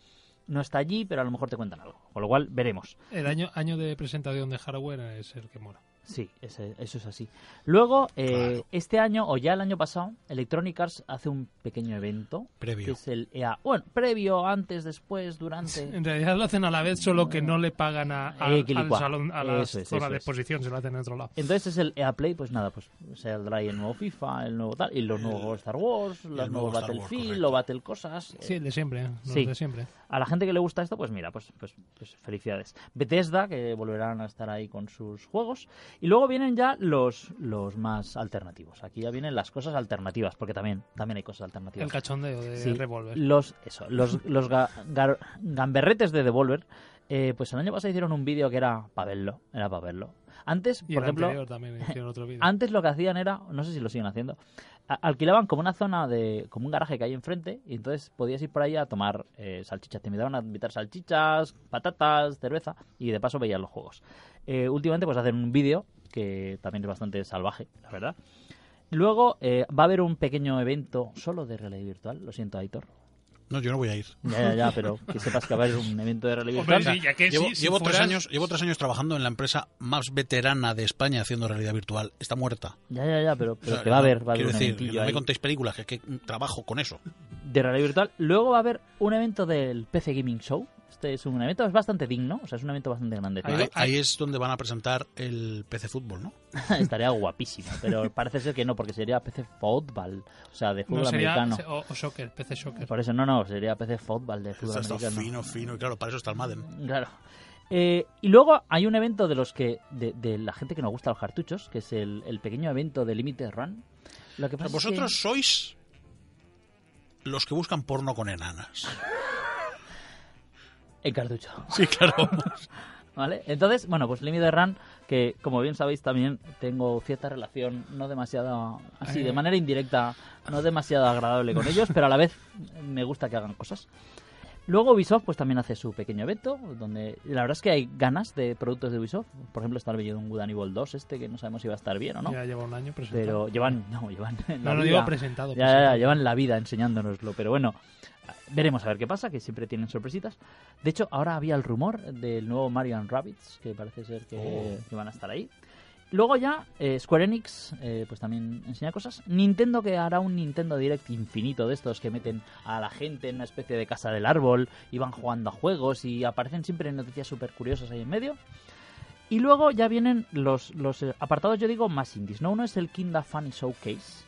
no está allí, pero a lo mejor te cuentan algo. Con lo cual, veremos.
El año, año de presentación de hardware es el que mola.
Sí, ese- eso es así. Luego, eh, este año o ya el año pasado, Electronic Arts hace un pequeño evento.
Previo.
Que es el EA. Bueno, previo, antes, después, durante.
En realidad lo hacen a la vez, solo que no le pagan a, a-
Eh,
al
Quilicua.
salón, a la
Eso es,
zona de
eso es. Eh,
exposición, se lo hacen en otro lado.
Entonces es el EA Play, pues nada, pues saldrá ahí el nuevo FIFA, el nuevo tal, y los nuevos Star Wars, los
nuevo
nuevos
Star Wars,
Battlefield,
correcto.
los Battle Cosas. eh,
Sí, el de siempre, ¿eh? los
Sí.
de siempre.
A la gente que le gusta esto, pues mira, pues, pues, pues felicidades. Bethesda, que volverán a estar ahí con sus juegos. Y luego vienen ya los, los más alternativos. Aquí ya vienen las cosas alternativas, porque también, también hay cosas alternativas.
El cachondeo de
Sí,
Revolver.
Los, eso, los, los ga- gar- gamberretes de Devolver, eh, pues el año pasado hicieron un vídeo que era para verlo, era para verlo. Antes,
Y
por
el
ejemplo,
anterior también hicieron otro vídeo.
antes lo que hacían era, no sé si lo siguen haciendo, a- alquilaban como una zona de, como un garaje que hay enfrente, y entonces podías ir por ahí a tomar eh, salchichas. Te invitaban a invitar salchichas, patatas, cerveza, y de paso veías los juegos. Eh, últimamente, pues hacen un vídeo que también es bastante salvaje, la verdad. Luego eh, va a haber un pequeño evento solo de realidad virtual, lo siento, Aitor.
No, yo no voy a ir.
Ya, ya, ya, pero que sepas que va a haber un evento de realidad
Hombre,
virtual.
sí, ya que
llevo,
sí, si
llevo tres
fueras-
años, llevo tres años trabajando en la empresa más veterana de España haciendo realidad virtual. Está muerta.
Ya, ya, ya, pero, pero
O sea,
que va a
no,
haber, va a haber
Quiero
un
decir,
eventillo
no
ahí
me contéis películas, que es que trabajo con eso.
de realidad virtual. Luego va a haber un evento del PC Gaming Show. Este es un evento es bastante digno, o sea, es un evento bastante grande.
Ahí, ahí es donde van a presentar el PC Fútbol, ¿no?
Estaría guapísimo, pero parece ser que no, porque sería PC Football, o sea, de fútbol
No, sería-
americano.
o, o soccer, PC soccer.
Por eso no, no, sería PC Football de
O sea,
fútbol
está
americano.
fino, fino. Y claro, para eso está el Madden.
Claro. Eh, y luego hay un evento de los que de, de la gente que nos gusta los cartuchos, que es el, el pequeño evento de Limited Run. Lo que
O sea,
pasa es que-
vosotros sois los que buscan porno con enanas.
en cartucho.
Sí, claro.
¿Vale? Entonces, bueno, pues Limited Run, que como bien sabéis también tengo cierta relación, no demasiada, así,
Eh.
de manera indirecta, no demasiado agradable con ellos, pero a la vez me gusta que hagan cosas. Luego Ubisoft pues también hace su pequeño evento, donde la verdad es que hay ganas de productos de Ubisoft. Por ejemplo, está el Beyond Good and Evil 2 este, que no sabemos si va a estar bien o no.
Ya lleva un año presentado.
Pero llevan, no, llevan la
no, no
vida-
digo presentado.
ya,
presentado.
ya, llevan la vida enseñándonoslo, pero bueno, veremos a ver qué pasa, que siempre tienen sorpresitas. De hecho, ahora había el rumor del nuevo Mario and Rabbits, que parece ser que, que van a estar ahí. Luego ya eh, Square Enix, eh, pues también enseña cosas. Nintendo que hará un Nintendo Direct infinito de estos que meten a la gente en una especie de casa del árbol y van jugando a juegos y aparecen siempre noticias súper curiosas ahí en medio. Y luego ya vienen los, los eh, apartados, yo digo, más indies. ¿no? Uno es el Kinda Funny Showcase,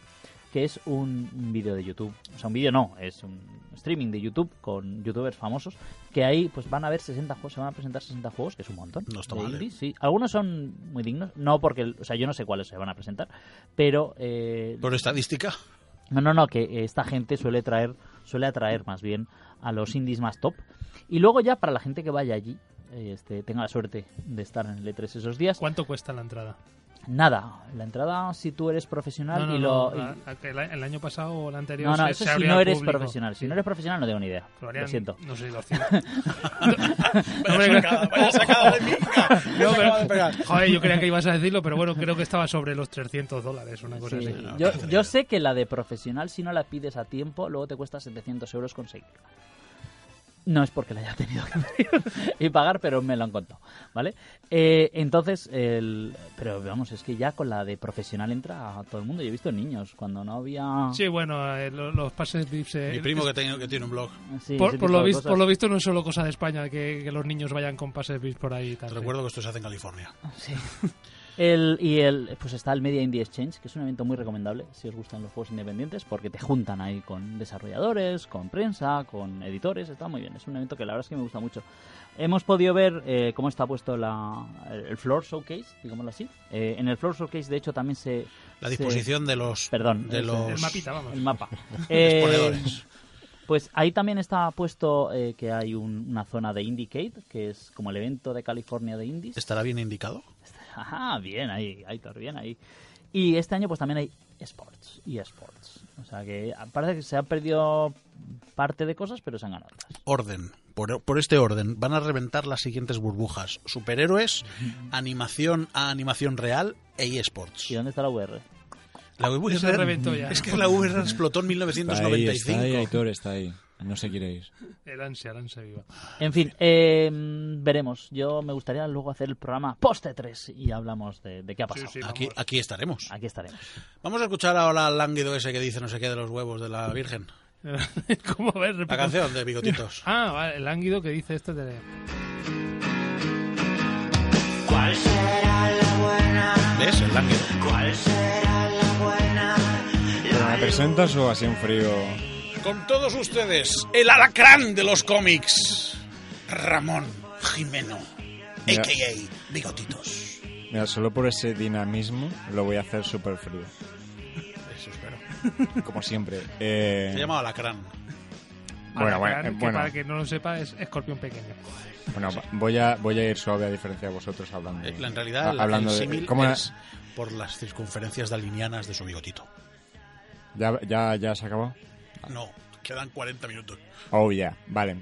que es un un vídeo de YouTube. O sea, un vídeo no, es un streaming de YouTube con youtubers famosos. Que ahí pues van a ver 60 juegos, se van a presentar 60 juegos, que es un montón.
No está
de
mal, ¿eh?
indies, sí. Algunos son muy dignos, no porque, o sea, yo no sé cuáles se van a presentar, pero... eh,
Por estadística.
no, no, no, que eh, esta gente suele traer, suele atraer más bien a los indies más top. Y luego ya para la gente que vaya allí, eh, este, tenga la suerte de estar en el E3 esos días,
¿Cuánto cuesta la entrada?
nada, la entrada si tú eres profesional
No, no,
y
no,
lo... y-
la- la- el, el año pasado o el anterior
No, no,
se,
eso
se
si
abrió
no
al
eres
público.
profesional. Si
Sí.
no eres profesional no tengo ni idea.
Lo harían,
Lo siento.
No sé, 200.
Vaya sacada, vaya sacada de minga.
No, pero-
de pegar.
Joder, yo creía que ibas a decirlo, pero bueno, creo que estaba sobre los 300 dólares, una cosa
Sí,
así.
no,
yo,
parece
yo
bien.
sé que la de profesional, si no la pides a tiempo, luego te cuesta 700 euros conseguirla. No es porque la haya tenido que pedir y pagar, pero me lo han contado, ¿vale? Eh, entonces, el, pero vamos, es que ya con la de profesional entra a todo el mundo. Yo he visto niños cuando no había...
Sí, bueno, eh, lo- los pases VIPs. eh,
Mi primo que, tengo, que tiene un blog.
Sí,
por,
ese
por
tipo
lo
de
visto,
cosas.
por lo visto no es solo cosa de España que, que los niños vayan con pases VIPs por ahí. y tal.
Te recuerdo que esto se hace en California.
Sí. El, y el, pues está el Media Indie Exchange, que es un evento muy recomendable si os gustan los juegos independientes, porque te juntan ahí con desarrolladores, con prensa, con editores, está muy bien. Es un evento que la verdad es que me gusta mucho. Hemos podido ver eh, cómo está puesto la, el, el Floor Showcase, digámoslo así. Eh, en el Floor Showcase, de hecho, también se...
La
se-
disposición de los...
Perdón,
de
el-
los...
El mapita, vamos.
el mapa. Eh,
Exponedores.
pues ahí también está puesto eh, que hay un- una zona de Indiecade, que es como el evento de California de Indies.
¿Estará bien indicado?
Ajá, bien ahí, Aitor, bien ahí. Y este año pues también hay esports y esports. O sea que ah, parece que se han perdido parte de cosas, pero se han ganado otras.
Orden. Por, por este orden van a reventar las siguientes burbujas. Superhéroes, animación a animación real e esports.
¿Y dónde está la VR?
Ah,
La VR
Se reventó ya.
Es que la VR explotó en
Está ahí,
1995.
está ahí, Aitor, está ahí. No se quiere ir.
El ansia, el ansia viva.
En fin, eh, veremos. Yo me gustaría luego hacer el programa Poste 3 y hablamos de, de qué ha
Sí,
pasado.
sí, vamos.
Aquí, aquí estaremos.
Aquí estaremos.
Vamos a escuchar ahora al lánguido ese que dice no sé qué de los huevos de la Virgen.
¿Cómo ves?
La canción de Bigotitos.
Ah, vale, el ánguido que dice este de...
¿Cuál será la buena?
¿Ves? El lánguido.
¿Cuál será la buena?
¿Pero me presentas o así en frío?
Con todos ustedes, el alacrán de los cómics. Ramón Jimeno,
Ya.
a.k.a. Bigotitos.
Mira, solo por ese dinamismo lo voy a hacer súper frío.
Eso espero.
Como siempre. Eh,
Se llama alacrán.
Bueno,
Alacrán,
bueno, eh,
que
bueno.
Para que no lo sepa, es escorpión pequeño.
Bueno, va- voy a, voy a ir suave a diferencia de vosotros hablando.
Eh, En realidad, el-
ha- hablando
el
de-
símil
¿cómo era?
es por las circunferencias dalinianas de su bigotito.
¿Ya, ya, ya se acabó?
No, quedan 40 minutos.
Oh, ya, vale.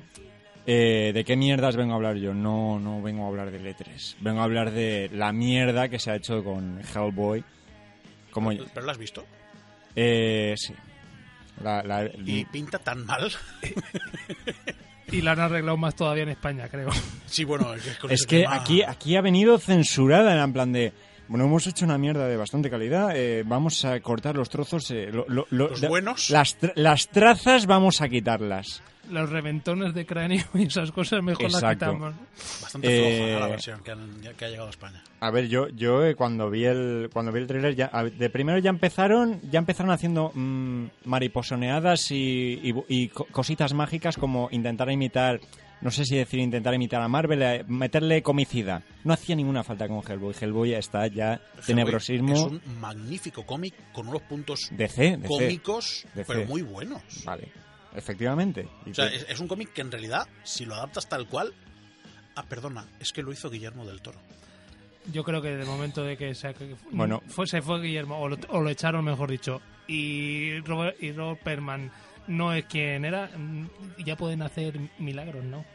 Eh, ¿De qué mierdas vengo a hablar yo? No, no vengo a hablar de letras. Vengo a hablar de la mierda que se ha hecho con Hellboy. Como,
¿Pero lo has visto?
eh, sí. La- la-
Y pinta tan mal.
Y la han arreglado más todavía en España, creo.
Sí, bueno, es que, con
Es
ese
que
tema-
aquí, aquí ha venido censurada en plan de... Bueno, hemos hecho una mierda de bastante calidad. eh, vamos a cortar los trozos. eh, lo- lo- lo-
Los
de-
buenos.
Las, tra- las trazas vamos a quitarlas.
Los reventones de cráneo y esas cosas mejor las
Exacto.
quitamos.
Bastante
Eh,
floja ¿no? la versión que, han- que ha llegado a España.
A ver, yo, yo eh, cuando vi el cuando vi el tráiler ya a- de primero ya empezaron ya empezaron haciendo mm, mariposoneadas y, y bu- y co- cositas mágicas como intentar imitar no sé si decir intentar imitar a Marvel eh, meterle comicidad no hacía ninguna falta con Hellboy Hellboy está ya tenebrosismo
Es un magnífico cómic con unos puntos
DC, DC.
cómicos,
DC.
pero muy buenos.
vale efectivamente. Y
O sea,
te-
es, es un cómic que en realidad, si lo adaptas tal cual. Ah, perdona, es que lo hizo Guillermo del Toro.
Yo creo que de momento de que se, que fu-
Bueno.
fue, se fue Guillermo, o lo, o lo echaron, mejor dicho, y Robert, y Robert Perman no es quien era, mm, ya pueden hacer milagros, ¿no?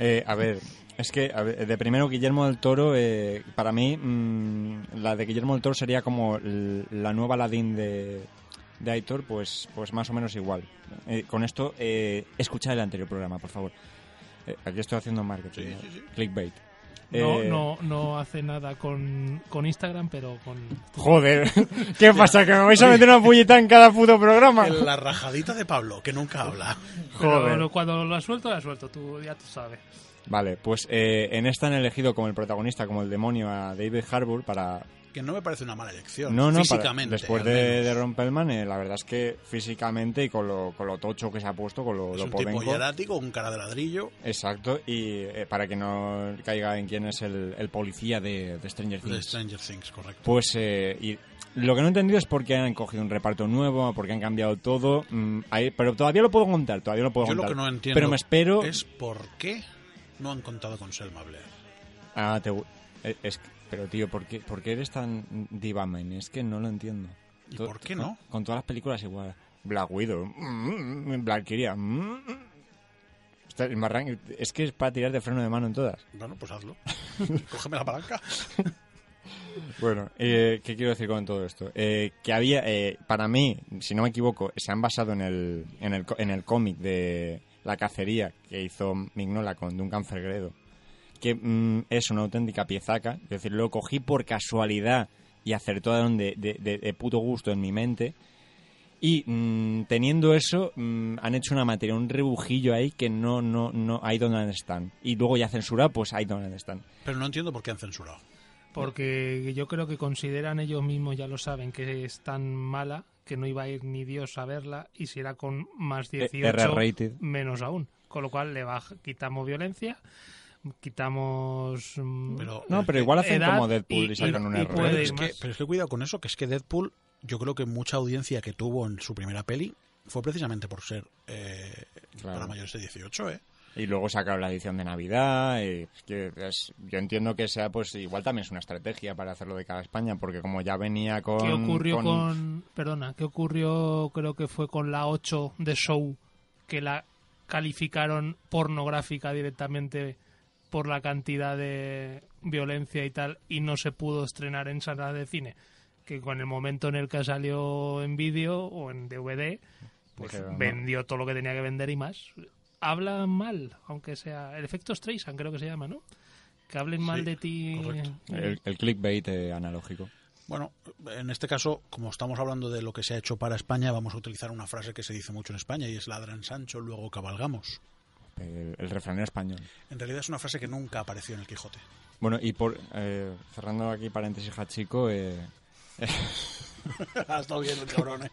Eh, a ver, es que a ver, de primero Guillermo del Toro, eh, para mí mm, la de Guillermo del Toro sería como l- la nueva Aladdin de, de Aitor, pues, pues más o menos igual. Eh, con esto, eh, escuchad el anterior programa, por favor. Eh, aquí estoy haciendo marketing,
Sí,
¿no?
sí, sí.
clickbait.
No,
Eh,
no, no hace nada con, con Instagram, pero con...
Joder, ¿qué pasa? ¿Que me vais a meter una puñita en cada puto programa?
En la rajadita de Pablo, que nunca habla.
pero
Joder.
lo- cuando lo ha suelto, lo ha suelto, tú ya tú sabes.
Vale, pues eh, en esta han elegido como el protagonista, como el demonio, a David Harbour para,
Que no me parece una mala elección.
No, no, para-
físicamente.
después
al
de,
menos.
de Rompelman, eh, la verdad es que físicamente y con lo, con lo tocho que se ha puesto, con lo,
Es
lo
un tipo
podenco.
hierático, con cara de ladrillo.
Exacto, y eh, para que no caiga en quién es el, el policía de, de Stranger
De
Things.
Stranger Things, correcto.
Pues eh, y lo que no he entendido es por qué han cogido un reparto nuevo, por qué han cambiado todo. mm, ahí- pero todavía lo puedo contar, todavía lo puedo
Yo lo
contar.
que no entiendo
pero me espero.
Es por qué no han contado con Selma Blair.
Ah, te gu- eh, es que- pero tío, ¿por qué, por qué eres tan divamen? Es que no lo entiendo.
¿Y
To-
por qué
con-
no?
Con todas las películas igual. Black Widow, mm, mm, Valkyria. mm, mm. Está- el marrán- Es que es para tirar de freno de mano en todas.
Bueno, pues hazlo. Cógeme la palanca.
Bueno, eh, ¿qué quiero decir con todo esto? Eh, que había, eh, para mí, si no me equivoco, se han basado en el, en el, co- en el cómic de La cacería que hizo Mignola con Duncan Fergredo, que mm, es una auténtica piezaca. Es decir, lo cogí por casualidad y acertó a donde de, de- de puto gusto en mi mente. Y mm, teniendo eso, mm, han hecho una materia, un rebujillo ahí que no, no, no, ahí donde están. Y luego ya censura, pues ahí donde están.
Pero no entiendo por qué han censurado.
Porque yo creo que consideran ellos mismos, ya lo saben, que es tan mala que no iba a ir ni Dios a verla y si era con más
Eh,
18
R-rated.
menos aún. Con lo cual le baja, quitamos violencia, quitamos... mm,
Pero,
No, pero igual hacen
Edad
como Deadpool y,
y-
sacan
y-
un
y
error.
puede
es
ir
que,
más.
pero es que cuidado con eso, que es que Deadpool, yo creo que mucha audiencia que tuvo en su primera peli fue precisamente por ser eh,
Claro.
para mayores de 18, ¿eh?
Y luego sacaron la edición de Navidad. y que es- yo entiendo que sea, pues igual también es una estrategia para hacerlo de cara a España, porque como ya venía con.
¿Qué ocurrió
con-
con... Perdona, ¿qué ocurrió? Creo que fue con la 8 de Show, que la calificaron pornográfica directamente por la cantidad de violencia y tal, y no se pudo estrenar en salas de cine. Que con el momento en el que salió en vídeo o en DVD, pues
Dijeron, ¿no?
vendió todo lo que tenía que vender y más. Hablan mal, aunque sea. El efecto Streisand creo que se llama, ¿no? Que hablen mal de ti.
correcto.
El, el clickbait eh, analógico.
Bueno, en este caso, como estamos hablando de lo que se ha hecho para España, vamos a utilizar una frase que se dice mucho en España y es ladran Sancho, luego cabalgamos.
El, el refranero español.
En realidad es una frase que nunca apareció en el Quijote.
Bueno, y por eh, cerrando aquí paréntesis, Hachico. Eh,
ha estado bien el cabrón, ¿eh?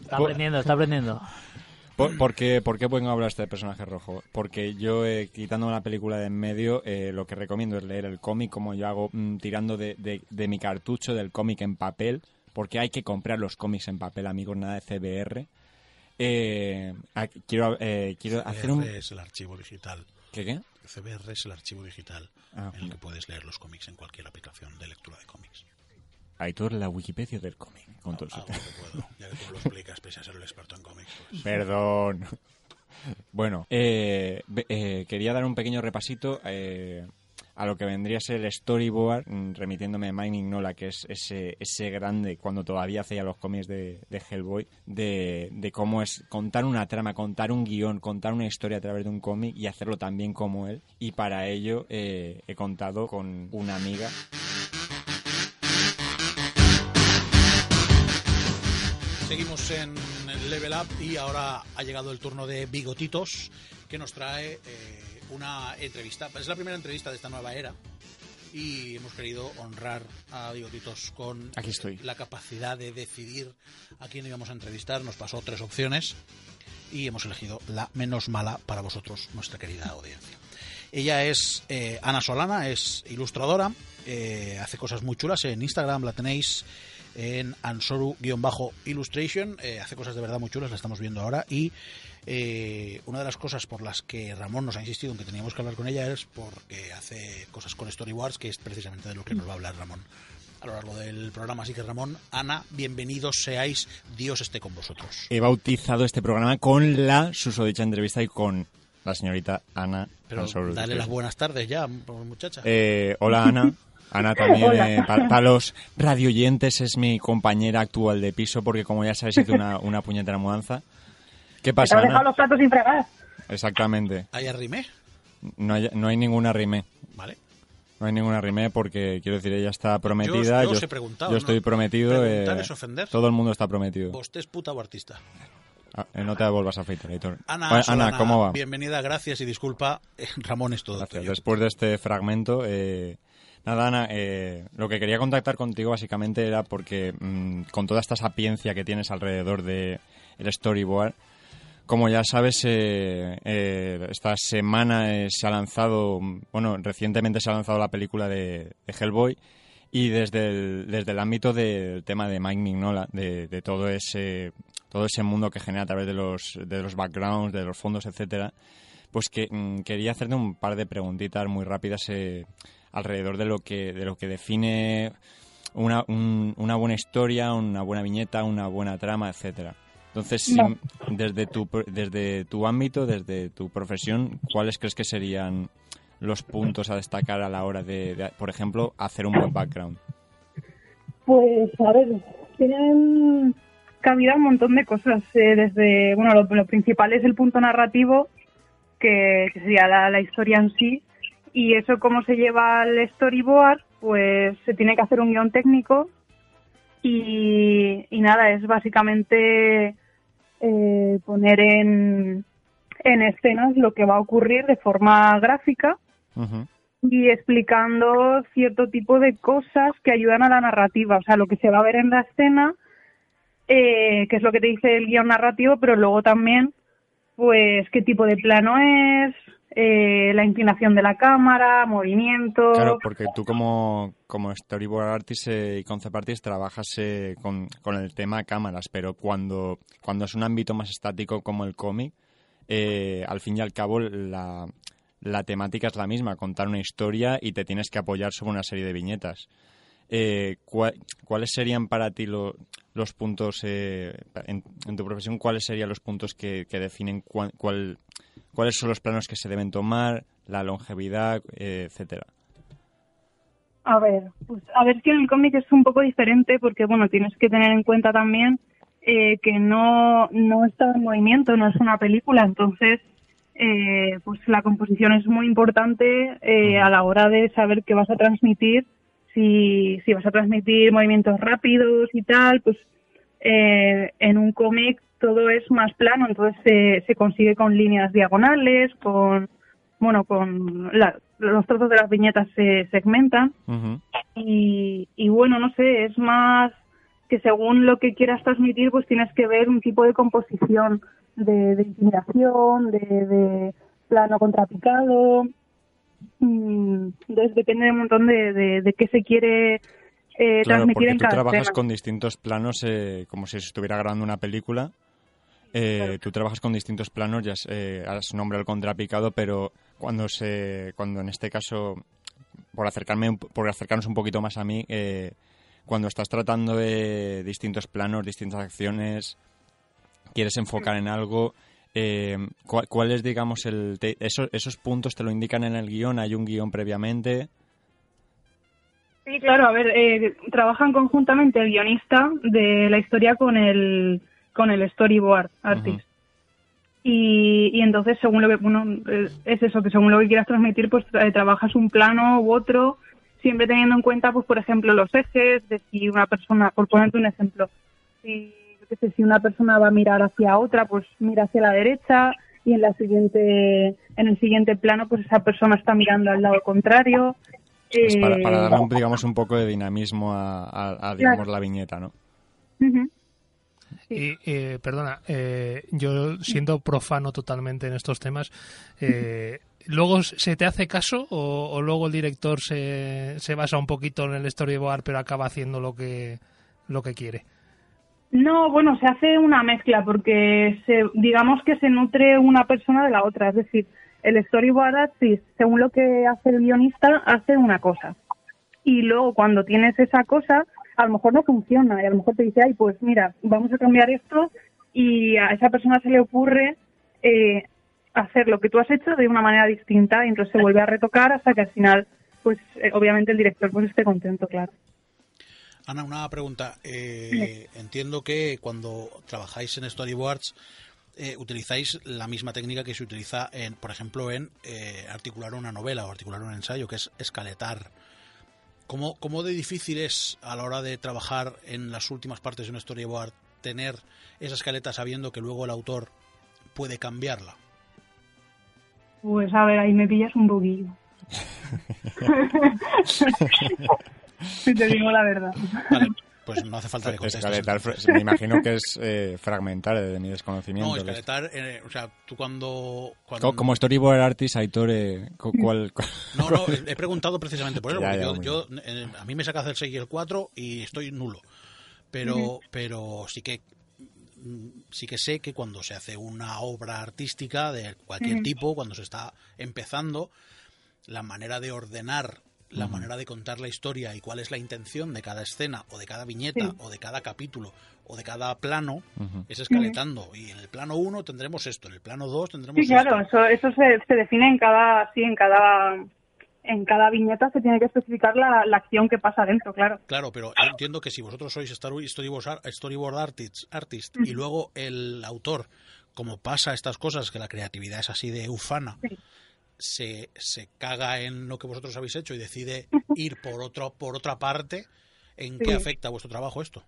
Está aprendiendo, está aprendiendo.
¿Por, por qué, ¿Por qué vengo a hablar de este personaje rojo? Porque yo, eh, quitando la película de en medio, eh, lo que recomiendo es leer el cómic, como yo hago mm, tirando de, de- de mi cartucho del cómic en papel, porque hay que comprar los cómics en papel, amigos, nada de CBR. Eh, ah, quiero eh, quiero hacer un...
CBR es el archivo digital.
¿Qué, qué?
CBR es el archivo digital
Ah,
en el que puedes leer los cómics en cualquier aplicación de lectura de cómics.
Aitor, la Wikipedia del cómic. Con todo
Hago
su-
lo que puedo, ya que tú me lo explicas, pese a ser el experto en cómics. pues.
Perdón. Bueno, eh, ve- eh, quería dar un pequeño repasito eh, a lo que vendría a ser el storyboard, mm, remitiéndome a Mike Mignola, que es ese, ese grande, cuando todavía hacía los cómics de, de Hellboy, de, de cómo es contar una trama, contar un guión, contar una historia a través de un cómic y hacerlo tan bien como él. Y para ello eh, he contado con una amiga.
Seguimos en el Level Up y ahora ha llegado el turno de Bigotitos, que nos trae eh, una entrevista. Es la primera entrevista de esta nueva era y hemos querido honrar a Bigotitos con
Aquí estoy.
la capacidad de decidir a quién íbamos a entrevistar. Nos pasó tres opciones y hemos elegido la menos mala para vosotros, nuestra querida audiencia. Ella es eh, Ana Solana, es ilustradora, eh, hace cosas muy chulas en Instagram, la tenéis. eh, en Ansoru-Illustration. Eh, hace cosas de verdad muy chulas, la estamos viendo ahora. Y eh, una de las cosas por las que Ramón nos ha insistido en que teníamos que hablar con ella es porque hace cosas con storyboards, que es precisamente de lo que nos va a hablar Ramón a lo largo del programa. Así que Ramón, Ana, bienvenidos seáis. Dios esté con vosotros.
He bautizado este programa con la susodicha entrevista y con la señorita Ana
Pero
Ansoru.
dale las buenas tardes ya, muchacha.
Eh, hola Ana. Ana también, eh, pa- para, los radioyentes, es mi compañera actual de piso porque como ya sabes hice una, una puñetera mudanza. ¿Qué
Te
pasa,
has dejado
Ana?
los platos sin fregar.
Exactamente.
Ahí arrimé,
No hay, no hay ninguna rime.
¿vale?
No hay ninguna rime porque, quiero decir, ella está prometida.
Yo- yo os he preguntado,
yo
¿no?
estoy prometido.
Preguntar
eh,
es ofender.
Todo el mundo está prometido.
Vos Pues te es puta o artista.
Ah, eh, no te vuelvas a afeitar, editor.
Ana,
Bueno,
Solana,
Ana, ¿cómo va?
Bienvenida, gracias y disculpa. Eh, Ramón es todo
Gracias.
tuyo.
Después de este fragmento, eh, nada, Ana, eh, lo que quería contactar contigo básicamente era porque mm, con toda esta sapiencia que tienes alrededor de el storyboard, como ya sabes, eh, eh, esta semana eh, se ha lanzado, mm, bueno, recientemente se ha lanzado la película de, de Hellboy y desde el, desde el ámbito del tema de Mike Mignola, de, de todo ese todo ese mundo que genera a través de los, de los backgrounds, de los fondos, etcétera, pues que mm, quería hacerte un par de preguntitas muy rápidas eh, alrededor de lo que de lo que define una, un- una buena historia, una buena viñeta, una buena trama, etcétera. Entonces, si-
Vale.
desde tu pro- desde tu ámbito, desde tu profesión, ¿cuáles crees que serían los puntos a destacar a la hora de, de, por ejemplo, hacer un buen background?
Pues, a ver, tienen cabida un montón de cosas. eh, desde, bueno, lo, lo principal es el punto narrativo, que, que sería la, la historia en sí. Y eso, cómo se lleva al storyboard, pues se tiene que hacer un guión técnico. Y, y nada, es básicamente eh, poner en, en escenas lo que va a ocurrir de forma gráfica.
Ujú.
y explicando cierto tipo de cosas que ayudan a la narrativa, o sea, lo que se va a ver en la escena, eh, que es lo que te dice el guión narrativo, pero luego también, pues, qué tipo de plano es, eh, la inclinación de la cámara, movimiento.
Claro, porque tú como, como storyboard artist eh, y concept artist trabajas eh, con, con el tema cámaras, pero cuando, cuando es un ámbito más estático como el cómic, eh, al fin y al cabo la, la temática es la misma, contar una historia y te tienes que apoyar sobre una serie de viñetas. Eh, ¿cuá- ¿Cuáles serían para ti lo- los puntos, eh, en, en tu profesión, cuáles serían los puntos que, que definen cuán- cuál, cuáles son los planos que se deben tomar, la longevidad, eh, etcétera?
A ver, pues a ver que en el cómic es un poco diferente porque, bueno, tienes que tener en cuenta también eh, que no, no está en movimiento, no es una película, entonces, eh, pues la composición es muy importante eh, a la hora de saber qué vas a transmitir, si, si vas a transmitir movimientos rápidos y tal, pues eh, en un cómic todo es más plano, entonces se, se consigue con líneas diagonales, con, bueno, con la- los trozos de las viñetas se segmentan
Ujú.
y, y bueno, no sé, es más que según lo que quieras transmitir, pues tienes que ver un tipo de composición de, de intimidación, de, de plano contrapicado. Mm, Entonces depende de un montón de, de, de qué se quiere eh,
Claro,
transmitir
porque
en
tú
cada
trabajas
escena.
con distintos planos, eh, como si se estuviera grabando una película. Eh, Tú trabajas con distintos planos, ya has, eh, has nombrado el contrapicado, pero cuando se, cuando en este caso, por acercarme, un- por acercarnos un poquito más a mí, eh, cuando estás tratando de distintos planos, distintas acciones, quieres enfocar en algo. eh, ¿cuál, cuál es, digamos, el te- esos, esos puntos te lo indican en el guión? ¿Hay un guión previamente?
Sí, claro, a ver, eh, trabajan conjuntamente el guionista de la historia con el, con el storyboard artist.
Ujú.
Y, y entonces, según lo que, bueno, eh, es eso, que según lo que quieras transmitir, pues tra- trabajas un plano u otro, siempre teniendo en cuenta, pues por ejemplo, los ejes, de si una persona, por ponerte un ejemplo, si, yo qué sé, si una persona va a mirar hacia otra, pues mira hacia la derecha y en la siguiente, en el siguiente plano, pues esa persona está mirando al lado contrario.
Es Pues para,
Eh,
para darle, un, digamos, un poco de dinamismo a, a- a, digamos, la viñeta, ¿no?
ujú.
Y, eh, perdona, eh, yo siendo profano totalmente en estos temas, eh, ¿luego se te hace caso o, o luego el director se, se basa un poquito en el storyboard pero acaba haciendo lo que, lo que quiere.
No, bueno, se hace una mezcla porque se, digamos que se nutre una persona de la otra. Es decir, el storyboard, sí, según lo que hace el guionista, hace una cosa. Y luego cuando tienes esa cosa, a lo mejor no funciona y a lo mejor te dice, ay, pues mira, vamos a cambiar esto y a esa persona se le ocurre eh, hacer lo que tú has hecho de una manera distinta y entonces se vuelve a retocar hasta que al final, pues eh, obviamente el director pues esté contento, claro.
Ana, una pregunta. Eh, entiendo que cuando trabajáis en storyboards eh, utilizáis la misma técnica que se utiliza, en, por ejemplo, en eh, articular una novela o articular un ensayo, que es escaletar. ¿Cómo, ¿Cómo de difícil es a la hora de trabajar en las últimas partes de un storyboard tener esa escaleta sabiendo que luego el autor puede cambiarla?
Pues a ver, ahí me pillas un poquillo. si te digo la verdad.
Vale, pues no hace falta que contestes.
Escaletar, fr- me imagino que es eh, fragmentar eh, de mi desconocimiento.
No, escaletar, eh, o sea, tú cuando... cuando
Co- Como storyboard artist, Aitor, eh, cu- ¿cuál, cu-
No, no, he he preguntado precisamente por eso,
Ya,
porque
ya,
yo,
muy
yo, eh, a mí me sacas el 6 y el 4 y estoy nulo. Pero, pero sí que mm, sí que sé que cuando se hace una obra artística de cualquier tipo, cuando se está empezando, la manera de ordenar, la manera de contar la historia y cuál es la intención de cada escena o de cada viñeta
Sí.
o de cada capítulo o de cada plano
Ujú.
es escaletando. Y en el plano 1 tendremos esto, en el plano 2 tendremos
Sí, claro,
esto.
eso, eso se, se define en cada, sí, en cada, en cada viñeta se tiene que especificar la, la acción que pasa dentro, claro.
Claro, pero yo entiendo que si vosotros sois story- storyboard, ar- storyboard artists- artist, y luego el autor, como pasa estas cosas, que la creatividad es así de ufana,
Sí.
se, se caga en lo que vosotros habéis hecho y decide ir por, otro, por otra parte, ¿en
Sí.
qué afecta a vuestro trabajo esto?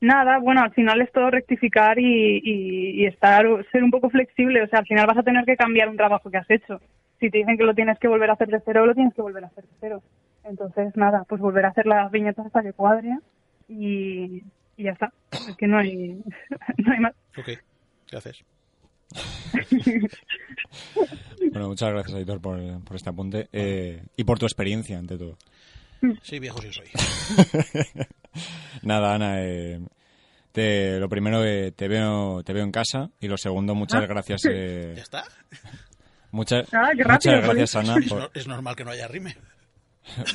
Nada, bueno, al final es todo rectificar y, y- y estar, ser un poco flexible. O sea, al final vas a tener que cambiar un trabajo que has hecho. Si te dicen que lo tienes que volver a hacer de cero, lo tienes que volver a hacer de cero. Entonces, nada, pues volver a hacer las viñetas hasta que cuadre y, y ya está. Es que no hay, no hay más.
Ok, ¿qué haces?
Bueno, muchas gracias, Aitor, por, por este apunte eh, y por tu experiencia, ante todo.
Sí, viejo sí soy.
Nada, Ana, eh, te- lo primero, eh, te, veo, te veo en casa y lo segundo, muchas gracias. eh,
¿Ya está?
muchas,
Ah, qué rápido,
muchas gracias, Ana.
Es,
por-
no- es normal que no haya rime.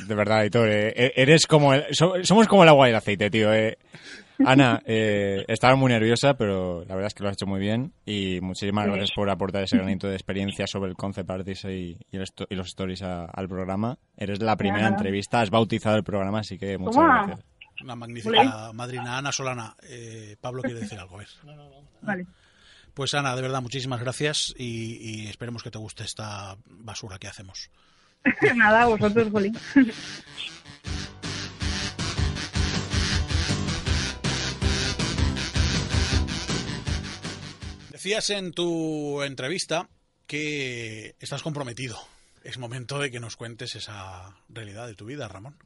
de verdad, Aitor, eh, e- eres como el- so- somos como el agua y el aceite, tío. eh. Ana, eh, estaba muy nerviosa, pero la verdad es que lo has hecho muy bien y muchísimas gracias por aportar ese granito de experiencia sobre el concept artist y, y el esto- y los stories a- al programa. Eres la primera
Nada.
entrevista, has bautizado el programa, así que muchas
Toma.
gracias.
Una magnífica madrina, Ana Solana. Eh, Pablo quiere decir algo, a ver.
Vale.
Pues Ana, de verdad, muchísimas gracias y, y esperemos que te guste esta basura que hacemos.
Nada, vosotros, Jolín.
Decías en tu entrevista que estás comprometido. Es momento de que nos cuentes esa realidad de tu vida, Ramón.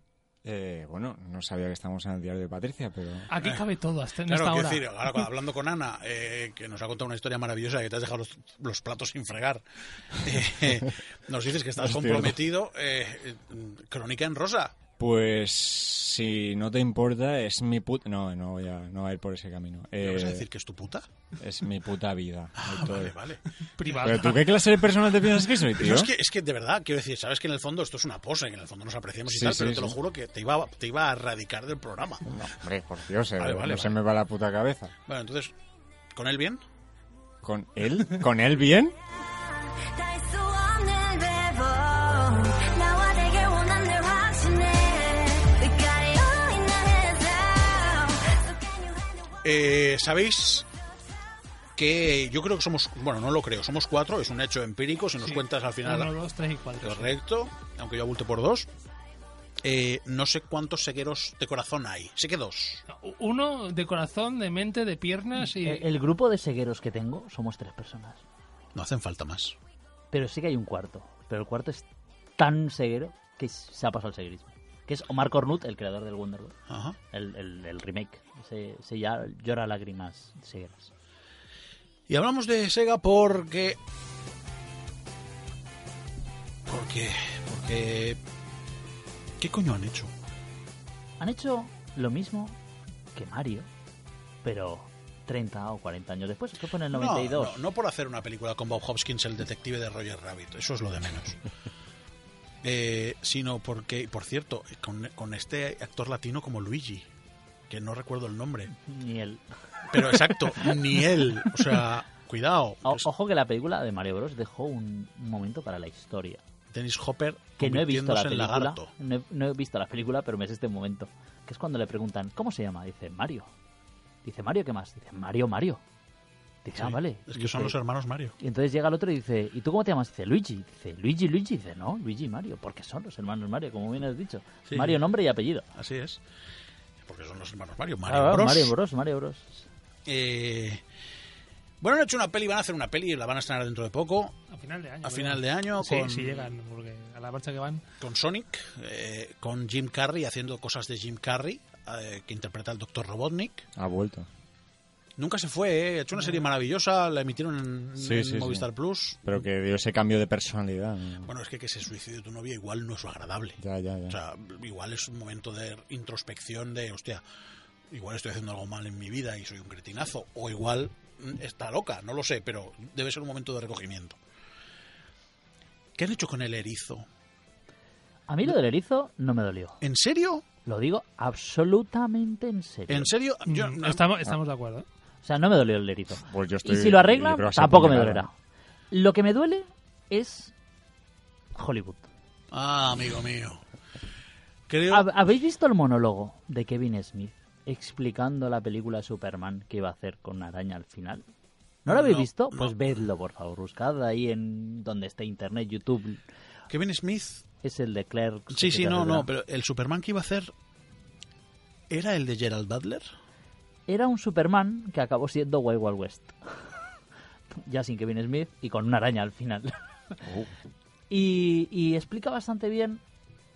Eh, bueno, no sabía que estamos en el diario de Patricia, pero...
Aquí cabe todo, hasta en
Eh, Claro,
esta
quiero decir,
hora.
ahora cuando- hablando con Ana, eh, que nos ha contado una historia maravillosa, que te has dejado los, los platos sin fregar, eh, nos dices que estás
Es cierto.
comprometido. eh, eh, crónica en rosa.
Pues si no te importa, es mi puta... No, no voy a, no voy a ir por ese camino.
¿Me vas a
Eh,
decir que es tu puta?
Es mi puta vida.
Ah,
pues,
Aitor.
vale, vale.
Privada.
¿Pero tú qué clase de persona te piensas que soy,
No,
tío?
es, que, es que de verdad, quiero decir, sabes que en el fondo esto es una pose, que en el fondo nos apreciamos y
Sí,
tal,
sí,
pero te
sí.
lo juro que te iba, a- te iba a erradicar del programa.
No, hombre, por Dios, eh,
Vale,
no
vale,
se
vale.
me va la puta cabeza.
Bueno, entonces, ¿con él bien?
¿Con él? ¿Con él bien?
수 없는 배보 나와 되게 원한대 확신해 끝까지 all 나 해서 So can you handle what
Eh, ¿Sabéis que yo creo que somos, bueno, no lo creo, somos cuatro, es un hecho empírico, si nos
Sí.
cuentas al final
Uno, dos, tres y cuatro.
correcto, aunque yo abulte por dos. Eh, no sé cuántos segueros de corazón hay, sé que dos.
Uno de corazón, de mente, de piernas y...
El, el grupo de cegueros que tengo somos tres personas.
No hacen falta más.
Pero sí que hay un cuarto. Pero el cuarto es tan ceguero que se ha pasado al seguirismo. Que es Omar Cornut, el creador del Wonderworld.
Ajá.
El, el, el remake. Se, se ya llora lágrimas cegueras.
Y hablamos de Sega porque. Porque. Porque. ¿Qué coño han hecho?
Han hecho lo mismo que Mario, pero 30 o 40 años después. Esto fue en el
No,
92.
No, no por hacer una película con Bob Hopkins, el detective de Roger Rabbit, eso es lo de menos. Eh, sino porque, por cierto, con, con este actor latino como Luigi, que no recuerdo el nombre,
Ni el...
pero exacto, ni él, o sea, cuidado,
O-
es
Ojo que la película de Mario Bros. dejó un un momento para la historia.
Dennis Hopper
que no he visto
convirtiéndose
la
en
película.
lagarto.
No he, no he visto la película, pero me es este momento. Que es cuando le preguntan, ¿cómo se llama? Dice, Mario. Dice, ¿Mario qué más? Dice, Mario, Mario. Dice, ah,
Sí,
vale.
Es que
Dice-
son los hermanos Mario.
Y entonces llega el otro y dice, ¿y tú cómo te llamas? Dice, Luigi. Dice, Luigi, Luigi. Dice, no, Luigi y Mario, porque son los hermanos Mario, como bien has dicho.
Sí.
Mario, nombre y apellido.
Así es. Porque son los hermanos Mario. Mario
Ah,
Claro,
Bros.
Mario Bros, Mario Bros.
Eh, bueno, han hecho una peli, van a hacer una peli, la van a estrenar dentro de poco,
A final de año.
A
creo.
final de año,
Sí,
con-
sí llegan, porque a la marcha que van.
con Sonic, eh, con Jim Carrey haciendo cosas de Jim Carrey, eh, que interpreta al Dr. Robotnik.
Ha vuelto.
Nunca se fue, ¿eh? ha hecho una serie maravillosa, la emitieron en,
Sí,
en
sí, sí.
Movistar Plus.
Pero que dio ese cambio de personalidad. ¿no?
Bueno, es que que se suicide tu novia igual no es agradable.
Ya, ya, ya.
O sea, igual es un momento de introspección de, hostia, igual estoy haciendo algo mal en mi vida y soy un cretinazo, o igual mm, está loca, no lo sé, pero debe ser un momento de recogimiento. ¿Qué han hecho con el erizo?
A mí lo del erizo no me dolió.
¿En serio?
Lo digo absolutamente en serio.
¿En serio? Yo- Ah.
Mm, estamos, estamos de acuerdo. ¿eh?
O sea, no me dolió el erizo.
Pues yo
Y
estoy
si lo arreglan,
libro así
tampoco me
porque
dolerá.
nada.
Lo que me duele es Hollywood.
Ah, amigo mío. Creo...
¿Hab- ¿Habéis visto el monólogo de Kevin Smith explicando la película Superman que iba a hacer con una araña al final? ¿No lo habéis
No,
visto?
no.
Pues vedlo, por favor. Buscad ahí en donde esté internet, YouTube.
Kevin Smith.
Es el de Clerk.
Sí, sí, no, no, pero el Superman que iba a hacer... ¿Era el de Gerald Butler?
Era un Superman que acabó siendo Wild Wild West. ya sin Kevin Smith y con una araña al final. y, y explica bastante bien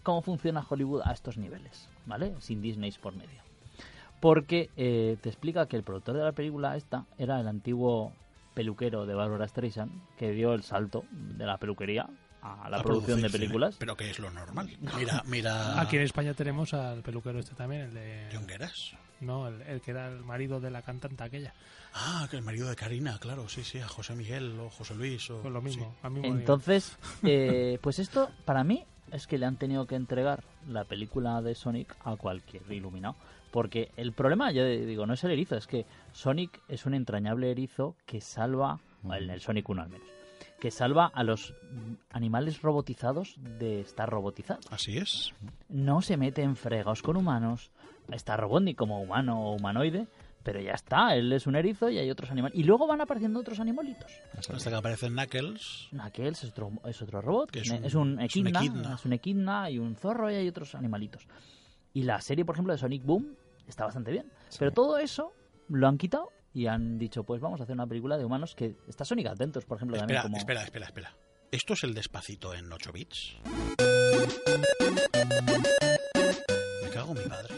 cómo funciona Hollywood a estos niveles, ¿vale? Sin Disney por medio. Porque eh, te explica que el productor de la película esta era el antiguo peluquero de Barbara Streisand que dio el salto de la peluquería a la
A ¿eh?
producción de
producir cine.
películas.
Pero que es lo normal. Mira, mira...
Aquí en España tenemos al peluquero este también, el de.
Jongueras.
No, el, el que era el marido de la cantante aquella.
Ah, que el marido de Karina, claro, sí, sí, a José Miguel o José Luis o...
Pues lo mismo. al mismo nivel.
Entonces, eh, pues esto para mí es que le han tenido que entregar la película de Sonic a cualquier iluminado. Porque el problema, yo digo, no es el erizo, es que Sonic es un entrañable erizo que salva, en el Sonic 1 al menos, que salva a los mm, animales robotizados de estar robotizados.
sí. Así es.
No se mete en fregados con humanos, está Robotnik como humano o humanoide, pero ya está, él es un erizo y hay otros animales. Y luego van apareciendo otros animalitos.
Hasta que aparece Knuckles.
Knuckles es otro, es otro robot,
Que es
es un,
un-
es un
es un
equidna,
equidna.
es un equidna y un zorro y hay otros animalitos. Y la serie, por ejemplo, de Sonic Boom está bastante bien. Pero todo eso lo han quitado y han dicho, pues vamos a hacer una película de humanos que está Sonic Adventures, por ejemplo,
Espera,
también como...
espera, espera, espera. ¿Esto es el despacito en 8 bits? Me cago en mi padre.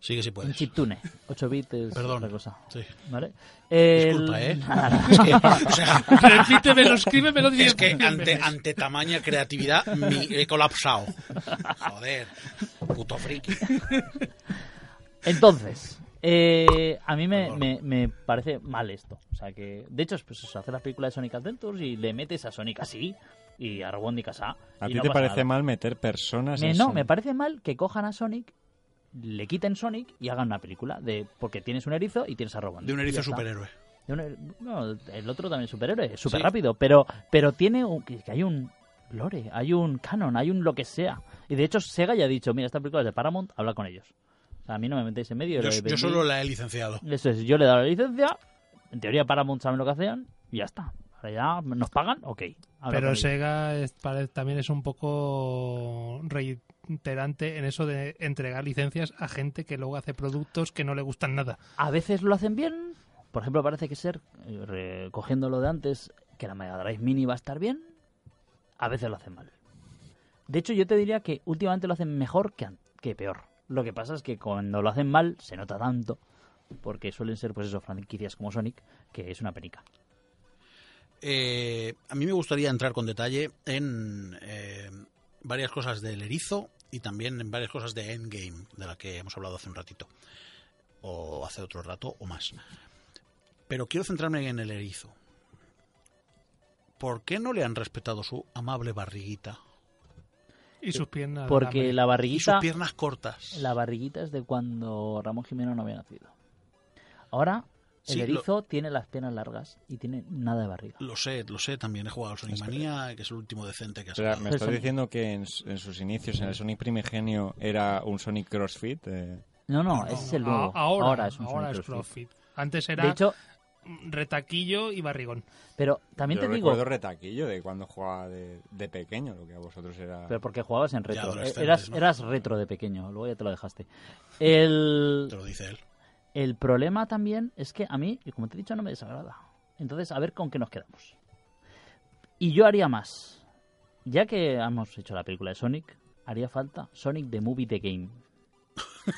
Sigue si
Un
puedes.
chiptune, 8 bits es
Perdón.
otra cosa.
Sí.
¿Vale?
Disculpa,
El-
¿eh? Es que, o sea,
Pero escríbemelo, escríbemelo.
es que ante, ante tamaña creatividad mi- he colapsado. Joder, puto friki.
Entonces, eh, a mí me,
Perdón.
me- me parece mal esto. O sea que, de hecho, pues eso, hacer las películas de Sonic Adventures y le metes a Sonic así y a Robotnik así.
¿A
y
ti
no
te
pasa
parece
nada.
mal meter personas
Me-
en
no,
Sony?
me parece mal que cojan a Sonic, le quiten Sonic y hagan una película de porque tienes un erizo y tienes a Robotnik.
De un
Ya
erizo
está.
superhéroe.
De un er- no, el otro también es superhéroe, súper
Sí.
rápido, pero, pero tiene un- que, que hay un lore, hay un canon, hay un lo que sea. Y de hecho Sega ya ha dicho, mira, esta película es de Paramount, habla con ellos. O sea, a mí no me metéis en medio.
Yo,
le
yo
vendí-
solo la he licenciado.
Eso es, yo le he dado la licencia, en teoría Paramount saben lo que hacían y ya está. Ahora ya nos pagan, ok. habla con
Pero
ellos.
Sega es- pare- también es un poco reiterante en eso de entregar licencias a gente que luego hace productos que no le gustan nada.
A veces lo hacen bien. Por ejemplo, parece que ser, eh, recogiendo lo de antes, que la Mega Drive Mini va a estar bien. A veces lo hacen mal. De hecho, yo te diría que últimamente lo hacen mejor que, an- que peor. Lo que pasa es que cuando lo hacen mal se nota tanto. Porque suelen ser, pues eso, franquicias como Sonic, que es una penica.
Eh, a mí me gustaría entrar con detalle en eh, varias cosas del erizo y también en varias cosas de Endgame, de la que hemos hablado hace un ratito, o hace otro rato, o más. Pero quiero centrarme en el erizo. ¿Por qué no le han respetado su amable barriguita
Y sus piernas. de
Porque
alambre.
la
y sus
barriguita,
piernas cortas?
la barriguita es de cuando Ramón Jimeno no había nacido. Ahora, el
Sí, lo-
erizo tiene las piernas largas y tiene nada de barriga.
Lo sé, lo sé, también he jugado al Sonic Manía, que es el último decente que ha
Espera,
sacado.
¿me
El
estás
Sonic.
diciendo que en, s- en sus inicios, en el Sonic primigenio, era un Sonic CrossFit? Eh,
No, no, ese es el nuevo.
A- Ahora,
es un
ahora
Sonic
es
Crossfit.
CrossFit. Antes era
De hecho,
retaquillo y barrigón.
pero también
yo
te digo,
recuerdo retaquillo de cuando jugaba de, de pequeño, lo que a vosotros era...
pero porque jugabas en retro. eh,
adolescentes,
Eras,
¿no?
eras retro de pequeño, luego ya te lo dejaste. El,
Te lo dice él.
El problema también es que a mí, como te he dicho, no me desagrada. Entonces, a ver con qué nos quedamos. Y yo haría más. Ya que hemos hecho la película de Sonic, haría falta Sonic the Movie The Game.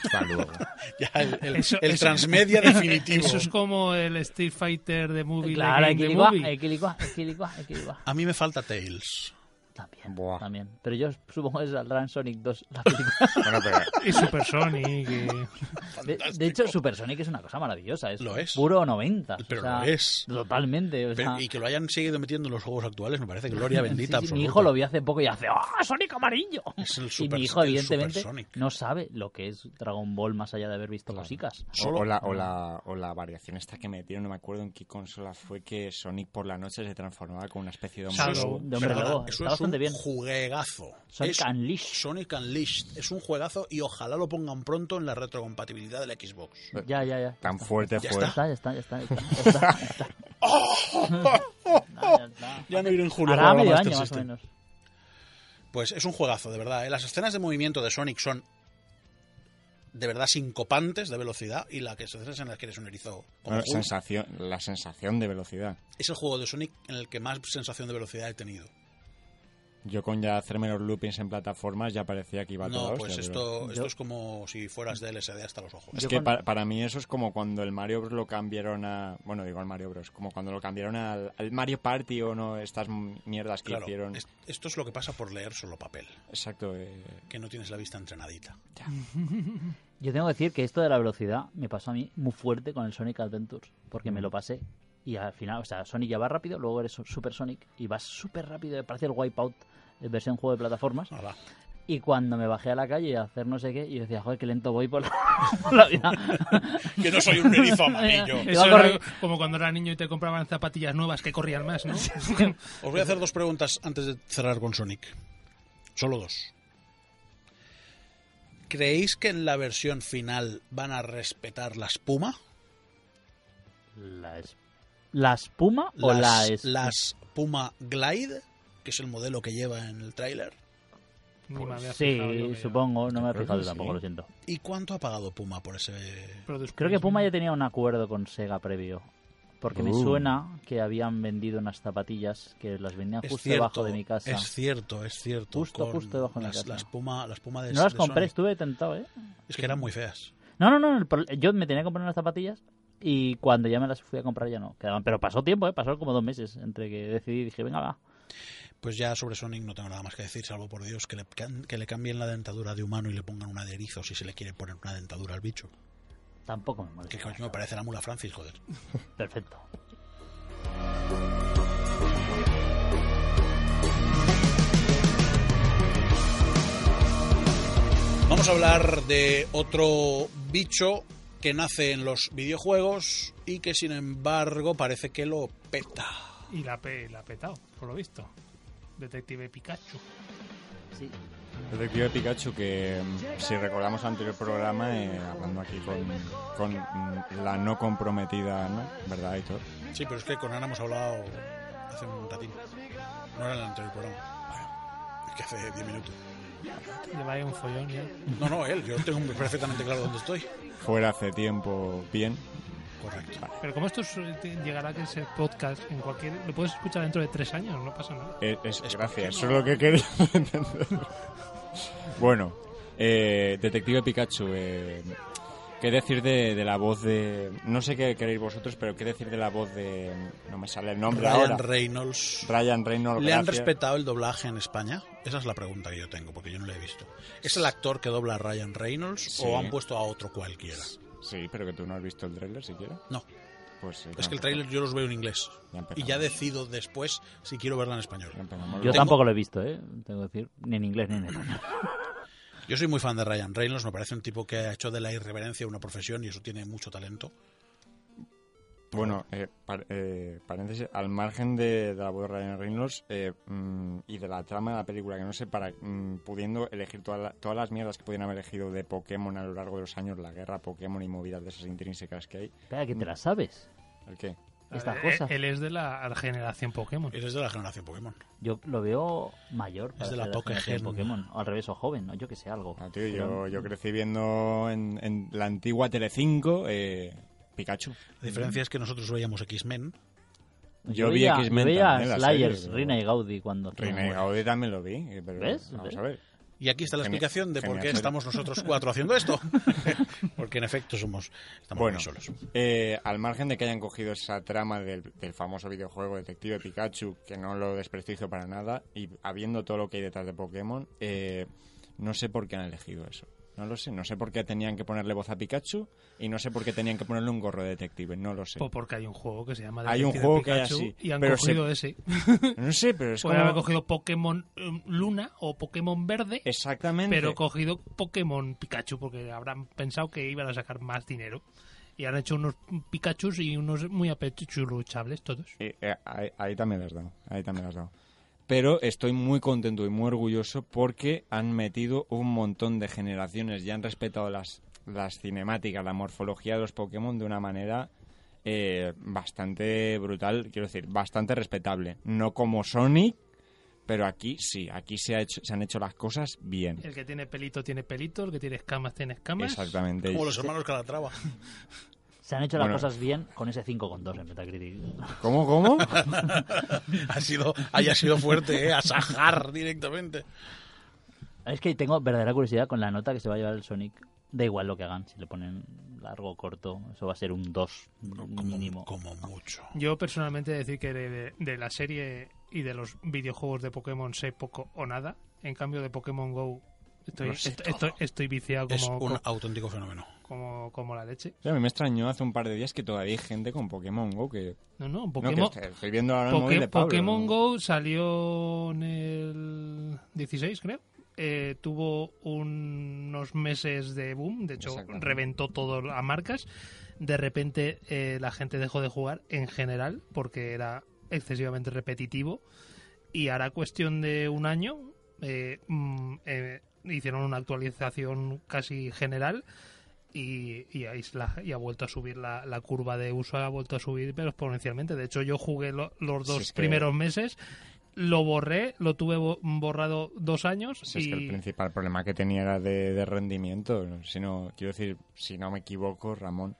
Hasta luego.
Ya, el, el-
Eso-
el
eso-
transmedia definitivo.
Eso es como el Street Fighter de movie.
Claro, eh,
la
hay
game
que
de
licuar,
movie.
hay que licuar, hay que licuar, hay que licuar.
A mí me falta Tails.
eh, También,
Buah.
también. Pero yo supongo que saldrá en Sonic 2 la película.
Bueno, pero
Y Super Sonic. y-
De, de hecho, Super Sonic es una cosa maravillosa. Es
Lo es.
puro 90.
Pero lo es.
Totalmente. o
Pero-
sea,
y que lo hayan seguido metiendo en los juegos actuales me parece gloria bendita.
Ah, Sí, sí, mi
absoluta.
hijo lo vio hace poco y hace ¡Ah, Sonic amarillo!
Es el
y
super-
mi hijo,
el
evidentemente,
Super Sonic.
no sabe lo que es Dragon Ball más allá de haber visto cositas.
O- O, la, o, la, o la variación esta que metieron, no me acuerdo en qué consola fue que Sonic por la noche se transformaba con una especie de hombre
Salvo-
lobo.
de hombre
Perdona,
lobo.
Eso
Está
es un
bastante bien.
juegazo.
Sonic
Es-
Unleashed.
Sonic Unleashed. Es un juegazo y ojalá lo pongan pronto en la retrocompatibilidad de la Xbox.
Ya, ya, ya.
Tan fuerte
Ya
fue.
está.
Ya está, ya está, ya está. Ya está, ya está. Ya está.
Ya no iré en julio.
Hará
a la
medio
Master
año más o
System.
menos.
Pues es un juegazo, de verdad. ¿eh? Las escenas de movimiento de Sonic son de verdad sincopantes de velocidad y la que se en las que eres un erizo como
Bueno,
Hulk,
sensación, la sensación de velocidad.
es el juego de Sonic en el que más sensación de velocidad he tenido.
Yo con ya hacerme los loopings en plataformas ya parecía que iba a toda
No,
hostia,
pues
pero-
esto, esto
Yo-
es como si fueras de LSD hasta los ojos.
Es
Yo
que
con-
pa- para, mí eso es como cuando el Mario Bros lo cambiaron a... Bueno, digo al Mario Bros, como cuando lo cambiaron al, al Mario Party o no, estas mierdas que
Claro,
hicieron.
es- esto es lo que pasa por leer solo papel,
Exacto. eh,
que no tienes la vista entrenadita.
Yo tengo que decir que esto de la velocidad me pasó a mí muy fuerte con el Sonic Adventures, porque me lo pasé y al final, o sea, Sonic ya va rápido, luego eres un Super Sonic y vas súper rápido, me parece el Wipeout eh, versión juego de plataformas.
Ah,
Ahora,
Y cuando me bajé a la calle a hacer no sé qué, y yo decía, joder, qué lento voy por la, por la vida.
que no soy un erizo amarillo.
Iba
Eso
a
era
correr.
como cuando era niño y te compraban zapatillas nuevas que corrían más, ¿no?
Os voy a hacer dos preguntas antes de cerrar con Sonic. Solo dos. ¿Creéis que en la versión final van a respetar la espuma?
La, es- ¿La espuma o la
Las-
es-
las Puma Glide, que es el modelo que lleva en el tráiler.
Ni me había fijado yo
Sí,
que-
supongo, no me
Creo
he
que
fijado
sí.
tampoco, lo siento.
¿Y cuánto ha pagado Puma por ese...?
Pero después-
Creo que Puma ya tenía un acuerdo con Sega previo. Porque me
Uh.
suena que habían vendido unas zapatillas que las vendían
Es
justo
cierto,
debajo de mi casa.
Es cierto, es cierto.
Justo,
con
justo debajo de mi
las,
casa.
las Puma, las Puma de
no las
de
compré,
Sony.
estuve tentado, ¿eh?
Es que eran muy feas.
No, no, no, el pro- yo me tenía que comprar unas zapatillas y cuando ya me las fui a comprar ya no quedaban. Pero pasó tiempo, ¿eh? Pasó como dos meses entre que decidí y dije, venga, va.
Pues ya sobre Sonic no tengo nada más que decir, salvo por Dios que le, can- que le cambien la dentadura de humano y le pongan una de erizo si se le quiere poner una dentadura al bicho.
Tampoco me molesta.
Que coño me parece la mula Francis, joder.
Perfecto.
Vamos a hablar de otro bicho que nace en los videojuegos y que sin embargo parece que lo peta.
Y la, pe- la ha petado, por lo visto. Detective Pikachu.
Sí.
Detective Pikachu, que mm, si recordamos anterior programa, eh, hablando aquí con, con, mm, la no comprometida, ¿no? ¿verdad, Aitor?
Sí, pero es que con Ana hemos hablado hace un ratito. No era en el anterior programa. Vaya, Es que hace 10 minutos.
Lleva ahí un follón ya.
No, no, él. Yo tengo perfectamente claro dónde estoy.
Fuera hace tiempo, bien.
Correcto.
Pero como esto es- eh, te- llegará a que ese podcast en cualquier... Lo puedes escuchar dentro de tres años, no pasa nada.
Es, Eh, es- gracias, eso es lo que quería entender. bueno, eh, Detective Pikachu, eh, ¿Qué decir de, de la voz de... No sé qué queréis vosotros, pero qué decir de la voz de... mm, No me sale el nombre
Ryan
ahora.
Reynolds.
Ryan Reynolds.
¿Le han
gracias.
respetado el doblaje en España? Esa es la pregunta que yo tengo, porque yo no lo he visto. ¿Es el actor que dobla a Ryan Reynolds
Sí.
o han puesto a otro cualquiera?
Sí, pero que tú no has visto el tráiler siquiera.
No,
Pues,
es que
eh,
el
tampoco.
tráiler yo los veo en inglés.
Ya empezamos.
Y ya decido después si quiero verla en español.
Ya empezamos.
Yo
Tengo-
tampoco lo he visto, ¿eh? Tengo que decir, ni en inglés ni en español.
Yo soy muy fan de Ryan Reynolds, me parece un tipo que ha hecho de la irreverencia una profesión y eso tiene mucho talento.
Bueno, eh, par- eh, paréntesis, al margen de, de la voz de Ryan Reynolds eh, mm, y de la trama de la película, que no sé, para mm, pudiendo elegir toda la- todas las mierdas que pudieran haber elegido de Pokémon a lo largo de los años, la guerra Pokémon y movidas de esas intrínsecas que hay.
Espera, que te la sabes.
¿El qué?
Estas
Eh,
cosas.
Él es de la generación Pokémon.
Eres de la generación Pokémon.
Yo lo veo mayor. para
de la
ser
Pokégen.
generación Pokémon. O al revés, o joven, o yo que sé, algo.
No, Ah, tío,
Pero-
yo, yo crecí viendo en, en la antigua Telecinco eh, Pikachu.
La diferencia es que nosotros veíamos X-Men.
yo vi
veía-
X-Men
yo veía
también, las
Slayers,
series, pero-
Rina y Gaudi cuando...
Reina y Gaudi también lo vi, eh, pero
¿Ves?
vamos
¿Ves?
a ver.
Y aquí está la
Genial,
explicación de por
genial,
qué
soy-
estamos nosotros cuatro haciendo esto. Porque en efecto somos estamos
Bueno,
muy solos.
eh, al margen de que hayan cogido esa trama del, del famoso videojuego Detective Pikachu, que no lo desprestigio para nada, y habiendo todo lo que hay detrás de Pokémon, eh, no sé por qué han elegido eso. No lo sé, no sé por qué tenían que ponerle voz a Pikachu y no sé por qué tenían que ponerle un gorro de detective, no lo sé.
O porque hay un juego que se llama
Hay un
Detective
juego que hay
Pikachu
así,
y han
pero
cogido ese.
No sé, pero es
Pueden haber
como...
cogido Pokémon eh, Luna o Pokémon Verde,
Exactamente.
pero cogido Pokémon Pikachu porque habrán pensado que iban a sacar más dinero. Y han hecho unos Pikachus y unos muy apechuruchables todos.
Eh, eh, ahí, ahí también las dado, ahí también las dado. Pero estoy muy contento y muy orgulloso porque han metido un montón de generaciones y han respetado las, las cinemáticas, la morfología de los Pokémon de una manera eh, bastante brutal, quiero decir, bastante respetable. No como Sonic, pero aquí sí, aquí se, ha hecho, se han hecho las cosas bien.
El que tiene pelito tiene pelito, el que tiene escamas tiene escamas.
Exactamente.
Como los hermanos Calatrava.
Se han hecho las
Bueno.
cosas bien con ese 5,2 en Metacritic.
¿Cómo, cómo?
ha sido, haya sido fuerte, ¿eh? a sajar directamente.
es que tengo verdadera curiosidad con la nota que se va a llevar el Sonic. Da igual lo que hagan, si le ponen largo o corto, eso va a ser un 2 mínimo.
Como, como mucho.
Yo personalmente decir que de, de- de la serie y de los videojuegos de Pokémon sé poco o nada. En cambio de Pokémon Go estoy,
Lo sé
est- estoy, estoy viciado
Es
como,
un
co-
auténtico fenómeno.
como, como la leche.
a mí me extrañó hace un par de días que todavía hay gente con Pokémon Go que...
No, no,
no, que
Pokémon,
estoy- estoy viendo ahora el
Poké-
móvil de Pablo.
Pokémon Go salió en el 16, creo. Eh, tuvo un- unos meses de boom, de hecho
Exactamente.
reventó todo a marcas. De repente eh, la gente dejó de jugar en general porque era excesivamente repetitivo. Y hará cuestión de un año eh, mm, eh, hicieron una actualización casi general y, y, ahí es la- y ha vuelto a subir la, la curva de uso, ha vuelto a subir pero exponencialmente. De hecho, yo jugué lo- los
Si
dos
es que-
primeros meses, lo borré, lo tuve bo- borrado dos años
Si
y
Pues es que el principal problema que tenía era de, de rendimiento. Si no, quiero decir, si no me equivoco, Ramón,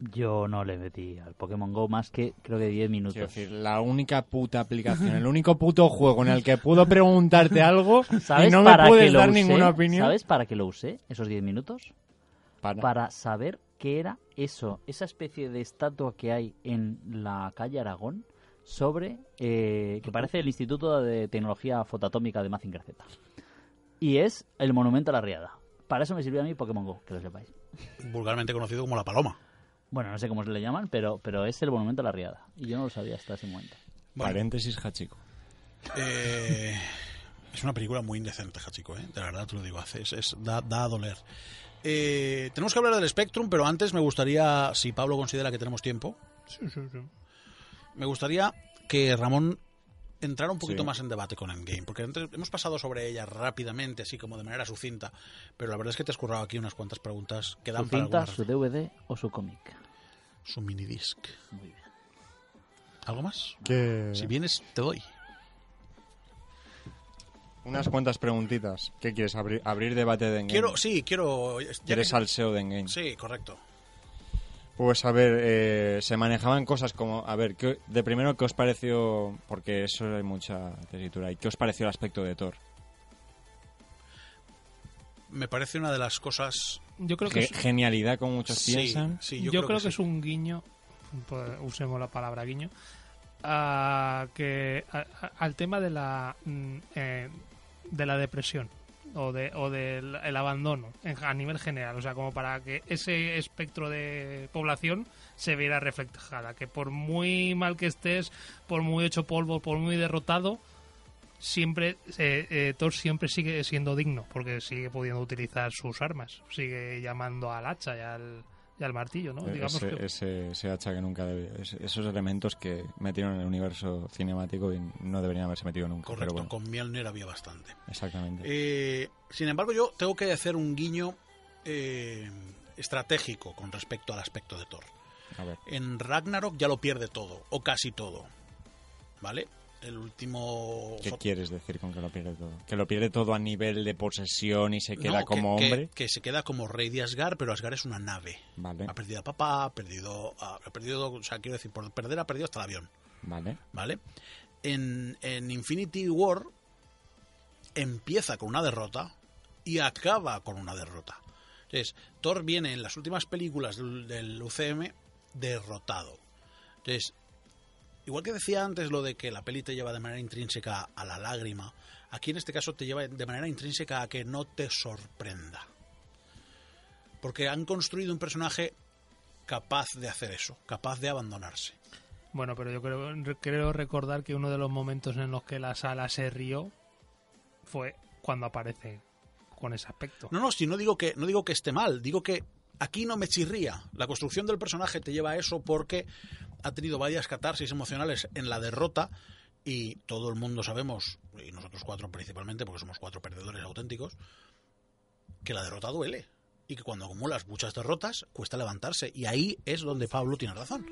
Yo no le metí al Pokémon Go más que creo que 10
quiero
minutos.
decir, la única puta aplicación, el único puto juego en el que puedo preguntarte algo y
¿Sabes
no me
para qué
puedes
lo
dar
usé?
ninguna opinión.
¿Sabes para qué lo usé esos 10 minutos?
Para-
Para saber qué era eso, esa especie de estatua que hay en la calle Aragón sobre, eh, que parece el Instituto de Tecnología Fotoatómica de Mazinger Z. Y es el monumento a la riada. Para eso me sirvió a mí Pokémon Go, que lo sepáis.
Vulgarmente conocido como la paloma.
Bueno, no sé cómo se le llaman, pero, pero es el monumento a la riada. Y yo no lo sabía hasta ese momento.
Bueno,
Paréntesis, Hachiko.
eh, es una película muy indecente, Hachiko, ¿eh? de la verdad te lo digo, hace- es, es- da, da a doler. Eh, tenemos que hablar del Spectrum, pero antes me gustaría, si Pablo considera que tenemos tiempo,
Sí, sí, sí.
me gustaría que Ramón entrara un poquito
Sí.
más en debate con Endgame, porque antes hemos pasado sobre ella rápidamente, así como de manera sucinta, pero la verdad es que te has currado aquí unas cuantas preguntas que
Su
dan para
cinta,
algunas-
su DVD o su cómic.
su minidisc.
Muy bien.
¿Algo más?
Que...
Si vienes, te doy.
Unas cuantas preguntitas. ¿Qué quieres? ¿Abrir, abrir debate de Endgame?
Quiero, sí, quiero. ya
¿Quieres
que-
salseo de Endgame?
Sí, correcto.
Pues a ver, eh, se manejaban cosas como, a ver, ¿qué- de primero, ¿qué os pareció? Porque eso hay mucha tesitura. ¿Y qué os pareció el aspecto de Thor?
me parece una de las cosas.
Yo creo que
Ge-
es,
genialidad, como muchos
Sí,
piensan.
sí,
yo, creo que, es
sí.
un guiño, pues, usemos la palabra guiño, a que, a- a- al tema de la, mm, eh, de la depresión o de o del el abandono en- a nivel general, o sea, como para que ese espectro de población se viera reflejada, que por muy mal que estés, por muy hecho polvo, por muy derrotado, siempre eh, eh, Thor siempre sigue siendo digno porque sigue pudiendo utilizar sus armas sigue llamando al hacha y al, y al martillo no
E-
digamos
ese,
que
ese- ese hacha que nunca debe- es- esos elementos que metieron en el universo cinemático y no deberían haberse metido nunca.
Correcto,
pero bueno,
con Mjolnir había bastante.
exactamente.
Eh, sin embargo, yo tengo que hacer un guiño eh, estratégico con respecto al aspecto de Thor.
A ver.
En Ragnarok ya lo pierde todo, o casi todo. ¿Vale? El último.
¿Qué
fo-
quieres decir con que lo pierde todo? Que lo pierde todo a nivel de posesión y se queda
No,
como
que- que-
hombre.
Que, se queda como rey de Asgard, pero Asgard es una nave.
Vale,
Ha perdido a papá, ha perdido, ha ha perdido, o sea, quiero decir, por perder ha perdido hasta el avión,
vale.
¿vale? En, en Infinity War empieza con una derrota y acaba con una derrota. Entonces, Thor viene en las últimas películas del, del UCM derrotado. Entonces, igual que decía antes lo de que la peli te lleva de manera intrínseca a la lágrima, aquí en este caso te lleva de manera intrínseca a que no te sorprenda. Porque han construido un personaje capaz de hacer eso, capaz de abandonarse.
bueno pero yo creo re- creo recordar que uno de los momentos en los que la sala se rió fue cuando aparece con ese aspecto
No, no, si no digo que no digo que esté mal, digo que aquí no me chirría. La construcción del personaje te lleva a eso porque ha tenido varias catarsis emocionales en la derrota y todo el mundo sabemos, y nosotros cuatro principalmente, porque somos cuatro perdedores auténticos, que la derrota duele y que cuando acumulas muchas derrotas cuesta levantarse y ahí es donde Pablo tiene razón.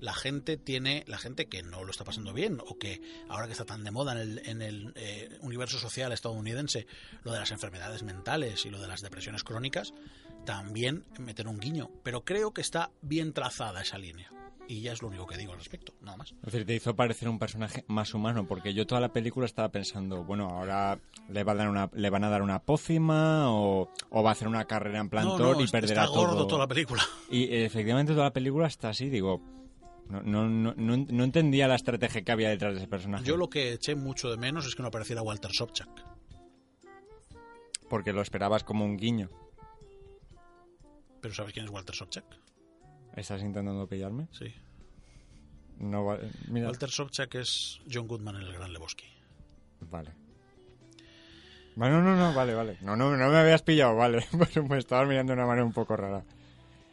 La gente tiene, la gente que no lo está pasando bien o que ahora que está tan de moda en el, en el eh, universo social estadounidense lo de las enfermedades mentales y lo de las depresiones crónicas, también meter un guiño. Pero creo que está bien trazada esa línea. Y ya es lo único que digo al respecto, nada más.
Es decir, te hizo parecer un personaje más humano, porque yo toda la película estaba pensando, bueno, ahora le, va a dar una, le van a dar una pócima o, o va a hacer una carrera en plan
no,
Thor
no,
y
está-
perderá
está gordo
todo.
toda la película.
Y eh, efectivamente toda la película está así, digo, no, no, no, no, no entendía la estrategia que había detrás de ese personaje.
Yo lo que eché mucho de menos es que no apareciera Walter Sobchak.
Porque lo esperabas como un guiño.
¿Pero sabes quién es Walter Sobchak?
¿Estás intentando pillarme?
Sí.
No, va- mira.
Walter Sobchak es John Goodman en El Gran Lebowski.
Vale. Bueno, no, no, vale, vale. No, no, no me habías pillado, vale. Bueno, me estabas mirando de una manera un poco rara.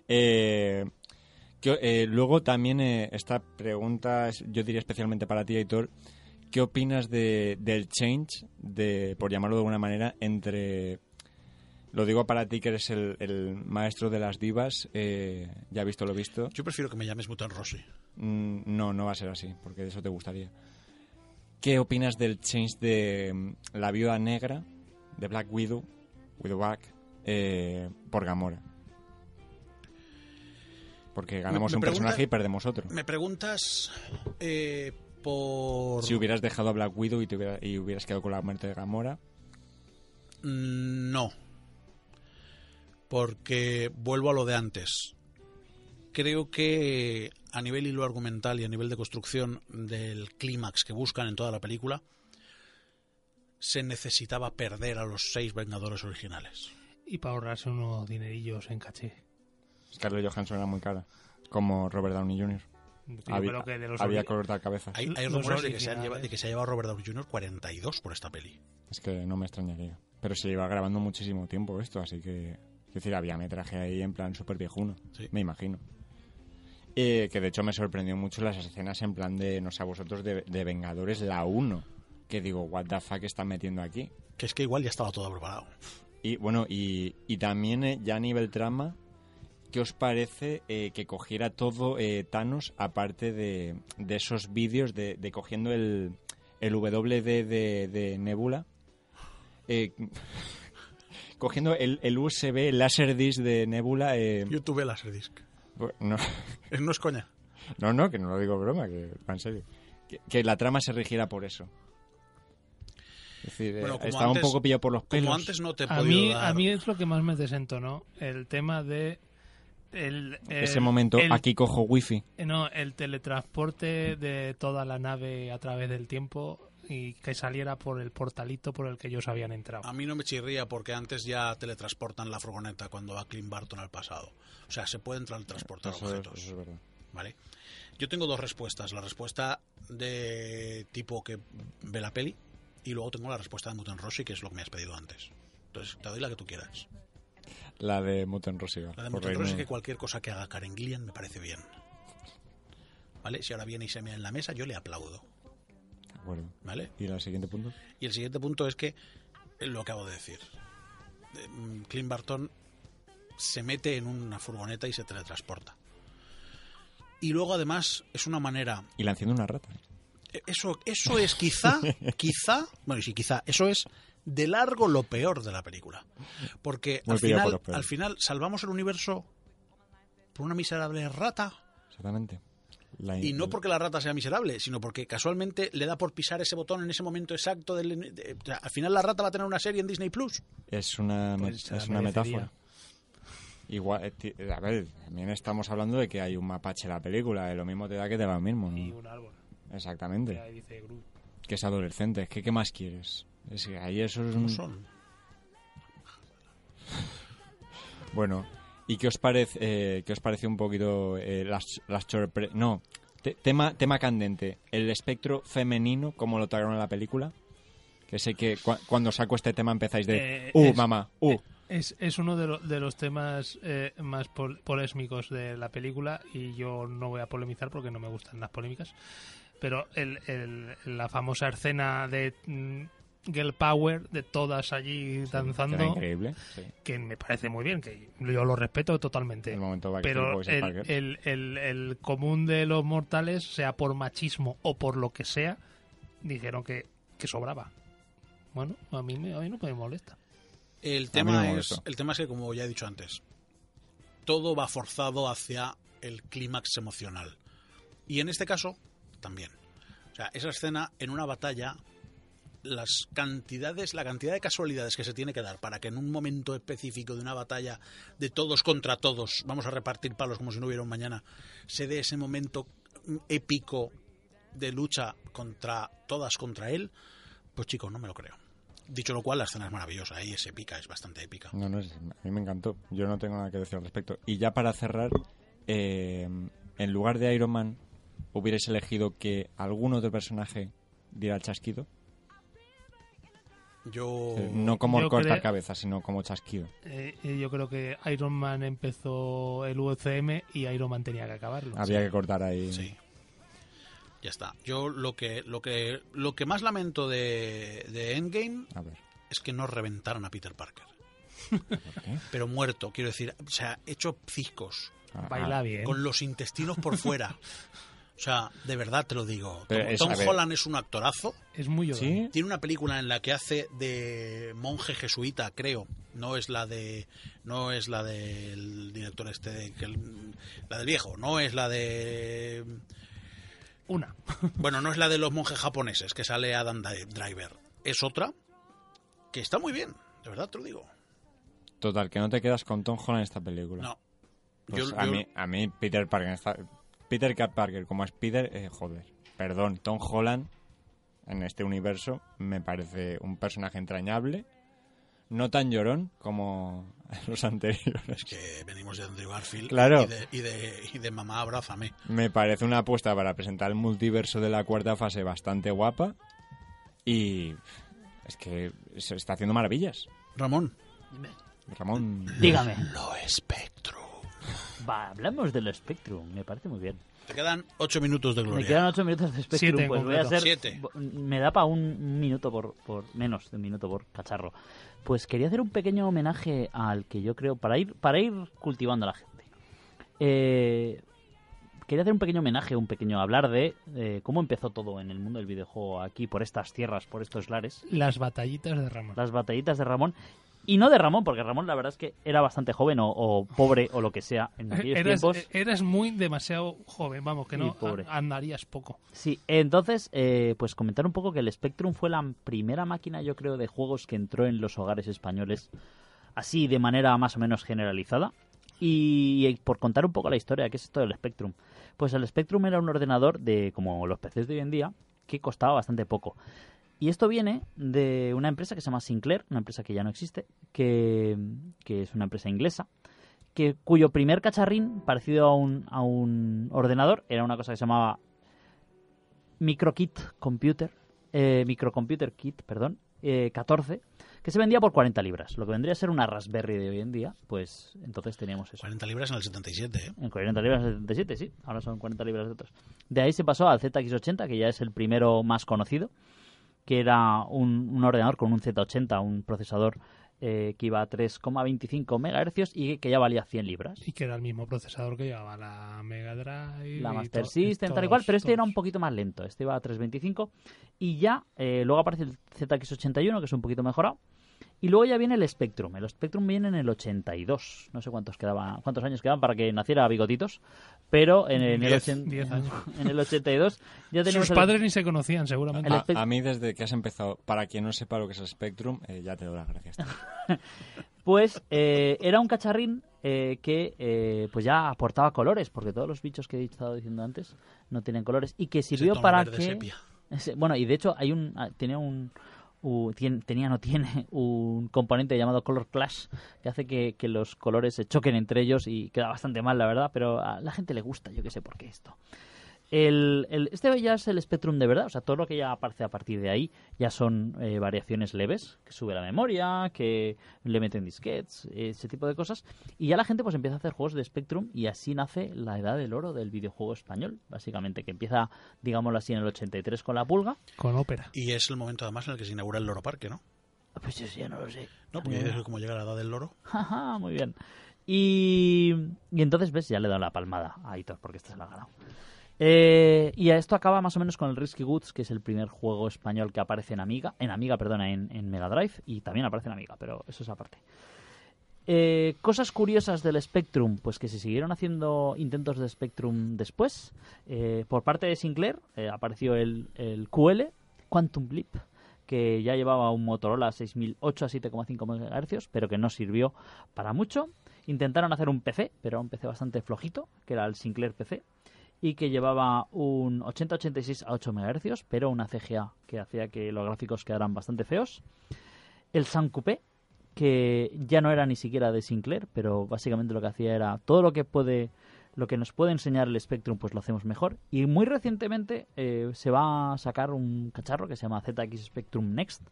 Eh, que- eh, luego también eh, esta pregunta, es- yo diría especialmente para ti, Aitor. ¿Qué opinas de, del change, de, por llamarlo de alguna manera, entre... Lo digo para ti que eres el, el maestro de las divas, eh, ya visto lo visto.
Yo prefiero que me llames Mutant Rossi.
Mm, No, no va a ser así, porque de eso te gustaría. ¿Qué opinas del change de mm, la viuda negra de Black Widow, Widowback, eh, por Gamora? Porque ganamos
me
un
pregunta-
personaje y perdemos otro.
Me preguntas eh, por...
Si hubieras dejado a Black Widow y, te hubiera- y hubieras quedado con la muerte de Gamora,
Mm, No. Porque vuelvo a lo de antes. Creo que a nivel hilo argumental y a nivel de construcción del clímax que buscan en toda la película, se necesitaba perder a los seis Vengadores originales.
y para ahorrarse unos dinerillos en caché
Scarlett Johansson era muy cara, como Robert Downey Jr.
Yo
había
creo que de los
había
obli-
que cortar cabeza.
Hay, hay
Los
rumores de que, se han
originales.
lleva- de que se ha llevado Robert Downey Jr. 42 por esta peli.
Es que no me extrañaría. Pero se lleva grabando muchísimo tiempo esto, así que. Es decir, había metraje ahí en plan súper viejuno,
Sí.
me imagino. Eh, que de hecho me sorprendió mucho las escenas en plan de, no sé, a vosotros, de, de Vengadores la 1. Que digo, what the fuck están metiendo aquí.
Que es que igual ya estaba todo preparado.
Y bueno, y, y también eh, ya a nivel trama, ¿qué os parece eh, que cogiera todo eh, Thanos aparte de, de esos vídeos de, de cogiendo el, el WD de, de Nebula? Eh, cogiendo el, el USB Laserdisc de Nebula. eh,
YouTube Laserdisc.
bu- no,
Eh, No es coña.
no, no, que no lo digo broma, que va en serio. Que, que la trama se rigiera por eso. Es decir, eh,
Bueno, como
estaba
antes-
un poco pillado por los pelos.
Como antes no te he
A
podido
mí,
dar-
a mí es lo que más me desentonó, el tema de... el- el-
eh,
Ese momento,
el- eh,
aquí cojo wifi.
No, el teletransporte de toda la nave a través del tiempo y que saliera por el portalito por el que ellos habían entrado.
A mí no me chirría porque antes ya teletransportan la furgoneta cuando va Clint Barton al pasado. O sea, se pueden transportar
Eso es-
objetos.
eso es verdad.
¿Vale? Yo tengo dos respuestas. La respuesta de tipo que ve la peli y luego tengo la respuesta de Muten Rossi, que es lo que me has pedido antes. Entonces, te doy la que tú quieras.
La de Muten Rossi.
La de
por
Muten Rossi es
reírme.
que cualquier cosa que haga Karen Gillian me parece bien. ¿Vale? Si ahora viene y se mea en la mesa, yo le aplaudo.
De acuerdo.
¿Vale?
¿Y el siguiente punto?
Y el siguiente punto es que eh, lo acabo de decir. Eh, mm, Clint Barton se mete en una furgoneta y se teletransporta. Y luego además es una manera
Y la enciende una rata.
eh, eso eso es quizá quizá, bueno, y sí quizá, eso es de largo lo peor de la película. Porque
Muy
al
pillado por
final,
los pelos.
al final salvamos el universo por una miserable rata.
Exactamente. La-
Y no porque la rata sea miserable, sino porque casualmente le da por pisar ese botón en ese momento exacto. Del, de- o sea, al final la rata va a tener una serie en Disney Plus.
Es una, me-
Pues se la
es una
merecería.
metáfora. Igual, eh, ti- a ver, también estamos hablando de que hay un mapache en la película, eh, lo mismo te da que te da lo mismo, ¿no?
Y un árbol. que
Exactamente.
ahí dice Groot.
Que es adolescente, es que ¿qué más quieres? Es que ahí eso es un...
Son.
Bueno, ¿y qué os parece, eh, qué os parece un poquito eh, las, las sorpre- No, te- tema, tema candente. El espectro femenino, como lo tragaron en la película. Que sé que cua- cuando saco este tema empezáis de...
Eh,
¡Uh,
es-
mamá! ¡Uh!
eh, Es, es uno de, lo- de los temas eh, más pol- polémicos de la película y yo no voy a polemizar porque no me gustan las polémicas. Pero el- el- la famosa escena de mm, Girl Power, de todas allí
Era
danzando,
increíble. sí.
que me parece muy bien, que yo lo respeto totalmente.
El momento va
pero
que
el, eh, el- el- el común de los mortales, sea por machismo o por lo que sea, dijeron que, que sobraba. Bueno, a mí, me- a mí no me molesta.
El
no me
tema, es,
molesta.
el tema es que, como ya he dicho antes, todo va forzado hacia el clímax emocional. Y en este caso, también. O sea, esa escena en una batalla, las cantidades, la cantidad de casualidades que se tiene que dar para que en un momento específico de una batalla de todos contra todos, vamos a repartir palos como si no hubiera un mañana, se dé ese momento épico de lucha contra todas contra él, pues chicos, no me lo creo. Dicho lo cual, la escena es maravillosa, ahí es épica, es bastante épica.
No, no, es- a mí me encantó. Yo no tengo nada que decir al respecto. Y ya para cerrar, eh, en lugar de Iron Man, ¿hubierais elegido que algún otro personaje diera el chasquido?
Yo
Eh, No como
Oh, Yo
cortar
creo-
cabeza, sino como chasquido.
Eh, eh, yo creo que Iron Man empezó el UCM y Iron Man tenía que acabarlo.
Había que cortar ahí.
Pues Sí. Ya está. Yo lo que lo que lo que más lamento de, de Endgame
A ver.
es que no reventaron a Peter Parker.
¿por qué?
Pero muerto, quiero decir, o sea, hecho ciscos,
Ah,
Baila
ah,
bien.
con los intestinos por fuera. O sea, de verdad te lo digo.
Pero
Tom,
es-
Tom
a ver.
Holland es un actorazo.
Es muy llorón.
¿Sí?
Tiene una película en la que hace de monje jesuita, creo. No es la de no es la del director este de- que el- la del viejo, no es la de
Una.
Bueno, no es la de los monjes japoneses que sale Adam Dri- Driver. Es otra que está muy bien, de verdad te lo digo.
Total, que no te quedas con Tom Holland en esta película.
No.
Pues
Yo-
a,
yo-
mí, a mí, Peter Parker. está- Peter Cat Parker, como es Peter, eh, joder. Perdón, Tom Holland en este universo me parece un personaje entrañable. No tan llorón como los anteriores.
Es que venimos de Andrew Garfield
Claro.
y, de, y de- y de Mamá Abrázame.
Me parece una apuesta para presentar el multiverso de la cuarta fase bastante guapa. Y es que se está haciendo maravillas.
Ramón.
Ramón.
Dígame.
Lo espectro.
Va, hablamos del Spectrum, me parece muy bien.
Te quedan ocho minutos de
Me
gloria.
quedan 8 minutos de Spectrum,
Siete en
pues voy a
concreto.
hacer...
Siete.
bo- Me da para un minuto por, por... menos de un minuto por cacharro. Pues quería hacer un pequeño homenaje al que yo creo, para ir, para ir cultivando a la gente. Eh, quería hacer un pequeño homenaje, un pequeño hablar de eh, cómo empezó todo en el mundo del videojuego aquí, por estas tierras, por estos lares.
Las batallitas de Ramón.
las batallitas de Ramón Y no de Ramón, porque Ramón la verdad es que era bastante joven o, o pobre o lo que sea en aquellos
Eres,
tiempos.
eres muy demasiado joven, vamos, que
Y
no
pobre.
an- andarías poco.
Sí, entonces, eh, pues comentar un poco que el Spectrum fue la primera máquina, yo creo, de juegos que entró en los hogares españoles así de manera más o menos generalizada. Y, eh, por contar un poco la historia, ¿qué es esto del Spectrum? Pues el Spectrum era un ordenador de como los PCs de hoy en día, que costaba bastante poco. Y esto viene de una empresa que se llama Sinclair, una empresa que ya no existe, que, que es una empresa inglesa, que, cuyo primer cacharrín, parecido a un, a un ordenador, era una cosa que se llamaba MicroKit Computer, eh, Microcomputer Kit, perdón, eh, 14, que se vendía por 40 libras, lo que vendría a ser una Raspberry de hoy en día, pues entonces teníamos eso.
40 libras en el 77, ¿eh?
En 40 libras del 77, sí. Ahora son 40 libras de otros. De ahí se pasó al ZX80, que ya es el primero más conocido, que era un, un ordenador con un Z80, un procesador eh, que iba a 3,25 megahercios y que ya valía 100 libras.
Y que era el mismo procesador que llevaba la Mega Drive.
La
y
Master
to-
System, tal y cual,
todos-
pero este era
todos.
un poquito más lento. Este iba a 3.25 y ya eh, luego aparece el ZX81, que es un poquito mejorado. Y luego ya viene el Spectrum. El Spectrum viene en el 82. No sé cuántos quedaba, cuántos años quedaban para que naciera Bigotitos, pero en, en el,
Diez.
ochen-
Diez años.
en el 82 ya teníamos
Sus
el-
padres ni se conocían, seguramente.
El
A,
espect-
a mí desde que has empezado, para quien no sepa lo que es el Spectrum, eh, ya te doy las gracias.
Pues eh, era un cacharrín eh, que eh, pues ya aportaba colores, porque todos los bichos que he estado diciendo antes no tienen colores y que
Ese
sirvió
tono
para
verde
que
sepia.
Ese- bueno, y de hecho hay un ah, tenía un u- tien- tenía no tiene un componente llamado color clash que hace que, que los colores se choquen entre ellos y queda bastante mal, la verdad, pero a la gente le gusta, yo que sé por qué esto. El, el- este ya es el Spectrum de verdad, o sea, todo lo que ya aparece a partir de ahí ya son eh, variaciones leves, que sube la memoria, que le meten disquets, ese tipo de cosas. Y ya la gente pues empieza a hacer juegos de Spectrum y así nace la edad del oro del videojuego español, básicamente, que empieza, digámoslo así, en el 83 con la pulga.
Con ópera.
Y es el momento además en el que se inaugura el Loro Parque, ¿no?
Ah, Pues yo ya no lo sé.
No, porque
Ah.
es como llega la edad del loro.
Ajá, muy bien. Y, y entonces, ves, ya le he dado la palmada a Aitor porque esta se la ha ganado. Eh, y esto acaba más o menos con el Risky Goods, que es el primer juego español que aparece en Amiga, en Amiga, perdona, en, en Mega Drive, y también aparece en Amiga, pero eso es aparte. Eh, cosas curiosas del Spectrum, pues que se siguieron haciendo intentos de Spectrum después. Eh, por parte de Sinclair eh, apareció el, el QL, Quantum Leap, que ya llevaba un Motorola 6008 a 7,5 MHz, pero que no sirvió para mucho. Intentaron hacer un PC, pero era un PC bastante flojito, que era el Sinclair PC, y que llevaba un 8086 a 8 MHz, pero una CGA que hacía que los gráficos quedaran bastante feos. El Sun Coupé, que ya no era ni siquiera de Sinclair, pero básicamente lo que hacía era todo lo que puede lo que nos puede enseñar el Spectrum, pues lo hacemos mejor. Y muy recientemente eh, se va a sacar un cacharro que se llama ZX Spectrum Next,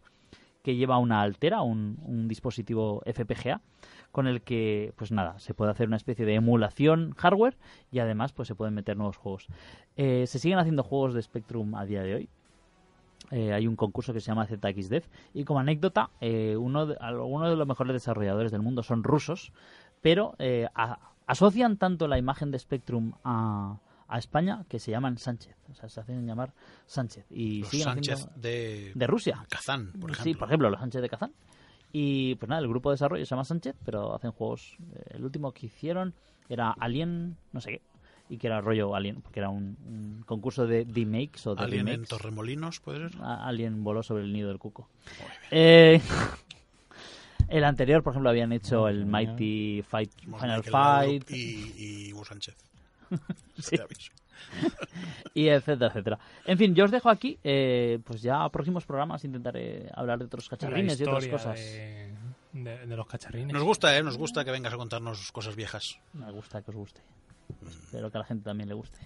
que lleva una altera, un, un dispositivo FPGA, con el que, pues nada, se puede hacer una especie de emulación hardware y además pues se pueden meter nuevos juegos. Eh, se siguen haciendo juegos de Spectrum a día de hoy. Eh, hay un concurso que se llama ZXDev y como anécdota, eh, uno de, algunos de los mejores desarrolladores del mundo son rusos, pero eh, a- asocian tanto la imagen de Spectrum a, a España que se llaman Sánchez, o sea, se hacen llamar Sánchez y
Los
siguen haciendo-
Sánchez de...
de Rusia.
Kazán, por ejemplo.
Sí, por ejemplo, los Sánchez de Kazán. Y pues nada, el grupo de desarrollo se llama Sánchez, pero hacen juegos. eh, El último que hicieron era Alien, no sé qué, y que era rollo Alien, porque era un, un concurso de D-Makes o de
Alien en
remakes.
Torremolinos, ¿puede ser?
A- Alien voló sobre el nido del cuco. Eh, el anterior, por ejemplo, habían hecho el Mighty Fight,
Hemos
Final
Michael Laudrup
Fight,
Y, y Hugo Sánchez.
Sí.
Te aviso.
y etcétera, etcétera. En fin, yo os dejo aquí. eh, pues ya próximos programas intentaré hablar de otros
La
cacharrines y otras
historia
cosas.
De, de- de los cacharrines.
Nos gusta, ¿eh? Nos gusta que vengas a contarnos cosas viejas.
Me gusta que os guste. Espero que a la gente también le guste.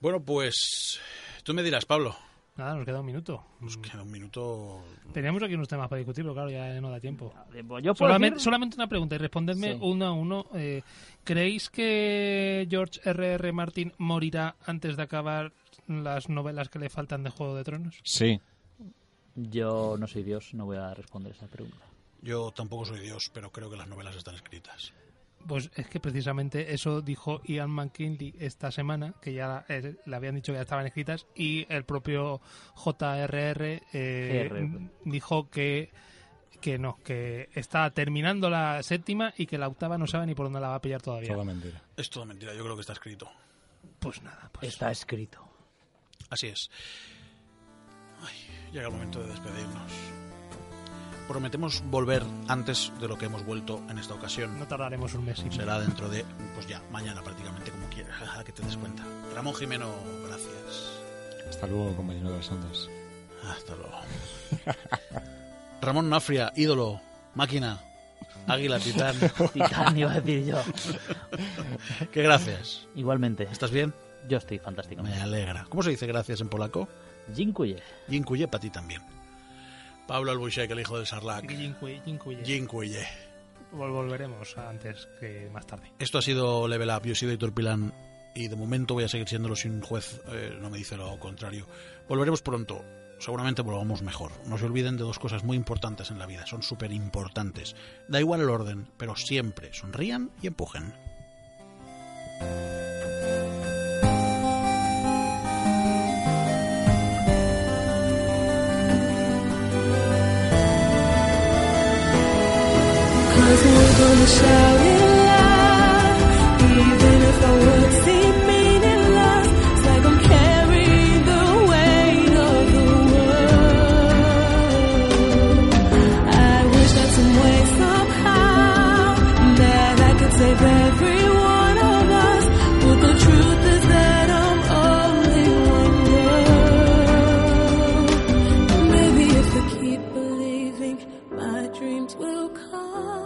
Bueno, pues tú me dirás, Pablo.
Nada, nos queda un minuto.
Nos queda un minuto.
Teníamos aquí unos temas para discutir, pero claro, ya no da tiempo.
pues Yo puedo
Solamente,
decir-
solamente una pregunta y respondedme
Sí.
uno a uno. Eh, ¿Creéis que George R.R. Martin morirá antes de acabar las novelas que le faltan de Juego de Tronos?
Sí.
Yo no soy Dios, no voy a responder esa pregunta.
Yo tampoco soy Dios, pero creo que las novelas están escritas.
Pues es que precisamente eso dijo Ian McKinley esta semana, que ya eh, le habían dicho que ya estaban escritas, y el propio JRR eh,
GRR.
dijo que que no, que está terminando la séptima y que la octava no sabe ni por dónde la va a pillar todavía.
Toda mentira.
Es toda mentira, yo creo que está escrito.
Pues nada, pues
Está escrito.
Así es. Ay, llega el momento de despedirnos. Prometemos volver antes de lo que hemos vuelto en esta ocasión.
no tardaremos un mes. y-
Será dentro de, pues ya, mañana prácticamente, como quieras, a que te des cuenta. Ramón Jimeno, gracias.
Hasta luego, compañero de las ondas.
Hasta luego. Ramón Nafria, ídolo, máquina, águila, titán.
Titán, iba a decir yo.
Qué gracias.
Igualmente,
¿Estás bien?
yo estoy fantástico.
Me alegra. ¿Cómo se dice gracias en polaco?
Jinkuye.
Jinkuye para ti también. Pablo Albuixec, el hijo del Sarlac.
Jincuye, jincuye.
Jinkuye.
Vol- Volveremos antes que más tarde.
Esto ha sido Level Up, yo he sido Héctor Pilán y de momento voy a seguir siéndolo si un juez eh, no me dice lo contrario. Volveremos pronto, seguramente volvamos mejor. No se olviden de dos cosas muy importantes en la vida, son súper importantes. Da igual el orden, pero siempre sonrían y empujen.
Cause we're gonna shout it loud, even if our words seem meaningless. It's like I'm carrying the weight of the world. I wish that some way somehow that I could save every one of us. But the truth is that I'm only one girl. Maybe if I keep believing, my dreams will come.